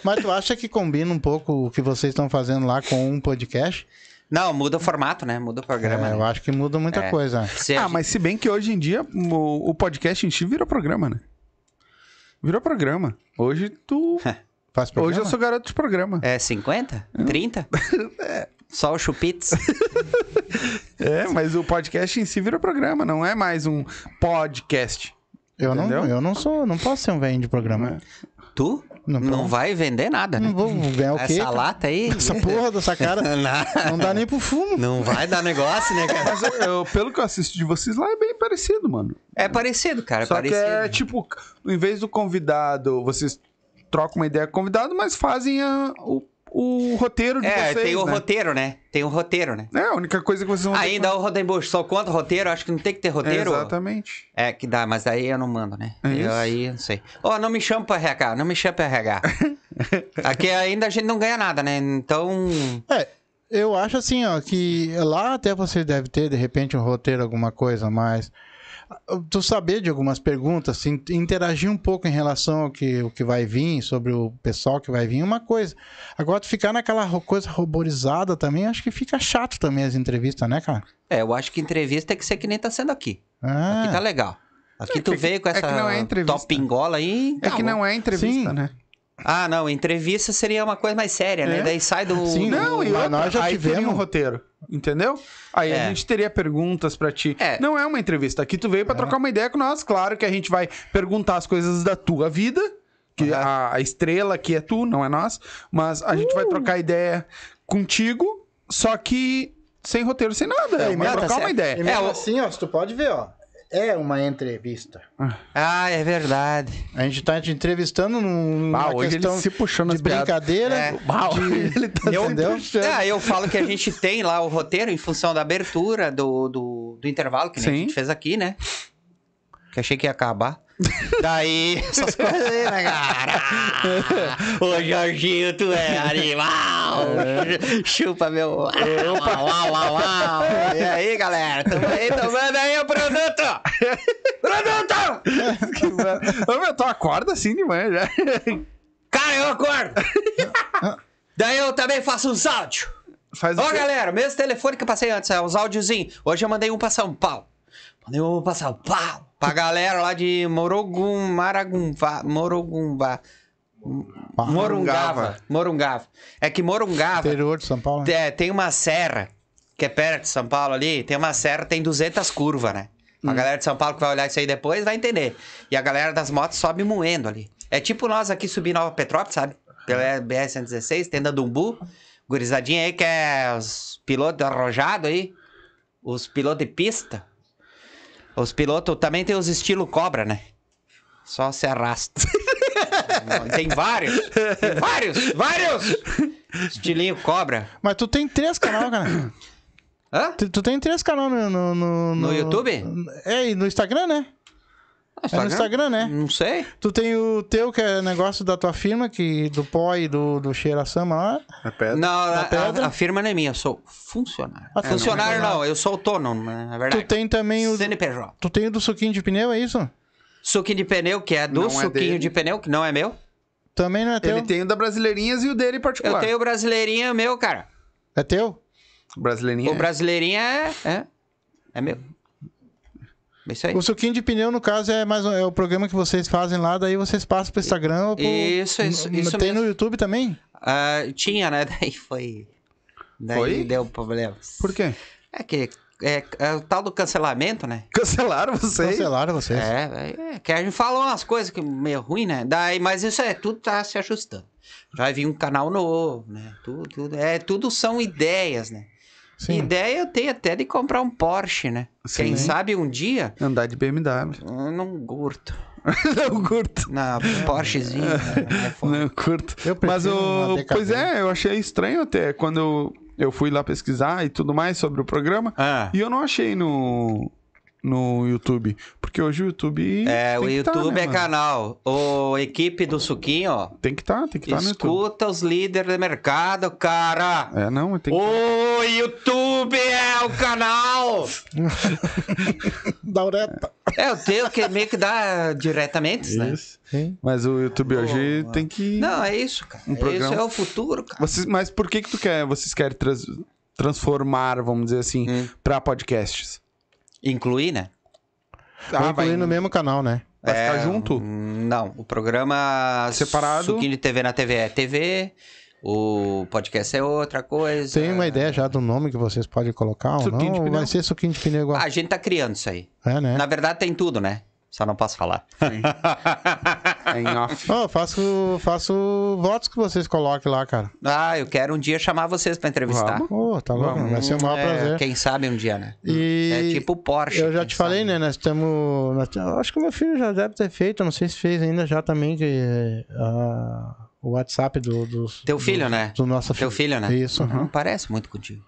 Speaker 3: Mas tu acha que combina um pouco o que vocês estão fazendo lá com um podcast?
Speaker 2: Não, muda o formato, né? Muda o programa.
Speaker 3: É,
Speaker 2: né?
Speaker 3: eu acho que muda muita
Speaker 2: É.
Speaker 3: coisa.
Speaker 2: Se a
Speaker 1: Ah,
Speaker 2: gente-
Speaker 1: mas se bem que hoje em dia o, o podcast em si virou programa, né? Virou programa. Hoje tu.
Speaker 3: Faz
Speaker 1: Hoje
Speaker 3: programa?
Speaker 1: eu sou garoto de programa.
Speaker 2: É 50? 30? Só o chupitz?
Speaker 1: É, mas o podcast em si virou programa, não é mais um podcast. né?
Speaker 3: Eu não,
Speaker 1: Entendeu?
Speaker 3: eu não sou, não posso ser um velho de programa.
Speaker 2: Tu
Speaker 3: Não
Speaker 2: não,
Speaker 3: pode.
Speaker 2: vai vender
Speaker 1: É.
Speaker 2: nada, né?
Speaker 3: Não vou ganhar o quê?
Speaker 2: Essa
Speaker 3: cara?
Speaker 2: lata aí...
Speaker 3: Essa porra dessa cara
Speaker 2: Na-
Speaker 3: não dá nem pro fumo.
Speaker 2: Não vai dar negócio, né, cara?
Speaker 1: Mas eu- eu- pelo que eu assisto de vocês lá, é bem parecido, mano.
Speaker 2: É parecido, cara. É
Speaker 1: Só
Speaker 2: parecido.
Speaker 1: que é tipo, em vez do convidado, vocês trocam uma ideia com o convidado, mas fazem a- o, o roteiro de
Speaker 2: É,
Speaker 1: vocês,
Speaker 2: tem o
Speaker 1: né?
Speaker 2: roteiro, né? Tem o roteiro, né?
Speaker 1: É, a única coisa que vocês vão ter que
Speaker 2: Ainda o Rodenbush só conta roteiro, acho que não tem que ter
Speaker 1: fazer.
Speaker 2: roteiro.
Speaker 1: Exatamente.
Speaker 2: É, que dá, mas daí eu não mando, né?
Speaker 1: É isso.
Speaker 2: eu aí não sei. Ó, não me chama pra RH, não me chama pra RH. Aqui ainda a gente não ganha nada, né? Então.
Speaker 3: É, eu acho assim, ó, que lá até você deve ter, de repente, um roteiro, alguma coisa, mas ah, tu saber de algumas perguntas, assim, interagir um pouco em relação ao que, o que vai vir, sobre o pessoal que vai vir, é uma coisa. Agora, tu ficar naquela ro- coisa roborizada também, acho que fica chato também as entrevistas, né, cara?
Speaker 2: É, eu acho que entrevista tem que ser que nem tá sendo aqui.
Speaker 3: Ah,
Speaker 2: Aqui tá legal. Aqui
Speaker 1: É
Speaker 2: tu
Speaker 1: que-
Speaker 2: veio com
Speaker 1: é que
Speaker 2: essa
Speaker 1: não é entrevista.
Speaker 2: topingola aí.
Speaker 1: É
Speaker 2: tá
Speaker 1: que
Speaker 2: bom.
Speaker 1: não é
Speaker 3: Sim.
Speaker 1: entrevista, né?
Speaker 2: Ah, não. Entrevista seria uma coisa mais séria, né?
Speaker 1: É.
Speaker 2: Daí sai do.
Speaker 3: Sim,
Speaker 2: do-
Speaker 1: Não, e
Speaker 3: Mas
Speaker 1: outra,
Speaker 3: nós já
Speaker 1: aí
Speaker 3: tivemos-
Speaker 1: teria um roteiro, entendeu? Aí
Speaker 2: É.
Speaker 1: a gente teria perguntas pra ti.
Speaker 2: É.
Speaker 1: Não é uma entrevista. Aqui tu veio pra trocar uma ideia com nós. Claro que a gente vai perguntar as coisas da tua vida, que
Speaker 2: Aham.
Speaker 1: a, a estrela aqui é tu, não é nós. Mas a gente vai trocar ideia contigo, só que sem roteiro, sem nada.
Speaker 3: É,
Speaker 1: É,
Speaker 3: e
Speaker 1: vai
Speaker 2: mesmo-
Speaker 1: trocar
Speaker 2: tá
Speaker 1: uma
Speaker 2: certo.
Speaker 1: ideia.
Speaker 2: mesmo
Speaker 3: assim, ó, tu pode ver, ó. É uma entrevista.
Speaker 2: Ah, é verdade.
Speaker 3: A gente tá te entrevistando num-
Speaker 1: Ah,
Speaker 3: numa
Speaker 1: hoje ele
Speaker 3: questão
Speaker 1: se puxando
Speaker 3: de
Speaker 1: as piadas.
Speaker 3: brincadeira.
Speaker 2: É.
Speaker 1: Bah, ele tá se
Speaker 3: Entendeu?
Speaker 1: puxando.
Speaker 2: Ah, eu falo que a gente tem lá o roteiro em função da abertura, do, do, do intervalo, que nem a
Speaker 1: Sim.
Speaker 2: gente fez aqui, né? Que achei que ia acabar. Daí, essas coisas aí, né, cara? Ô, Jorginho, tu é animal!
Speaker 1: É.
Speaker 2: Chupa meu. Uau, uau, uau, uau. E aí, galera? Tamo aí tomando aí o produto! Produto!
Speaker 1: Ô, meu, tu acorda assim de manhã já.
Speaker 2: Cara, eu acordo! Daí eu também faço uns áudios.
Speaker 1: Faz
Speaker 2: Ó,
Speaker 1: o quê?
Speaker 2: galera, mesmo telefone que eu passei antes, é os áudiozinhos. Hoje eu mandei um pra São Paulo. Mandei um pra São Paulo. Pra galera lá de Morogum, Maragumva, Morogumba. Morungava. Morungava. É que Morungava
Speaker 3: Interior de São Paulo. né?
Speaker 2: é, tem uma serra, que é perto de São Paulo ali, tem uma serra, tem 200
Speaker 3: Hum.
Speaker 2: curvas, né? A galera de São Paulo que vai olhar isso aí depois vai entender. E a galera das motos sobe moendo ali. É tipo nós aqui subir Nova Petrópolis, sabe? Pela BR-116, tenda Dumbu. Gurizadinha aí que é os pilotos arrojados aí. Os pilotos de pista. Os pilotos também tem os estilo cobra, né? Só se arrasta. tem vários. Tem vários, vários. Estilinho cobra.
Speaker 3: Mas tu tem três canal, cara.
Speaker 2: Hã?
Speaker 3: Tu, tu tem três canal no... No, no,
Speaker 2: No YouTube? Ah,
Speaker 3: É, e no Instagram, né? É no Instagram, né?
Speaker 2: Não sei.
Speaker 3: Tu tem o teu, que é negócio da tua firma, que, do pó e do, do Cheira Sama lá.
Speaker 1: É pedra.
Speaker 2: Não, a,
Speaker 3: pedra?
Speaker 2: a- a firma não é minha, eu sou funcionário. É,
Speaker 3: Ah, tu não
Speaker 2: funcionário não, eu sou autônomo, né, na verdade.
Speaker 3: Tu tem também o.
Speaker 2: CNPJ.
Speaker 3: Tu tem o do suquinho de pneu, é isso?
Speaker 2: Suquinho de pneu, que é do
Speaker 1: Não é
Speaker 2: suquinho
Speaker 1: dele.
Speaker 2: de pneu, que não é meu.
Speaker 3: Também não é teu.
Speaker 1: Ele tem o da Brasileirinhas e o dele em
Speaker 2: Eu
Speaker 1: particular.
Speaker 2: tenho o brasileirinho meu, cara.
Speaker 3: É teu?
Speaker 1: Brasileirinha.
Speaker 2: O brasileirinho é, é. É meu. É isso aí.
Speaker 3: O suquinho de pneu, no caso, é mais um- é o programa que vocês fazem lá, daí vocês passam pro Instagram ou pro.
Speaker 2: Isso, isso,
Speaker 3: N-
Speaker 2: isso
Speaker 3: Tem
Speaker 2: mesmo.
Speaker 3: no YouTube também?
Speaker 2: Ah, tinha, né? Daí foi. Daí
Speaker 1: Foi?
Speaker 2: deu problemas.
Speaker 1: Por quê?
Speaker 2: É que. É, é o tal do cancelamento, né?
Speaker 1: Cancelaram vocês.
Speaker 3: Cancelaram vocês.
Speaker 2: É, é, que a gente fala umas coisas que meio ruim, né? Daí, mas isso é tudo tá se ajustando. Vai vir um canal novo, né? Tudo, tudo, é, tudo são ideias, né?
Speaker 3: Sim.
Speaker 2: Ideia eu tenho até de comprar um Porsche, né?
Speaker 1: Sim.
Speaker 2: Quem sabe um dia,
Speaker 1: Andar de BMW.
Speaker 2: eu não curto.
Speaker 1: não curto.
Speaker 2: Na Porschezinho, né? É foda.
Speaker 1: Não curto.
Speaker 3: Eu prefiro
Speaker 1: Mas
Speaker 3: uma
Speaker 1: o.
Speaker 3: DKV.
Speaker 1: Pois é, eu achei estranho até quando eu, eu fui lá pesquisar e tudo mais sobre o programa.
Speaker 2: Ah,
Speaker 1: E eu não achei no. No YouTube. Porque hoje o YouTube.
Speaker 2: é, o
Speaker 1: tem que tá,
Speaker 2: YouTube
Speaker 1: né,
Speaker 2: é
Speaker 1: mano?
Speaker 2: canal. O equipe do Suquinho, ó.
Speaker 1: Tem que estar, tem que estar no YouTube.
Speaker 2: escuta os líderes de mercado, cara.
Speaker 1: É, não, tem que.
Speaker 2: O YouTube é o canal!
Speaker 3: Da ureta.
Speaker 2: É, eu tenho que meio que dar diretamente, né?
Speaker 1: Isso. Mas o YouTube hoje tem que.
Speaker 2: Não, é isso, cara.
Speaker 1: Um
Speaker 2: É Isso
Speaker 1: programa.
Speaker 2: é o futuro, cara.
Speaker 1: Vocês, mas por que que tu quer, vocês querem trans- transformar, vamos dizer assim,
Speaker 2: Hum.
Speaker 1: pra podcasts? Ah,
Speaker 2: Incluir, né?
Speaker 3: Vou incluir no mesmo canal, né?
Speaker 1: vai ficar
Speaker 2: É,
Speaker 1: junto?
Speaker 2: hum, Não, o programa
Speaker 1: Separado.
Speaker 2: Suquinho de TV na TV é TV, o podcast é outra coisa.
Speaker 3: Tem uma ideia já do nome que vocês podem colocar ou
Speaker 1: Suquinho de
Speaker 3: não?
Speaker 1: pneu.
Speaker 3: Vai ser suquinho de pneu igual.
Speaker 2: A gente tá criando isso aí.
Speaker 3: É, né?
Speaker 2: Na verdade tem tudo, né? Só não posso falar.
Speaker 1: É Em off.
Speaker 3: Ó, faço, faço votos que vocês coloquem lá, cara.
Speaker 2: ah, eu quero um dia chamar vocês pra entrevistar.
Speaker 3: Ô, tá louco?
Speaker 1: Vamos.
Speaker 3: Vai ser o maior
Speaker 2: É,
Speaker 3: prazer.
Speaker 2: Quem sabe um dia, né?
Speaker 3: E-
Speaker 2: É tipo Porsche.
Speaker 3: Eu já
Speaker 2: quem
Speaker 3: te falei,
Speaker 2: sabe.
Speaker 3: né? Nós temos. nós temos- eu acho que meu filho já deve ter feito, eu não sei se fez ainda já também, que eh, a- o WhatsApp do, dos.
Speaker 2: Teu filho,
Speaker 3: do,
Speaker 2: né?
Speaker 3: Do nosso
Speaker 2: Teu filho, né?
Speaker 3: Isso. Uhum.
Speaker 2: Não parece muito contigo.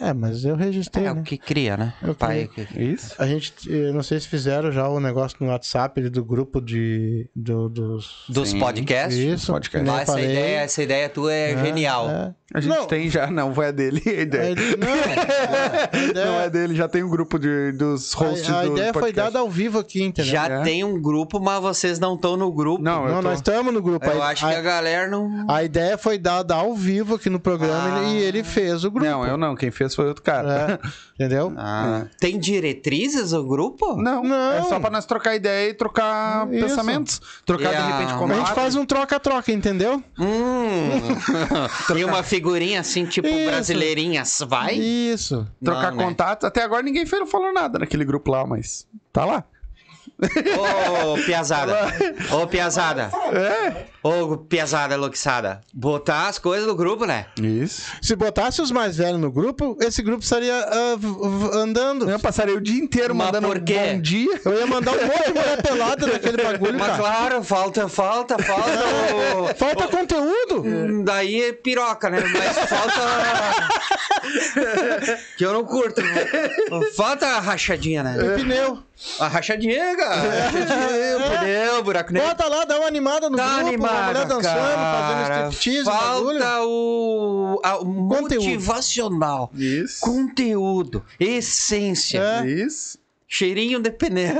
Speaker 3: É, mas eu registrei,
Speaker 2: É o
Speaker 3: né?
Speaker 2: que cria, né?
Speaker 3: Eu
Speaker 2: O pai que cria.
Speaker 1: Isso?
Speaker 3: A gente, eu não sei se fizeram já o negócio no WhatsApp ali do grupo de. do- dos.
Speaker 2: Dos
Speaker 1: Sim.
Speaker 2: podcasts.
Speaker 3: Isso,
Speaker 1: podcast.
Speaker 3: que nem
Speaker 2: Ah,
Speaker 3: eu
Speaker 2: essa,
Speaker 3: Né, falei.
Speaker 2: ideia, essa ideia tua é, genial.
Speaker 3: É.
Speaker 1: A gente
Speaker 3: Não.
Speaker 1: tem já, não, vai é dele. a
Speaker 3: A
Speaker 1: ideia.
Speaker 3: ide- não, a ideia- é,
Speaker 1: Não é dele, já tem um grupo de, dos hosts
Speaker 3: a, a
Speaker 1: do
Speaker 3: ideia foi
Speaker 1: podcast.
Speaker 3: dada ao vivo aqui, entendeu?
Speaker 2: Já
Speaker 1: É.
Speaker 2: tem um grupo, mas vocês não estão no grupo.
Speaker 1: Não, eu
Speaker 3: Não,
Speaker 1: tô...
Speaker 3: nós estamos no grupo.
Speaker 2: Eu
Speaker 3: A-
Speaker 2: acho
Speaker 3: a,
Speaker 2: que a galera não.
Speaker 3: A ideia foi dada ao vivo aqui no programa
Speaker 2: Ah.
Speaker 3: e ele fez o um grupo.
Speaker 1: Não, eu não. Quem fez foi outro cara.
Speaker 3: É, entendeu?
Speaker 2: Ah. Tem diretrizes o grupo?
Speaker 1: Não,
Speaker 3: Não.
Speaker 1: é só pra nós trocar ideia e trocar
Speaker 3: Isso.
Speaker 1: pensamentos. Trocar, de
Speaker 2: E a-
Speaker 1: repente,
Speaker 3: a
Speaker 1: como
Speaker 3: gente faz um troca-troca, entendeu?
Speaker 2: Hum. e uma figurinha assim, tipo
Speaker 3: Isso.
Speaker 2: brasileirinhas, vai?
Speaker 3: Isso.
Speaker 1: Trocar
Speaker 2: Não, né?
Speaker 1: contatos. Até agora ninguém fez- falou nada naquele grupo lá, mas tá lá.
Speaker 2: Ô, Piazada. Ô, Piazada.
Speaker 3: É.
Speaker 2: Ô, Piazada Loxada. Botar as coisas no grupo, né?
Speaker 1: Isso.
Speaker 3: Se botasse os mais velhos no grupo, esse grupo estaria ah, v- v- andando.
Speaker 1: Eu passaria o dia inteiro
Speaker 2: Mas
Speaker 1: mandando
Speaker 2: por quê?
Speaker 1: bom dia.
Speaker 3: Eu ia mandar um monte de mulher pelada naquele bagulho,
Speaker 2: um Mas
Speaker 3: cara.
Speaker 2: claro, falta, falta, falta.
Speaker 3: Falta conteúdo.
Speaker 2: o- Daí é piroca, né? Mas falta. que eu não curto. Falta a rachadinha, né?
Speaker 3: Pneu.
Speaker 2: A rachadinha, cara. Rachadinha, pneu, buraco negro.
Speaker 3: Bota lá, dá uma animada no
Speaker 2: Tá
Speaker 3: grupo, uma mulher
Speaker 2: animado,
Speaker 3: dançando,
Speaker 2: cara.
Speaker 3: fazendo striptease, um bagulho.
Speaker 2: Falta o, a- o
Speaker 3: Conteúdo.
Speaker 2: motivacional.
Speaker 1: Isso.
Speaker 2: Conteúdo, essência,
Speaker 3: É.
Speaker 1: Isso.
Speaker 2: cheirinho de pneu.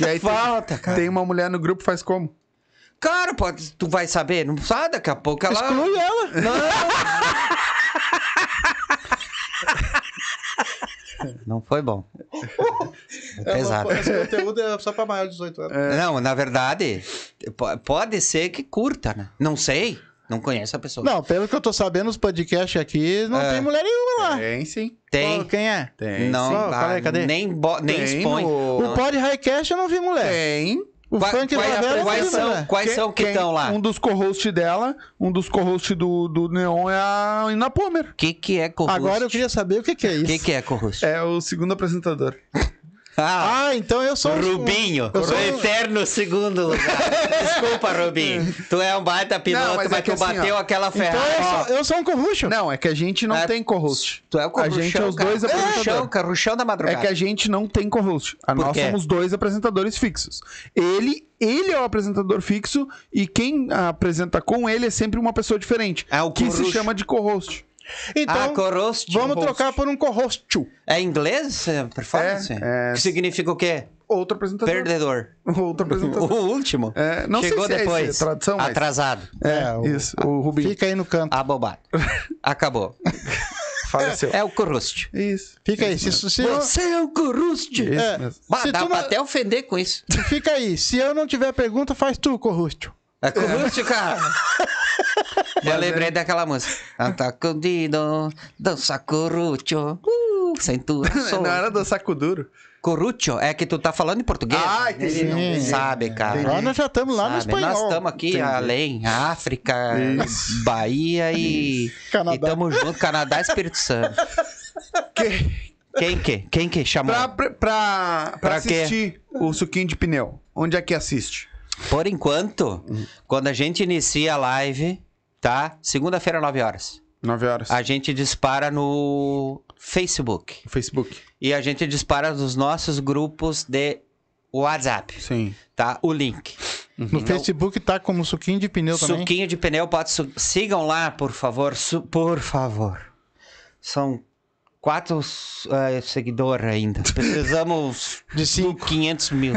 Speaker 1: E aí
Speaker 2: Falta,
Speaker 1: tem, tem uma mulher no grupo, faz como?
Speaker 2: Cara, pode, tu vai saber, não sabe daqui a pouco ela.
Speaker 3: Exclui ela.
Speaker 2: Não foi bom. É pesado.
Speaker 3: Esse conteúdo é só pra maior de 18 anos.
Speaker 2: Não, na verdade, po- pode ser que curta, né? Não sei, não conheço a pessoa.
Speaker 3: Não, pelo que eu tô sabendo, os podcasts aqui não tem mulher nenhuma lá.
Speaker 1: Tem sim.
Speaker 2: Tem.
Speaker 3: Qual- Quem é?
Speaker 1: Tem.
Speaker 2: Não,
Speaker 3: sim.
Speaker 2: ah,
Speaker 3: Qual é? Cadê?
Speaker 2: nem, bo- nem
Speaker 1: Tem
Speaker 2: expõe.
Speaker 1: no- É.
Speaker 3: O Pod Highcast eu não vi mulher.
Speaker 1: Tem.
Speaker 3: O
Speaker 2: Qua-
Speaker 3: funk
Speaker 2: quais-
Speaker 3: da Vera
Speaker 2: quais
Speaker 3: é
Speaker 2: são-
Speaker 3: né?
Speaker 2: É. quais
Speaker 1: Quem-
Speaker 2: são que
Speaker 1: quem-
Speaker 2: estão lá?
Speaker 1: Um dos co-hosts dela, um dos co-hosts do, do Neon é a Ina Pomer.
Speaker 2: O que, que é co-host?
Speaker 3: Agora eu queria saber o que, que é
Speaker 2: O
Speaker 3: isso.
Speaker 2: que, que é co-host?
Speaker 1: É o segundo apresentador.
Speaker 2: Ah,
Speaker 3: Ah, então eu
Speaker 1: um
Speaker 3: sou.
Speaker 2: Rubinho,
Speaker 3: eu sou-
Speaker 2: o eterno segundo lugar. Desculpa, Rubinho. Tu é um baita piloto,
Speaker 1: Não, mas
Speaker 2: mas,
Speaker 1: é que
Speaker 2: tu
Speaker 1: assim,
Speaker 2: bateu
Speaker 1: ó. é
Speaker 2: aquela
Speaker 3: Então
Speaker 2: ferrada.
Speaker 3: eu sou, eu sou um corrucho.
Speaker 1: Não, é que a gente não
Speaker 2: É-
Speaker 1: tem co-host.
Speaker 2: Tu é o
Speaker 1: A gente é os dois
Speaker 2: Carruchão,
Speaker 1: apresentadores.
Speaker 2: carruchão da
Speaker 1: É
Speaker 2: madrugada.
Speaker 1: que a gente não tem co-host. A
Speaker 2: Por
Speaker 1: Nós
Speaker 2: quê?
Speaker 1: somos dois apresentadores fixos. Ele, ele é o apresentador fixo e quem apresenta com ele é sempre uma pessoa diferente.
Speaker 2: Ah, o
Speaker 1: que se
Speaker 2: co-host.
Speaker 1: chama de co-host.
Speaker 2: Ah,
Speaker 3: Então,
Speaker 2: co-host.
Speaker 3: vamos
Speaker 2: host.
Speaker 3: trocar por um corrucho.
Speaker 2: É inglês? é Performance?
Speaker 1: É, é.
Speaker 2: Que significa o quê?
Speaker 1: Outro apresentador.
Speaker 2: Perdedor.
Speaker 1: Outro
Speaker 2: O
Speaker 1: apresentador.
Speaker 2: último.
Speaker 1: É, não
Speaker 2: Chegou
Speaker 1: sei se
Speaker 2: depois.
Speaker 1: é esse a tradução, mas...
Speaker 2: Atrasado.
Speaker 1: É,
Speaker 3: É, o-
Speaker 1: isso. O Rubinho
Speaker 3: Fica aí no canto.
Speaker 2: Abobado. Acabou.
Speaker 1: faleceu.
Speaker 2: É o corruste.
Speaker 1: Isso.
Speaker 3: Fica aí. Se, se, eu-
Speaker 2: Você é o corruste.
Speaker 1: Isso
Speaker 3: É.
Speaker 1: mesmo.
Speaker 2: Bah,
Speaker 3: Se
Speaker 2: dá
Speaker 3: tu
Speaker 2: pra
Speaker 3: não-
Speaker 2: até ofender com isso.
Speaker 3: se fica aí. Se eu não tiver pergunta, faz tu, corrucho.
Speaker 2: É corruste, cara. Eu lembrei daquela música. Atacudido, dança corrucho, uh, cintura
Speaker 1: Não
Speaker 2: solta.
Speaker 1: era do saco duro.
Speaker 2: Corrucho é que tu tá falando em português.
Speaker 1: Ah,
Speaker 2: Ele
Speaker 1: entendi.
Speaker 2: não sabe, cara.
Speaker 3: Agora nós já estamos lá no
Speaker 2: Sabe,
Speaker 3: espanhol.
Speaker 2: Ah, né? Nós estamos aqui
Speaker 1: Entendi.
Speaker 2: além, África,
Speaker 1: Isso.
Speaker 2: Bahia e.
Speaker 3: Canadá.
Speaker 2: E tamo junto, Canadá e Espírito Santo. Quem que? Quem que chamou?
Speaker 1: Pra, pra, pra, pra
Speaker 2: Pra quê?
Speaker 1: assistir o suquinho de pneu, onde é que assiste?
Speaker 2: Por enquanto, quando a gente inicia a live, tá? Segunda-feira, 9 horas.
Speaker 1: 9 horas.
Speaker 2: A gente dispara no Facebook.
Speaker 1: No Facebook.
Speaker 2: E a gente dispara nos nossos grupos de WhatsApp,
Speaker 1: Sim.
Speaker 2: tá? O link.
Speaker 3: No Facebook tá como suquinho de pneu também.
Speaker 2: Então, uhum. Suquinho de pneu, pode su- sigam lá, por favor, su- por favor. São quatro eh, seguidores ainda. Precisamos
Speaker 3: De
Speaker 2: de
Speaker 3: cinco.
Speaker 2: 500 mil.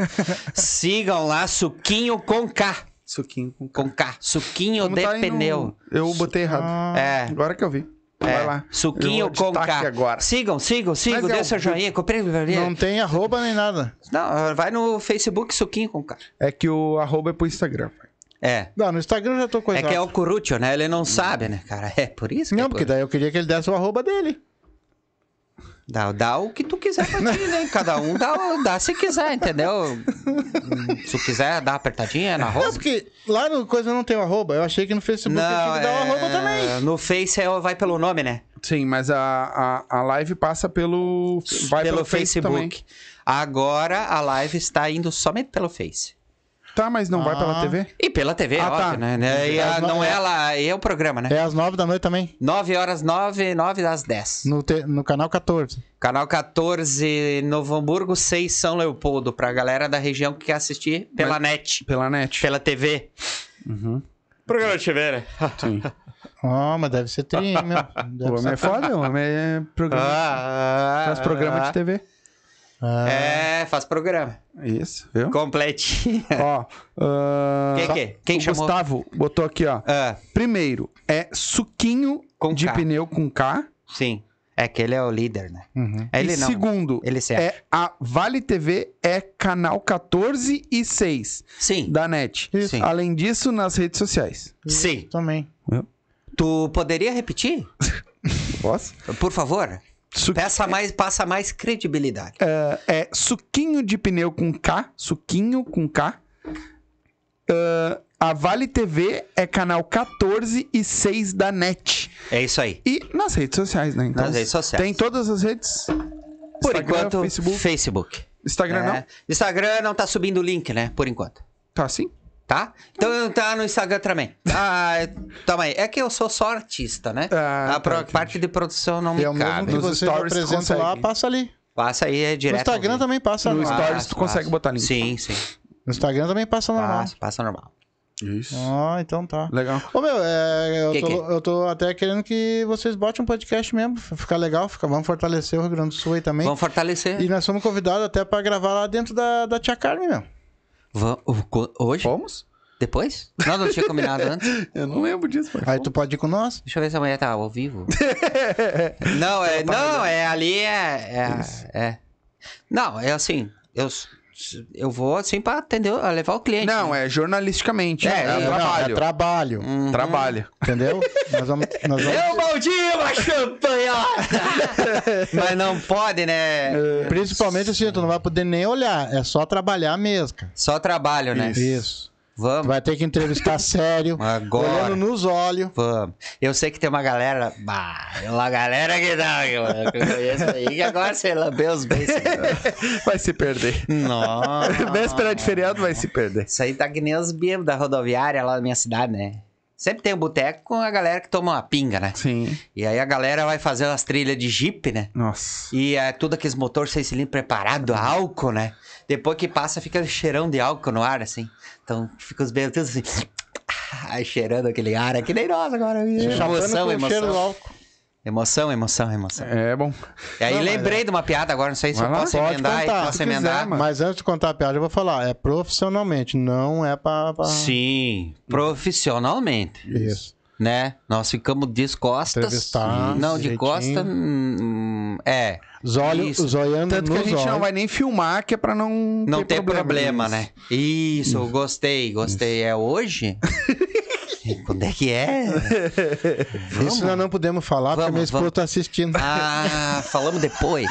Speaker 2: sigam lá, suquinho com K,
Speaker 1: Suquinho com
Speaker 2: com K, suquinho
Speaker 1: Como
Speaker 2: de
Speaker 1: tá aí no-
Speaker 2: pneu.
Speaker 1: Eu botei errado.
Speaker 3: Ah,
Speaker 2: É.
Speaker 1: Agora que eu vi. Vai lá.
Speaker 2: Suquinho
Speaker 1: Eu vou
Speaker 2: com
Speaker 1: editar aqui
Speaker 2: K.
Speaker 1: agora.
Speaker 2: Sigam, sigam, sigam.
Speaker 1: Mas é
Speaker 2: Dê
Speaker 1: o
Speaker 2: seu
Speaker 1: grupo.
Speaker 2: joinha. Comprei.
Speaker 3: não tem arroba nem nada.
Speaker 2: Não, vai no Facebook Suquinho com K.
Speaker 1: É que o arroba é pro Instagram. pai.
Speaker 2: É.
Speaker 3: Não, no Instagram eu já tô
Speaker 2: É
Speaker 3: coisado.
Speaker 2: que é o Curúcio, né? Ele não sabe, né, cara? É por isso que é
Speaker 3: Não, porque
Speaker 2: por-
Speaker 3: daí eu queria que ele desse o arroba dele.
Speaker 2: dá, dá o que tu quiser pra ti, né? Cada um dá, o- dá se quiser, entendeu? se quiser dar uma apertadinha na
Speaker 3: Não,
Speaker 2: roupa.
Speaker 3: porque lá no coisa não tem o arroba. Eu achei que no Facebook eu tinha que dar o
Speaker 2: é.
Speaker 3: arroba também.
Speaker 2: no Face é, vai pelo nome, né?
Speaker 1: Sim, mas a, a, a live passa pelo. Vai pelo,
Speaker 2: pelo,
Speaker 1: Face também.
Speaker 2: Facebook. Agora a live está indo somente pelo Face.
Speaker 1: Tá, mas não vai pela
Speaker 3: Ah.
Speaker 1: TV?
Speaker 2: E pela TV,
Speaker 1: Ah,
Speaker 2: óbvio,
Speaker 1: tá.
Speaker 2: né? E a-
Speaker 3: Mas não
Speaker 2: não
Speaker 3: é-
Speaker 2: é lá, e é o programa, né?
Speaker 3: É às nove da noite também.
Speaker 2: 9 horas 9, 9 das 10.
Speaker 3: No, te- no canal 14.
Speaker 2: Canal 14, Novo Hamburgo, 6 São Leopoldo, pra galera da região que quer assistir pela net,
Speaker 1: Pela net.
Speaker 2: pela TV.
Speaker 1: Uhum.
Speaker 2: Programa de TV, né?
Speaker 1: Sim.
Speaker 3: Ó, Ah, mas deve ser tri, hein, meu.
Speaker 1: O
Speaker 3: Deve
Speaker 1: homem
Speaker 3: ser...
Speaker 1: é foda, o homem é programa.
Speaker 2: Ah,
Speaker 1: Faz programa de TV.
Speaker 3: Ah,
Speaker 2: É, faz programa.
Speaker 1: Isso, viu?
Speaker 2: Completinho.
Speaker 1: Ó. ah,
Speaker 2: é? Quem é que- quem
Speaker 1: o
Speaker 2: chamou?
Speaker 1: Gustavo botou aqui, ó.
Speaker 2: Ah,
Speaker 1: Primeiro, é suquinho
Speaker 2: Com
Speaker 1: de
Speaker 2: K.
Speaker 1: pneu com K.
Speaker 2: sim. É que ele é o líder, né?
Speaker 3: uhum.
Speaker 2: Ele
Speaker 1: e
Speaker 2: não.
Speaker 1: segundo,
Speaker 2: Ele se acha.
Speaker 1: é a Vale TV é canal 14 e 6
Speaker 2: Sim.
Speaker 1: da NET.
Speaker 3: Isso.
Speaker 2: Sim.
Speaker 1: Além disso, nas redes sociais.
Speaker 2: Sim.
Speaker 3: Também.
Speaker 2: Tu poderia repetir?
Speaker 1: Posso?
Speaker 2: Por favor. Peça mais, passa mais credibilidade.
Speaker 1: É suquinho de pneu com K, suquinho com K. Ah, a Vale TV é canal 14 e 6 da NET.
Speaker 2: É isso aí.
Speaker 1: E nas redes sociais, né? Então,
Speaker 2: Nas redes sociais.
Speaker 1: Tem todas as redes.
Speaker 2: Por
Speaker 1: Instagram,
Speaker 2: enquanto,
Speaker 1: Facebook.
Speaker 2: Facebook.
Speaker 1: Instagram
Speaker 2: É.
Speaker 1: não?
Speaker 2: Instagram não tá subindo o link, né? Por enquanto.
Speaker 1: Tá sim?
Speaker 2: Tá? Então tá no Instagram também. Ah, também. É que eu sou só artista, né?
Speaker 1: Ah,
Speaker 2: a pro- parte de produção não
Speaker 3: E é o
Speaker 2: me
Speaker 3: mesmo
Speaker 2: cabe.
Speaker 3: que
Speaker 1: Nos
Speaker 3: você
Speaker 1: stories
Speaker 3: apresenta
Speaker 1: consegue.
Speaker 3: lá, passa ali.
Speaker 2: Passa aí é
Speaker 3: No
Speaker 2: direto. ao
Speaker 3: Instagram
Speaker 2: vivo.
Speaker 3: também passa
Speaker 1: No
Speaker 3: normal.
Speaker 1: Instagram. Stories tu consegue botar link.
Speaker 2: Sim, sim.
Speaker 3: No Instagram também passa normal.
Speaker 2: Passa, passa normal.
Speaker 1: Isso.
Speaker 3: Ó, então tá.
Speaker 1: Legal.
Speaker 3: Ô meu, é, eu,
Speaker 2: Que
Speaker 3: tô,
Speaker 2: que é?
Speaker 3: eu tô até querendo que vocês botem um podcast mesmo. Ficar legal, fica, vamos fortalecer o Rio Grande do Sul aí também.
Speaker 2: Vamos fortalecer.
Speaker 3: E nós fomos convidados até pra gravar lá dentro da, da Tia Carmen, meu.
Speaker 2: Vam- o- co- Hoje?
Speaker 1: Vamos?
Speaker 2: Depois? Nós não tinha combinado antes.
Speaker 1: Eu não lembro disso, mas.
Speaker 3: Aí tu pode ir com nós.
Speaker 2: Deixa eu ver se a mulher tá ao vivo. não, é, não, é ali é. é, é. Não, é assim. Eu, s- Eu vou assim pra atender, a levar o cliente.
Speaker 1: Não, é jornalisticamente. É,
Speaker 3: Não,
Speaker 1: trabalho.
Speaker 3: é trabalho.
Speaker 1: Trabalho.
Speaker 3: Entendeu? nós vamos. Nós vamos...
Speaker 2: Eu maldigo a champanhota! Mas não pode, né?
Speaker 3: Principalmente assim, tu não vai poder nem olhar. É só trabalhar mesmo. cara.
Speaker 2: Só trabalho,
Speaker 3: É.
Speaker 2: né?
Speaker 3: Isso. Tu
Speaker 2: Vamos.
Speaker 3: vai ter que entrevistar sério,
Speaker 2: Agora.
Speaker 3: olhando nos olhos.
Speaker 2: Vamos. Eu sei que tem uma galera. Bah, é uma galera que dá, que eu conheço aí, que agora você lambeu os beijos. é.
Speaker 1: Vai se perder.
Speaker 2: Nossa.
Speaker 1: Véspera de feriado vai se perder.
Speaker 2: Isso aí tá que nem os bêbados da rodoviária lá na minha cidade, né? Sempre tem um boteco com a galera que toma uma pinga, né?
Speaker 1: Sim.
Speaker 2: E aí a galera vai fazer umas trilhas de jipe, né?
Speaker 1: Nossa.
Speaker 2: E é tudo aqueles motor seis cilindros preparado, a álcool, né? Depois que passa, fica cheirão de álcool no ar, assim. Então, fica os bêbados tudo assim... Aí cheirando aquele ar, É que nem nós agora. Emoção,
Speaker 3: Chapando com o cheiro do
Speaker 2: emoção.
Speaker 3: álcool.
Speaker 2: Emoção, emoção, emoção.
Speaker 1: É bom.
Speaker 2: E aí lembrei de uma piada agora, não sei se
Speaker 1: é. Vai
Speaker 2: eu
Speaker 1: lá,
Speaker 2: posso
Speaker 1: pode
Speaker 2: emendar. aí,
Speaker 1: contar, se
Speaker 2: posso
Speaker 1: quiser,
Speaker 2: emendar.
Speaker 1: mano.
Speaker 3: Mas antes de contar a piada, eu vou falar. É profissionalmente, não é pra. pra-
Speaker 2: Sim, profissionalmente.
Speaker 3: Isso.
Speaker 2: Né? Nós ficamos de costas.
Speaker 3: Entrevistar,
Speaker 2: Não, de
Speaker 3: direitinho.
Speaker 2: costa. hum, hum, é.
Speaker 3: Os olhos,
Speaker 2: Isso.
Speaker 3: os olhando
Speaker 1: Tanto que
Speaker 3: nos
Speaker 1: a gente não
Speaker 3: olhos.
Speaker 1: vai nem filmar, que é pra não,
Speaker 2: Não ter problema, né? Isso, eu gostei, gostei. É hoje? Quando é que é?
Speaker 3: Isso nós não podemos falar, porque
Speaker 2: Vamos,
Speaker 3: minha esposa
Speaker 2: vamos.
Speaker 3: tá assistindo.
Speaker 2: Ah, falamos depois.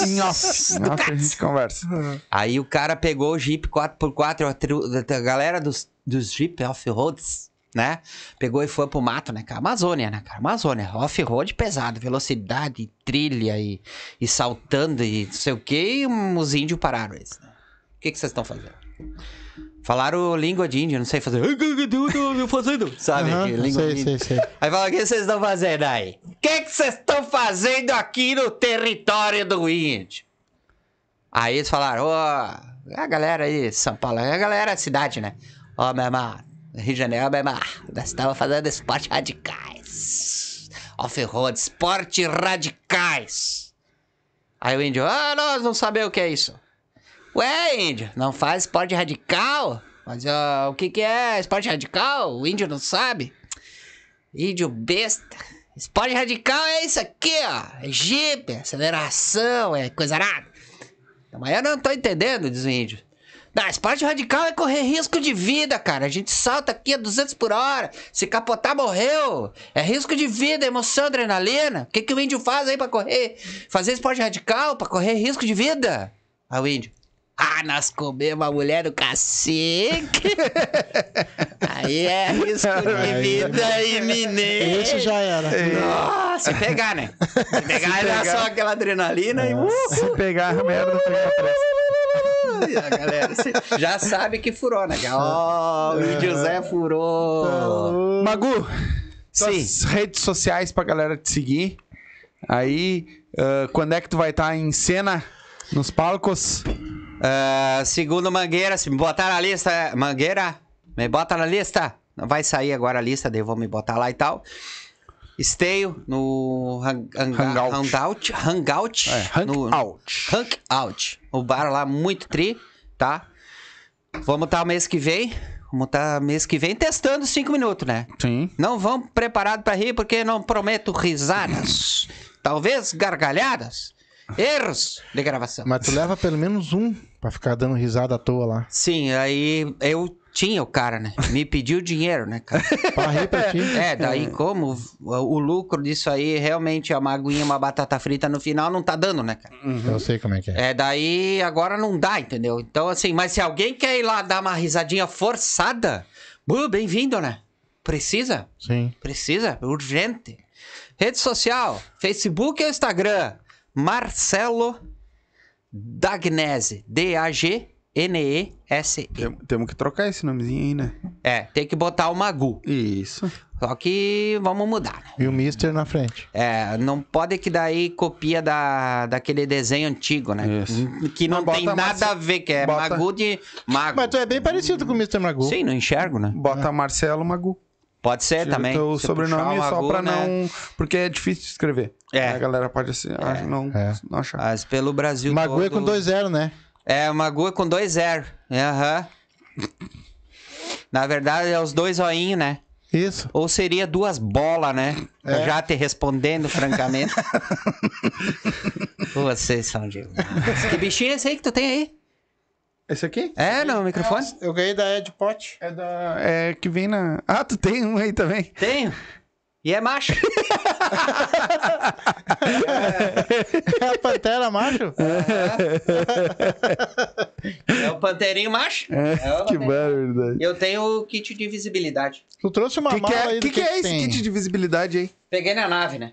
Speaker 1: Em off. Em off a gente conversa.
Speaker 2: Aí o cara pegou o Jeep 4x4, a tru- a galera dos, dos Jeep off-roads, né? Pegou e foi pro mato, né, cara? Amazônia, né, cara? Amazônia, off-road pesado, velocidade, trilha e, e saltando e não sei o que, e os índios pararam isso, né? O que que vocês estão fazendo? Falaram língua de índio, não sei fazer. fazendo, sabe?
Speaker 3: Aham,
Speaker 2: tá, língua de
Speaker 3: sei,
Speaker 2: índio.
Speaker 3: sei, sei.
Speaker 2: Aí fala, o que vocês estão fazendo aí? O que que vocês estão fazendo aqui no território do índio? Aí eles falaram, ó, é a galera aí, de São Paulo, é a galera da cidade, né? Ó, meu irmão, Rio de Janeiro, meu irmão, nós estamos fazendo esporte radicais. Off-road, esporte radicais. Aí o índio, ah, nós não sabemos o que é isso. Ué, índio, não faz esporte radical? Mas ó, o que que é esporte radical? O índio não sabe? Índio besta. Esporte radical é isso aqui, ó. É jipe, é aceleração, é coisa nada. Mas eu não tô entendendo, diz o índio. Não, esporte radical é correr risco de vida, cara. A gente salta aqui a 200 por hora. Se capotar, morreu. É risco de vida, emoção, adrenalina. O que, que o índio faz aí pra correr? Fazer esporte radical pra correr risco de vida? Aí o índio. Ah, nós comemos a mulher do cacique. aí é risco de vida iminente.
Speaker 3: Esse já era.
Speaker 2: Nossa, se pegar, né? Se pegar, era só aquela adrenalina e. Uh!
Speaker 1: Se pegar a merda, tá pega a pressa.
Speaker 2: E a galera se- já sabe que furou, né? Ó, o José
Speaker 1: Tá
Speaker 2: furou.
Speaker 1: Magu,
Speaker 2: Sim.
Speaker 1: suas redes sociais pra galera te seguir. Aí, ah, quando é que tu vai estar em cena? Nos palcos?
Speaker 2: Ah, segundo Mangueira, se me botar na lista, é, Mangueira, me bota na lista. Vai sair agora a lista, daí eu vou me botar lá e tal. Esteio no hang, hang-
Speaker 1: Hangout.
Speaker 2: Hangout. Hangout.
Speaker 1: É, Hank
Speaker 2: no-
Speaker 1: Out.
Speaker 2: Hunk Out. O bar lá, muito tri, tá? Vamos estar mês que vem. Vamos estar mês que vem testando 5 minutos, né?
Speaker 1: Sim.
Speaker 2: Não vão preparado pra rir, porque não prometo risadas. Talvez gargalhadas. Erros de gravação.
Speaker 3: Mas tu leva pelo menos um pra ficar dando risada à toa lá.
Speaker 2: Sim, aí eu tinha o cara, né? Me pediu dinheiro, né, cara?
Speaker 3: Pra rir pra ti.
Speaker 2: É, daí como o, o lucro disso aí realmente é uma aguinha, uma batata frita no final não tá dando, né, cara?
Speaker 3: Eu sei como é que é.
Speaker 2: É, daí agora não dá, entendeu? Então, assim, mas se alguém quer ir lá dar uma risadinha forçada, bu, bem-vindo, né? Precisa?
Speaker 3: Sim.
Speaker 2: Precisa, urgente. Rede social, Facebook e Instagram. Marcelo Dagnese. D-A-G-N-E-S-E.
Speaker 1: Tem- temos que trocar esse nomezinho aí, né?
Speaker 2: É, tem que botar o Magu.
Speaker 1: Isso.
Speaker 2: Só que vamos mudar, né?
Speaker 3: E o Mister na frente.
Speaker 2: É, não pode que daí copia da, daquele desenho antigo, né?
Speaker 1: Isso.
Speaker 2: Que não
Speaker 1: Mas
Speaker 2: tem
Speaker 1: bota
Speaker 2: nada
Speaker 1: Marce-
Speaker 2: a ver, que é
Speaker 1: bota-
Speaker 2: Magu de Mago.
Speaker 3: Mas tu é bem parecido com o Mr. Magu.
Speaker 2: Sim, não enxergo, né?
Speaker 1: Bota Marcelo Magu.
Speaker 2: Pode ser
Speaker 1: Tira
Speaker 2: É, também.
Speaker 1: teu
Speaker 2: Se
Speaker 1: sobrenome
Speaker 2: puxar o
Speaker 1: só
Speaker 2: Magu,
Speaker 1: pra
Speaker 2: né?
Speaker 1: não. Porque é difícil de escrever.
Speaker 2: É.
Speaker 1: A galera pode assim, ah, não,
Speaker 3: É.
Speaker 1: não achar.
Speaker 2: Mas pelo Brasil
Speaker 3: Magu é
Speaker 2: todo-
Speaker 3: com 2-0, né?
Speaker 2: É, uma gua com dois zero. É, Aham. Na verdade, é os dois oinhos, né?
Speaker 3: Isso.
Speaker 2: Ou seria duas bolas, né? Eu Já te respondendo, francamente. Vocês são de... Que bichinho é esse aí que tu tem aí?
Speaker 1: Esse aqui?
Speaker 2: É, não, microfone?
Speaker 3: Eu ganhei da Ed Pot.
Speaker 1: É da. É que vem na. Ah, tu tem um aí também.
Speaker 2: Tenho. E é macho.
Speaker 3: É a Pantera Macho?
Speaker 2: É o panteirinho macho. É,
Speaker 1: que barulho, verdade.
Speaker 2: Eu tenho o kit de invisibilidade.
Speaker 3: Tu trouxe uma
Speaker 1: O que, que
Speaker 3: mala aí
Speaker 1: é,
Speaker 3: do
Speaker 1: que que é esse
Speaker 3: tem.
Speaker 1: kit de visibilidade aí?
Speaker 2: Peguei na nave, né?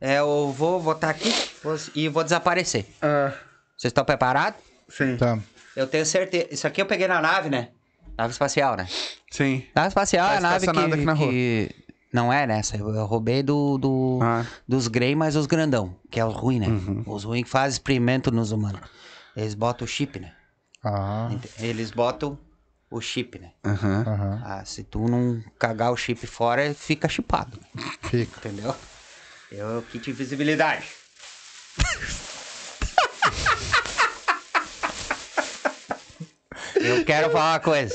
Speaker 2: É, eu vou botar aqui vou- e vou desaparecer.
Speaker 1: Ah,
Speaker 2: Vocês estão preparados?
Speaker 1: sim.
Speaker 3: Tá.
Speaker 2: Eu tenho certeza. Isso aqui eu peguei na nave, né? Nave espacial, né?
Speaker 1: Sim.
Speaker 2: Nave espacial é a
Speaker 1: Tá
Speaker 2: nave
Speaker 1: estacionada
Speaker 2: que,
Speaker 1: aqui na rua.
Speaker 2: que- Não é nessa. Eu eu roubei do, do-
Speaker 1: Ah. Uhum.
Speaker 2: dos Grey, mas os grandão. Que é os ruins, né? Os ruins que fazem experimento nos humanos. Eles botam o chip, né?
Speaker 3: Ah,
Speaker 2: Ent- Eles botam o chip, né?
Speaker 1: Aham.
Speaker 3: aham.
Speaker 2: Ah, se tu não cagar o chip fora, fica chipado.
Speaker 3: Fica.
Speaker 2: Entendeu? Eu kit de visibilidade. Eu quero falar uma coisa.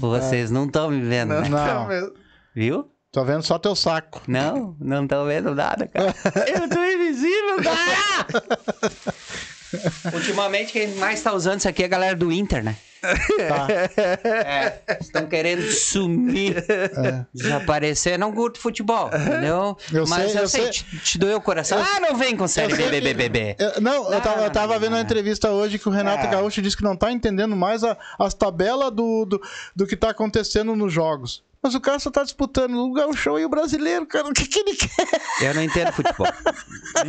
Speaker 2: Vocês não estão me vendo, né?
Speaker 1: então,
Speaker 3: Não,
Speaker 2: Viu?
Speaker 3: tô vendo só teu saco.
Speaker 2: Não, não estão vendo nada, cara. Eu tô invisível, cara! Ultimamente, quem mais tá usando isso aqui é a galera do Inter, né? É, estão querendo sumir,
Speaker 3: É.
Speaker 2: desaparecer. Não curto futebol, entendeu?
Speaker 3: Eu
Speaker 2: Mas
Speaker 3: sei,
Speaker 2: eu
Speaker 3: eu
Speaker 2: sei,
Speaker 3: sei.
Speaker 2: Te, te doeu o coração. Ah, não vem com série
Speaker 3: sei que-
Speaker 2: B, B, B, B, B.
Speaker 3: Eu- não, eu tava, eu tava
Speaker 2: não,
Speaker 3: vendo uma
Speaker 2: não.
Speaker 3: entrevista hoje que o Renato
Speaker 2: É.
Speaker 3: Gaúcho disse que não tá entendendo mais a- as tabelas do, do, do que tá acontecendo nos jogos. Mas o cara só tá disputando o Gaúchão e o brasileiro, cara. O que, que ele quer?
Speaker 2: Eu não entendo futebol.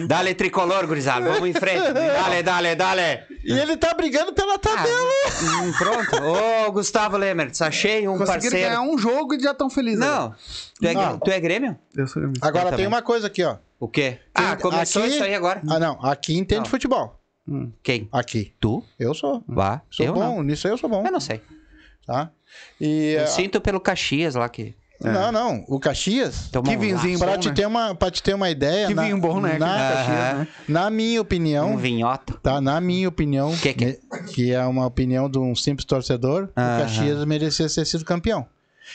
Speaker 2: dale tricolor, gurizada. Vamos em frente. Dale, dale, dale.
Speaker 3: E ele tá brigando pela
Speaker 2: Ah,
Speaker 3: tabela.
Speaker 2: hum, pronto. Ô, Gustavo Lemertz, achei um
Speaker 1: Conseguiram
Speaker 2: parceiro.
Speaker 1: ganhar um jogo e já estão felizes.
Speaker 2: Não. Tu é,
Speaker 3: um, né? Não.
Speaker 2: tu é Grêmio?
Speaker 1: Eu sou
Speaker 3: Agora
Speaker 2: eu
Speaker 3: tem
Speaker 2: também.
Speaker 3: uma coisa aqui, ó.
Speaker 2: O quê? Ah,
Speaker 3: Aqui-
Speaker 2: começou isso aí agora.
Speaker 3: Ah, não. Aqui entende
Speaker 2: Não.
Speaker 3: futebol.
Speaker 2: Quem?
Speaker 3: Aqui.
Speaker 2: Tu?
Speaker 3: Eu sou.
Speaker 2: Vá.
Speaker 3: Hum. Sou
Speaker 2: eu
Speaker 3: bom. né?
Speaker 2: não.
Speaker 3: Nisso aí eu sou bom.
Speaker 2: Eu não sei.
Speaker 3: Tá? E.
Speaker 2: Eu
Speaker 3: ah,
Speaker 2: sinto pelo Caxias lá que
Speaker 3: Não, não. O Caxias.
Speaker 2: tomou
Speaker 1: Que
Speaker 2: um
Speaker 1: vinzinho
Speaker 3: Pra
Speaker 1: bom,
Speaker 3: te,
Speaker 1: né?
Speaker 3: ter uma, pra te ter uma ideia.
Speaker 1: Que
Speaker 3: na-
Speaker 1: vinho bom, né?
Speaker 3: Na,
Speaker 2: Ah,
Speaker 1: Aquele Caxias,
Speaker 2: Aham.
Speaker 1: né?
Speaker 3: na minha opinião,
Speaker 2: um vinhoto.
Speaker 3: tá? Na minha opinião,
Speaker 2: é. Que que-
Speaker 3: né, que é uma opinião de um simples torcedor,
Speaker 2: Aham.
Speaker 3: o Caxias merecia ter sido campeão.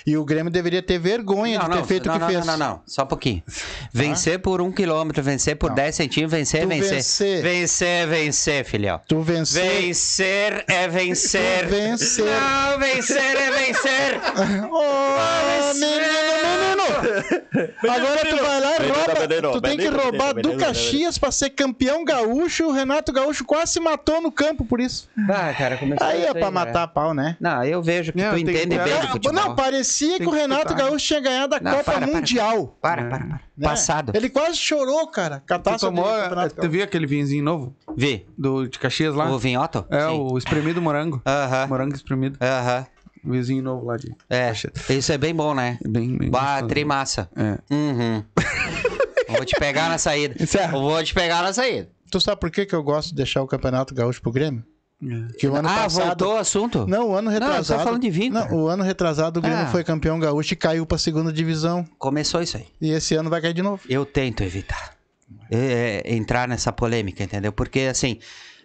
Speaker 3: E o Grêmio deveria ter vergonha de ter feito
Speaker 2: não,
Speaker 3: o que
Speaker 2: não,
Speaker 3: fez. Tá.
Speaker 2: não, não, não. Só um pouquinho. Vencer por um quilômetro, vencer por 10 centímetros, vencer,
Speaker 3: Tu
Speaker 2: vencer.
Speaker 3: vencer.
Speaker 2: Vencer, vencer, filhão.
Speaker 3: Tu venceu.
Speaker 2: Vencer é vencer.
Speaker 3: Tu vencer.
Speaker 2: Não, vencer é vencer.
Speaker 3: Ô, menino, menino! Agora tu vai lá e
Speaker 5: Menino,
Speaker 3: rouba.
Speaker 5: menino,
Speaker 3: Tu tem que
Speaker 5: menino,
Speaker 3: roubar
Speaker 5: menino,
Speaker 3: do
Speaker 5: menino,
Speaker 3: Caxias pra ser campeão gaúcho e o Renato Gaúcho quase se matou no campo por É isso.
Speaker 2: Ah, cara, começou
Speaker 3: Aí
Speaker 2: isso
Speaker 3: é pra matar a pau, né?
Speaker 2: cara. Não, eu vejo que
Speaker 1: Não,
Speaker 2: tu
Speaker 1: tem-
Speaker 2: entende bem de
Speaker 3: Ah,
Speaker 2: futebol.
Speaker 3: Não, parecia que
Speaker 1: Tem
Speaker 3: o
Speaker 1: que
Speaker 3: Renato
Speaker 1: escutar.
Speaker 3: Gaúcho tinha ganhado a
Speaker 2: Não,
Speaker 3: Copa
Speaker 2: para, para,
Speaker 3: Mundial.
Speaker 2: Para, para, para.
Speaker 3: né?
Speaker 2: Passado. é,
Speaker 3: Ele quase chorou, cara.
Speaker 1: Tu,
Speaker 3: Catástrofe
Speaker 1: tomou,
Speaker 3: do Tá, Campeonato
Speaker 1: tu viu aquele vinhozinho novo
Speaker 2: Vi.
Speaker 1: do, de Caxias lá?
Speaker 2: O vinhoto?
Speaker 1: É,
Speaker 2: Sim.
Speaker 1: o espremido morango.
Speaker 2: Aham.
Speaker 1: Morango espremido.
Speaker 2: Aham.
Speaker 1: Vizinho novo lá de.
Speaker 2: É.
Speaker 1: Caxias.
Speaker 2: Isso é bem bom, né?
Speaker 1: Bem, bem.
Speaker 2: Bah,
Speaker 1: gostoso.
Speaker 2: trimassa.
Speaker 1: É.
Speaker 2: Uhum. Vou te pegar na saída.
Speaker 1: Encerra.
Speaker 2: Vou te pegar na saída.
Speaker 3: Tu sabe por que, que eu gosto de deixar o Campeonato Gaúcho pro Grêmio?
Speaker 1: É.
Speaker 3: Que o ano
Speaker 2: ah,
Speaker 3: passado.
Speaker 2: voltou o assunto?
Speaker 3: Não, o ano
Speaker 2: eu tô
Speaker 3: retrasado.
Speaker 2: falando de vinho, cara.
Speaker 3: Não, o ano retrasado o Grêmio
Speaker 2: Ah.
Speaker 3: foi campeão gaúcho e caiu pra segunda divisão.
Speaker 2: Começou isso aí.
Speaker 3: E esse ano vai cair de novo.
Speaker 2: Eu tento evitar é, é, entrar nessa polêmica, entendeu? Porque, assim,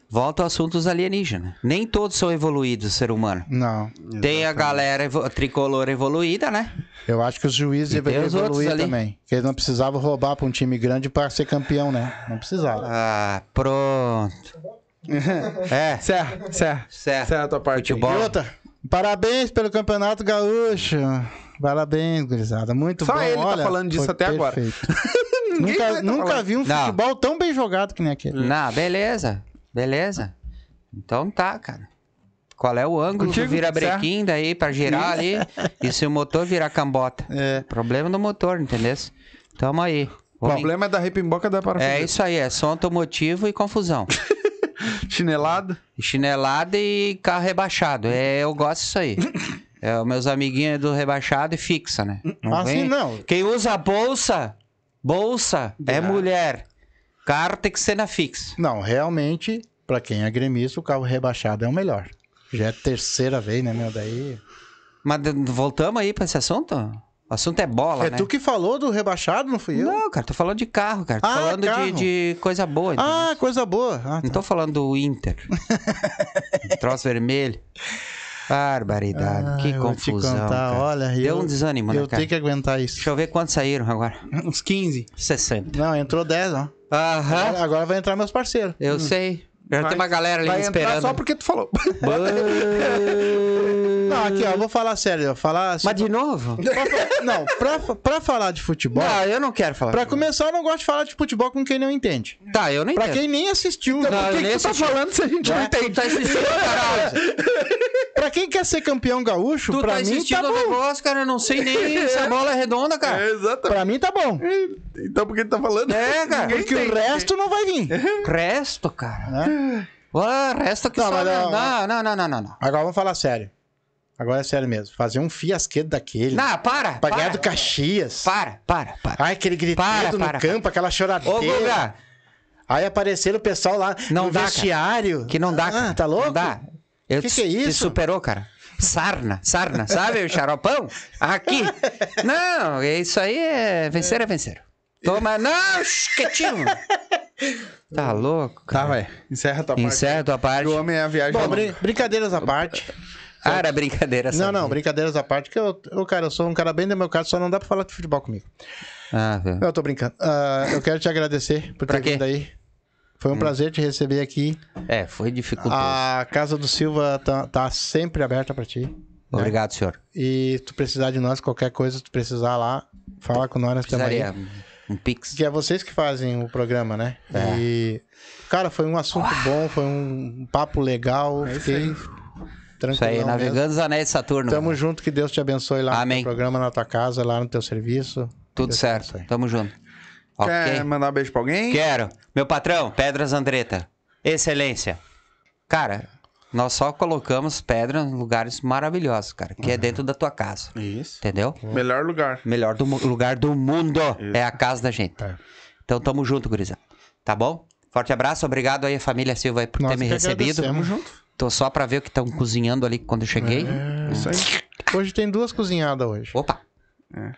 Speaker 2: volta ao assunto dos alienígenas. né? Nem todos são evoluídos, ser humano.
Speaker 3: Não.
Speaker 2: Tem a galera evo- tricolor evoluída, né?
Speaker 3: Eu acho que os juízes
Speaker 2: E tem
Speaker 3: deveriam
Speaker 2: os outros
Speaker 3: evoluir
Speaker 2: ali.
Speaker 3: também. Porque eles não precisavam roubar pra um time grande pra ser campeão, né? Não precisava.
Speaker 2: Ah, pronto. É,
Speaker 1: Serra, serra.
Speaker 2: certo.
Speaker 1: Serra é a tua parte.
Speaker 2: É. Futebol.
Speaker 1: aí.
Speaker 3: E outra, parabéns pelo Campeonato Gaúcho. Parabéns, gurizada. Muito
Speaker 1: Só
Speaker 3: bom.
Speaker 1: ele tá
Speaker 3: Olha,
Speaker 1: falando disso
Speaker 3: foi
Speaker 1: até agora.
Speaker 3: perfeito.
Speaker 1: Ninguém
Speaker 3: nunca
Speaker 1: vai tá
Speaker 3: nunca
Speaker 1: falando.
Speaker 3: vi um
Speaker 2: Não.
Speaker 3: futebol tão bem jogado que nem
Speaker 1: Hum.
Speaker 3: aquele.
Speaker 2: Não, beleza. Beleza. Então tá, cara. Qual é o ângulo
Speaker 1: Contigo,
Speaker 2: que vira
Speaker 1: certo.
Speaker 2: brequim daí pra girar ali e se o motor virar cambota?
Speaker 3: É.
Speaker 2: Problema do motor, entendeu? Tamo aí.
Speaker 1: O
Speaker 2: Vamos
Speaker 1: problema é da repimboca da
Speaker 2: em- É
Speaker 1: parafusaria.
Speaker 2: isso aí, é som automotivo e confusão.
Speaker 1: Chinelado.
Speaker 2: Chinelada e carro rebaixado. É, eu gosto disso aí. É, os meus amiguinhos do rebaixado e fixa, né?
Speaker 1: Ah,
Speaker 2: Não
Speaker 3: Assim
Speaker 2: vem-
Speaker 3: não.
Speaker 2: Quem usa bolsa, bolsa é mulher. Carro tem que ser na fixa.
Speaker 3: Não, realmente, pra quem é gremista, o carro rebaixado é o melhor. Já é a terceira vez, né, meu? Daí.
Speaker 2: Mas d- voltamos aí pra esse assunto? O assunto é bola,
Speaker 3: é
Speaker 2: né?
Speaker 3: tu que falou do rebaixado, não fui eu?
Speaker 2: Não, cara, tô falando de carro, cara. Tô
Speaker 3: Ah,
Speaker 2: falando de-
Speaker 3: carro.
Speaker 2: De, coisa boa. entendeu?
Speaker 3: ah, coisa boa. Ah, tá.
Speaker 2: Não tô falando do Inter. troço Um vermelho. Barbaridade,
Speaker 3: Ai,
Speaker 2: que
Speaker 3: ah, eu vou te
Speaker 2: confusão.
Speaker 3: contar,
Speaker 2: cara.
Speaker 3: olha,
Speaker 2: Deu
Speaker 3: eu-
Speaker 2: um desânimo,
Speaker 3: Eu
Speaker 2: né, cara?
Speaker 3: tenho que aguentar isso.
Speaker 2: Deixa eu ver quantos saíram agora.
Speaker 3: Uns 15.
Speaker 2: 60.
Speaker 3: Não, entrou 10, ó.
Speaker 2: Aham,
Speaker 3: Agora, agora vai Hum. entrar meus parceiros.
Speaker 2: eu sei. Já
Speaker 1: Vai-
Speaker 2: tem uma galera ali me
Speaker 1: Vai entrar
Speaker 2: esperando.
Speaker 1: só porque tu falou.
Speaker 3: Não, aqui, ó, eu vou falar sério, eu vou falar assim.
Speaker 2: Mas de novo?
Speaker 3: pra fa- não, pra, pra falar de futebol.
Speaker 2: Não, eu não quero falar.
Speaker 3: Pra começar, eu não gosto de falar de futebol com quem não entende.
Speaker 2: Tá, eu nem
Speaker 3: Pra
Speaker 2: entendo.
Speaker 3: quem nem assistiu.
Speaker 2: Não,
Speaker 3: Pra
Speaker 2: eu
Speaker 3: quem-
Speaker 2: nem
Speaker 1: tu tá
Speaker 2: assisti.
Speaker 1: falando se a gente não
Speaker 2: Tu
Speaker 1: entende?
Speaker 2: tá assistindo, caralho.
Speaker 3: Pra quem quer ser campeão gaúcho,
Speaker 2: Tu
Speaker 3: pra
Speaker 2: tá
Speaker 3: mim tá
Speaker 2: assistindo o
Speaker 3: bom.
Speaker 2: negócio, cara. Eu não sei nem se a bola é redonda,
Speaker 1: É,
Speaker 2: cara.
Speaker 1: exatamente.
Speaker 3: Pra mim tá bom.
Speaker 1: Então por que tu tá falando?
Speaker 2: É, cara.
Speaker 1: Ninguém
Speaker 3: Porque o
Speaker 1: tem.
Speaker 3: resto não vai vir.
Speaker 2: Resto, cara. Olha, resto que
Speaker 3: Não,
Speaker 2: só.
Speaker 3: mas
Speaker 2: Não,
Speaker 3: não,
Speaker 2: não, não, não, não, não. não.
Speaker 3: Agora vamos falar sério. Agora é sério mesmo. Fazer um fiasquedo daquele.
Speaker 2: Não, para.
Speaker 3: pra
Speaker 2: para,
Speaker 3: ganhar do Caxias.
Speaker 2: Para, para, para.
Speaker 3: Ai, aquele
Speaker 2: Para,
Speaker 3: gritado no
Speaker 2: para,
Speaker 3: campo, aquela
Speaker 2: Ô,
Speaker 3: choradeira.
Speaker 2: Guga,
Speaker 3: Aí apareceram o pessoal lá
Speaker 2: Não
Speaker 3: no
Speaker 2: dá, cara.
Speaker 3: vestiário.
Speaker 2: que não dá,
Speaker 3: Ah,
Speaker 2: cara.
Speaker 3: tá louco?
Speaker 2: Não dá. Eu
Speaker 3: Que
Speaker 2: te-
Speaker 3: que é
Speaker 2: Te
Speaker 3: isso?
Speaker 2: superou, cara. Sarna, sarna, sabe o xaropão? Aqui. Não, isso aí é vencer é vencer. Toma, não, shh, quietinho. Tá louco,
Speaker 1: Tá,
Speaker 2: cara.
Speaker 1: vai. Encerra a tua
Speaker 2: Encerra a tua
Speaker 1: parte.
Speaker 2: parte.
Speaker 1: O homem é a viagem.
Speaker 3: Tá Bom,
Speaker 1: ao
Speaker 3: brin-
Speaker 1: longo.
Speaker 3: brincadeiras à parte.
Speaker 2: Cara, brincadeira.
Speaker 3: Não, não,
Speaker 2: sabia.
Speaker 3: brincadeiras à parte, que eu, eu, cara, eu sou um cara bem democrata, só não dá pra falar de futebol comigo.
Speaker 2: Ah, velho.
Speaker 3: Não, eu tô brincando. Ah, eu quero te agradecer por
Speaker 2: Pra
Speaker 3: ter
Speaker 2: quê? Hum.
Speaker 3: vindo aí. Foi um prazer te receber aqui.
Speaker 2: é, foi dificultoso.
Speaker 3: A casa do Silva tá, tá sempre aberta pra ti.
Speaker 2: Obrigado, senhor.
Speaker 3: E tu precisar de nós, qualquer coisa, tu precisar lá, fala com nós, nós estamos aí.
Speaker 2: Precisaria um pix.
Speaker 3: Que é vocês que fazem o programa, né?
Speaker 2: É.
Speaker 3: E, cara, foi um assunto bom, foi um papo legal. fiquei tranquilo.
Speaker 2: É Isso aí, navegando os anéis de Saturno.
Speaker 3: Tamo junto, que Deus te abençoe lá
Speaker 2: Amém.
Speaker 3: no teu programa, na tua casa, lá no teu serviço.
Speaker 2: Tudo
Speaker 3: Deus te
Speaker 2: certo.
Speaker 3: abençoe.
Speaker 2: Tamo junto. Ok.
Speaker 1: Quer mandar um beijo pra alguém?
Speaker 2: Quero. Meu patrão, Pedras Andreta. Excelência. Cara, nós só colocamos pedra em lugares maravilhosos, cara. Que é dentro da tua casa.
Speaker 1: Isso.
Speaker 2: Entendeu?
Speaker 1: Melhor lugar.
Speaker 2: Melhor do mu- lugar do mundo
Speaker 1: Isso.
Speaker 2: é a casa da gente.
Speaker 3: É.
Speaker 2: Então tamo junto, gurizada. Tá bom? Forte abraço, obrigado aí a família Silva aí por
Speaker 3: Nós
Speaker 2: ter me
Speaker 3: que
Speaker 2: recebido.
Speaker 3: agradecemos.
Speaker 2: Tô só pra ver o que estão cozinhando ali quando eu cheguei.
Speaker 1: Isso aí.
Speaker 3: Hoje tem duas cozinhadas hoje.
Speaker 2: Opa!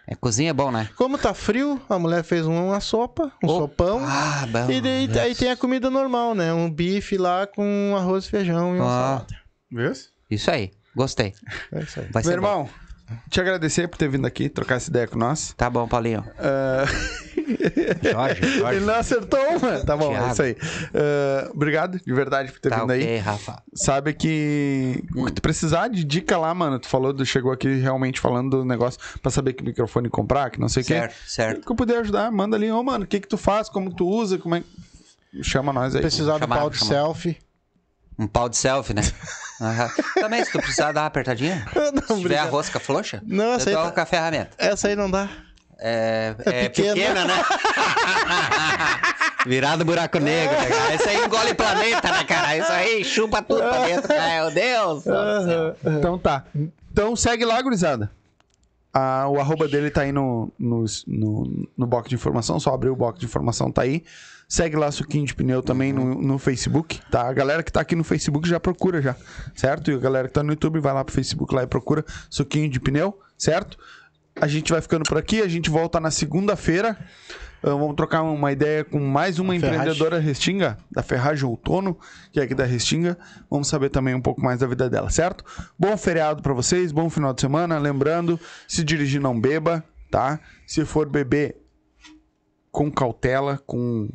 Speaker 2: É. cozinha é bom, né?
Speaker 3: Como tá frio, a mulher fez uma sopa, um
Speaker 2: Opa.
Speaker 3: sopão.
Speaker 2: Ah, bom.
Speaker 3: E daí aí tem a comida normal, né? Um bife lá com arroz, feijão e uma
Speaker 2: Ah.
Speaker 3: salada.
Speaker 1: Viu?
Speaker 2: Isso aí, gostei.
Speaker 3: É isso aí.
Speaker 2: Vai
Speaker 1: Meu
Speaker 2: ser bom.
Speaker 1: irmão, te agradecer por ter vindo aqui, trocar essa ideia com nós.
Speaker 2: Tá bom, Paulinho.
Speaker 1: Ah,
Speaker 2: Jorge,
Speaker 1: Ele
Speaker 2: Jorge.
Speaker 1: não acertou uma. Tá bom, é
Speaker 2: Thiago.
Speaker 1: isso aí. Ah, obrigado de verdade por ter
Speaker 2: Tá
Speaker 1: vindo aí.
Speaker 2: ok, Rafa.
Speaker 1: Sabe que o que tu precisar de dica lá, mano. Tu falou, tu chegou aqui realmente falando do negócio pra saber que microfone comprar, que não sei o quê.
Speaker 2: Certo, certo.
Speaker 1: O que eu puder ajudar, manda ali, ô mano, o que que tu faz, como tu usa, como é. Chama nós aí.
Speaker 3: Precisar do
Speaker 2: Chamaram,
Speaker 3: pau de
Speaker 2: chamaram.
Speaker 3: selfie.
Speaker 2: Um pau de selfie, né? Aham. Também, se tu precisar dar uma apertadinha, se tiver a
Speaker 3: obrigado.
Speaker 2: rosca frouxa,
Speaker 3: Não,
Speaker 2: eu
Speaker 3: essa aí
Speaker 2: toco
Speaker 3: tá-
Speaker 2: com a ferramenta.
Speaker 3: Essa aí não dá.
Speaker 2: É, é pequena.
Speaker 3: pequena.
Speaker 2: né? Virado buraco negro, né, cara? Isso aí engole planeta, né, cara? Isso aí chupa tudo pra dentro, cara. Meu Deus!
Speaker 1: Então tá. Então segue lá, gurizada. Ah, o arroba dele tá aí no, nos- no, no, box de informação, só abrir o box de informação, tá aí. Segue lá Suquinho de Pneu também no, no Facebook, tá? A galera que tá aqui no Facebook já procura já, certo? E a galera que tá no YouTube vai lá pro Facebook lá e procura Suquinho de Pneu, certo? A gente vai ficando por aqui, a gente volta na segunda-feira. Ah, vamos trocar uma ideia com mais uma
Speaker 3: Ferragem.
Speaker 1: empreendedora Restinga, da Ferragem Outono, que é aqui da Restinga. Vamos saber também um pouco mais da vida dela, certo? Bom feriado pra vocês, bom final de semana. Lembrando, se dirigir não beba, tá? Se for beber, com cautela, com,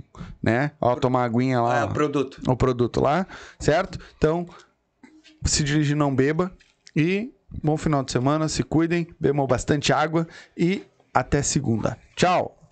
Speaker 1: né? Ó, tomar aguinha lá, ó,
Speaker 2: produto.
Speaker 1: o produto lá, certo? Então, se dirigir não beba e bom final de semana, se cuidem, bebam bastante água e até segunda. Tchau!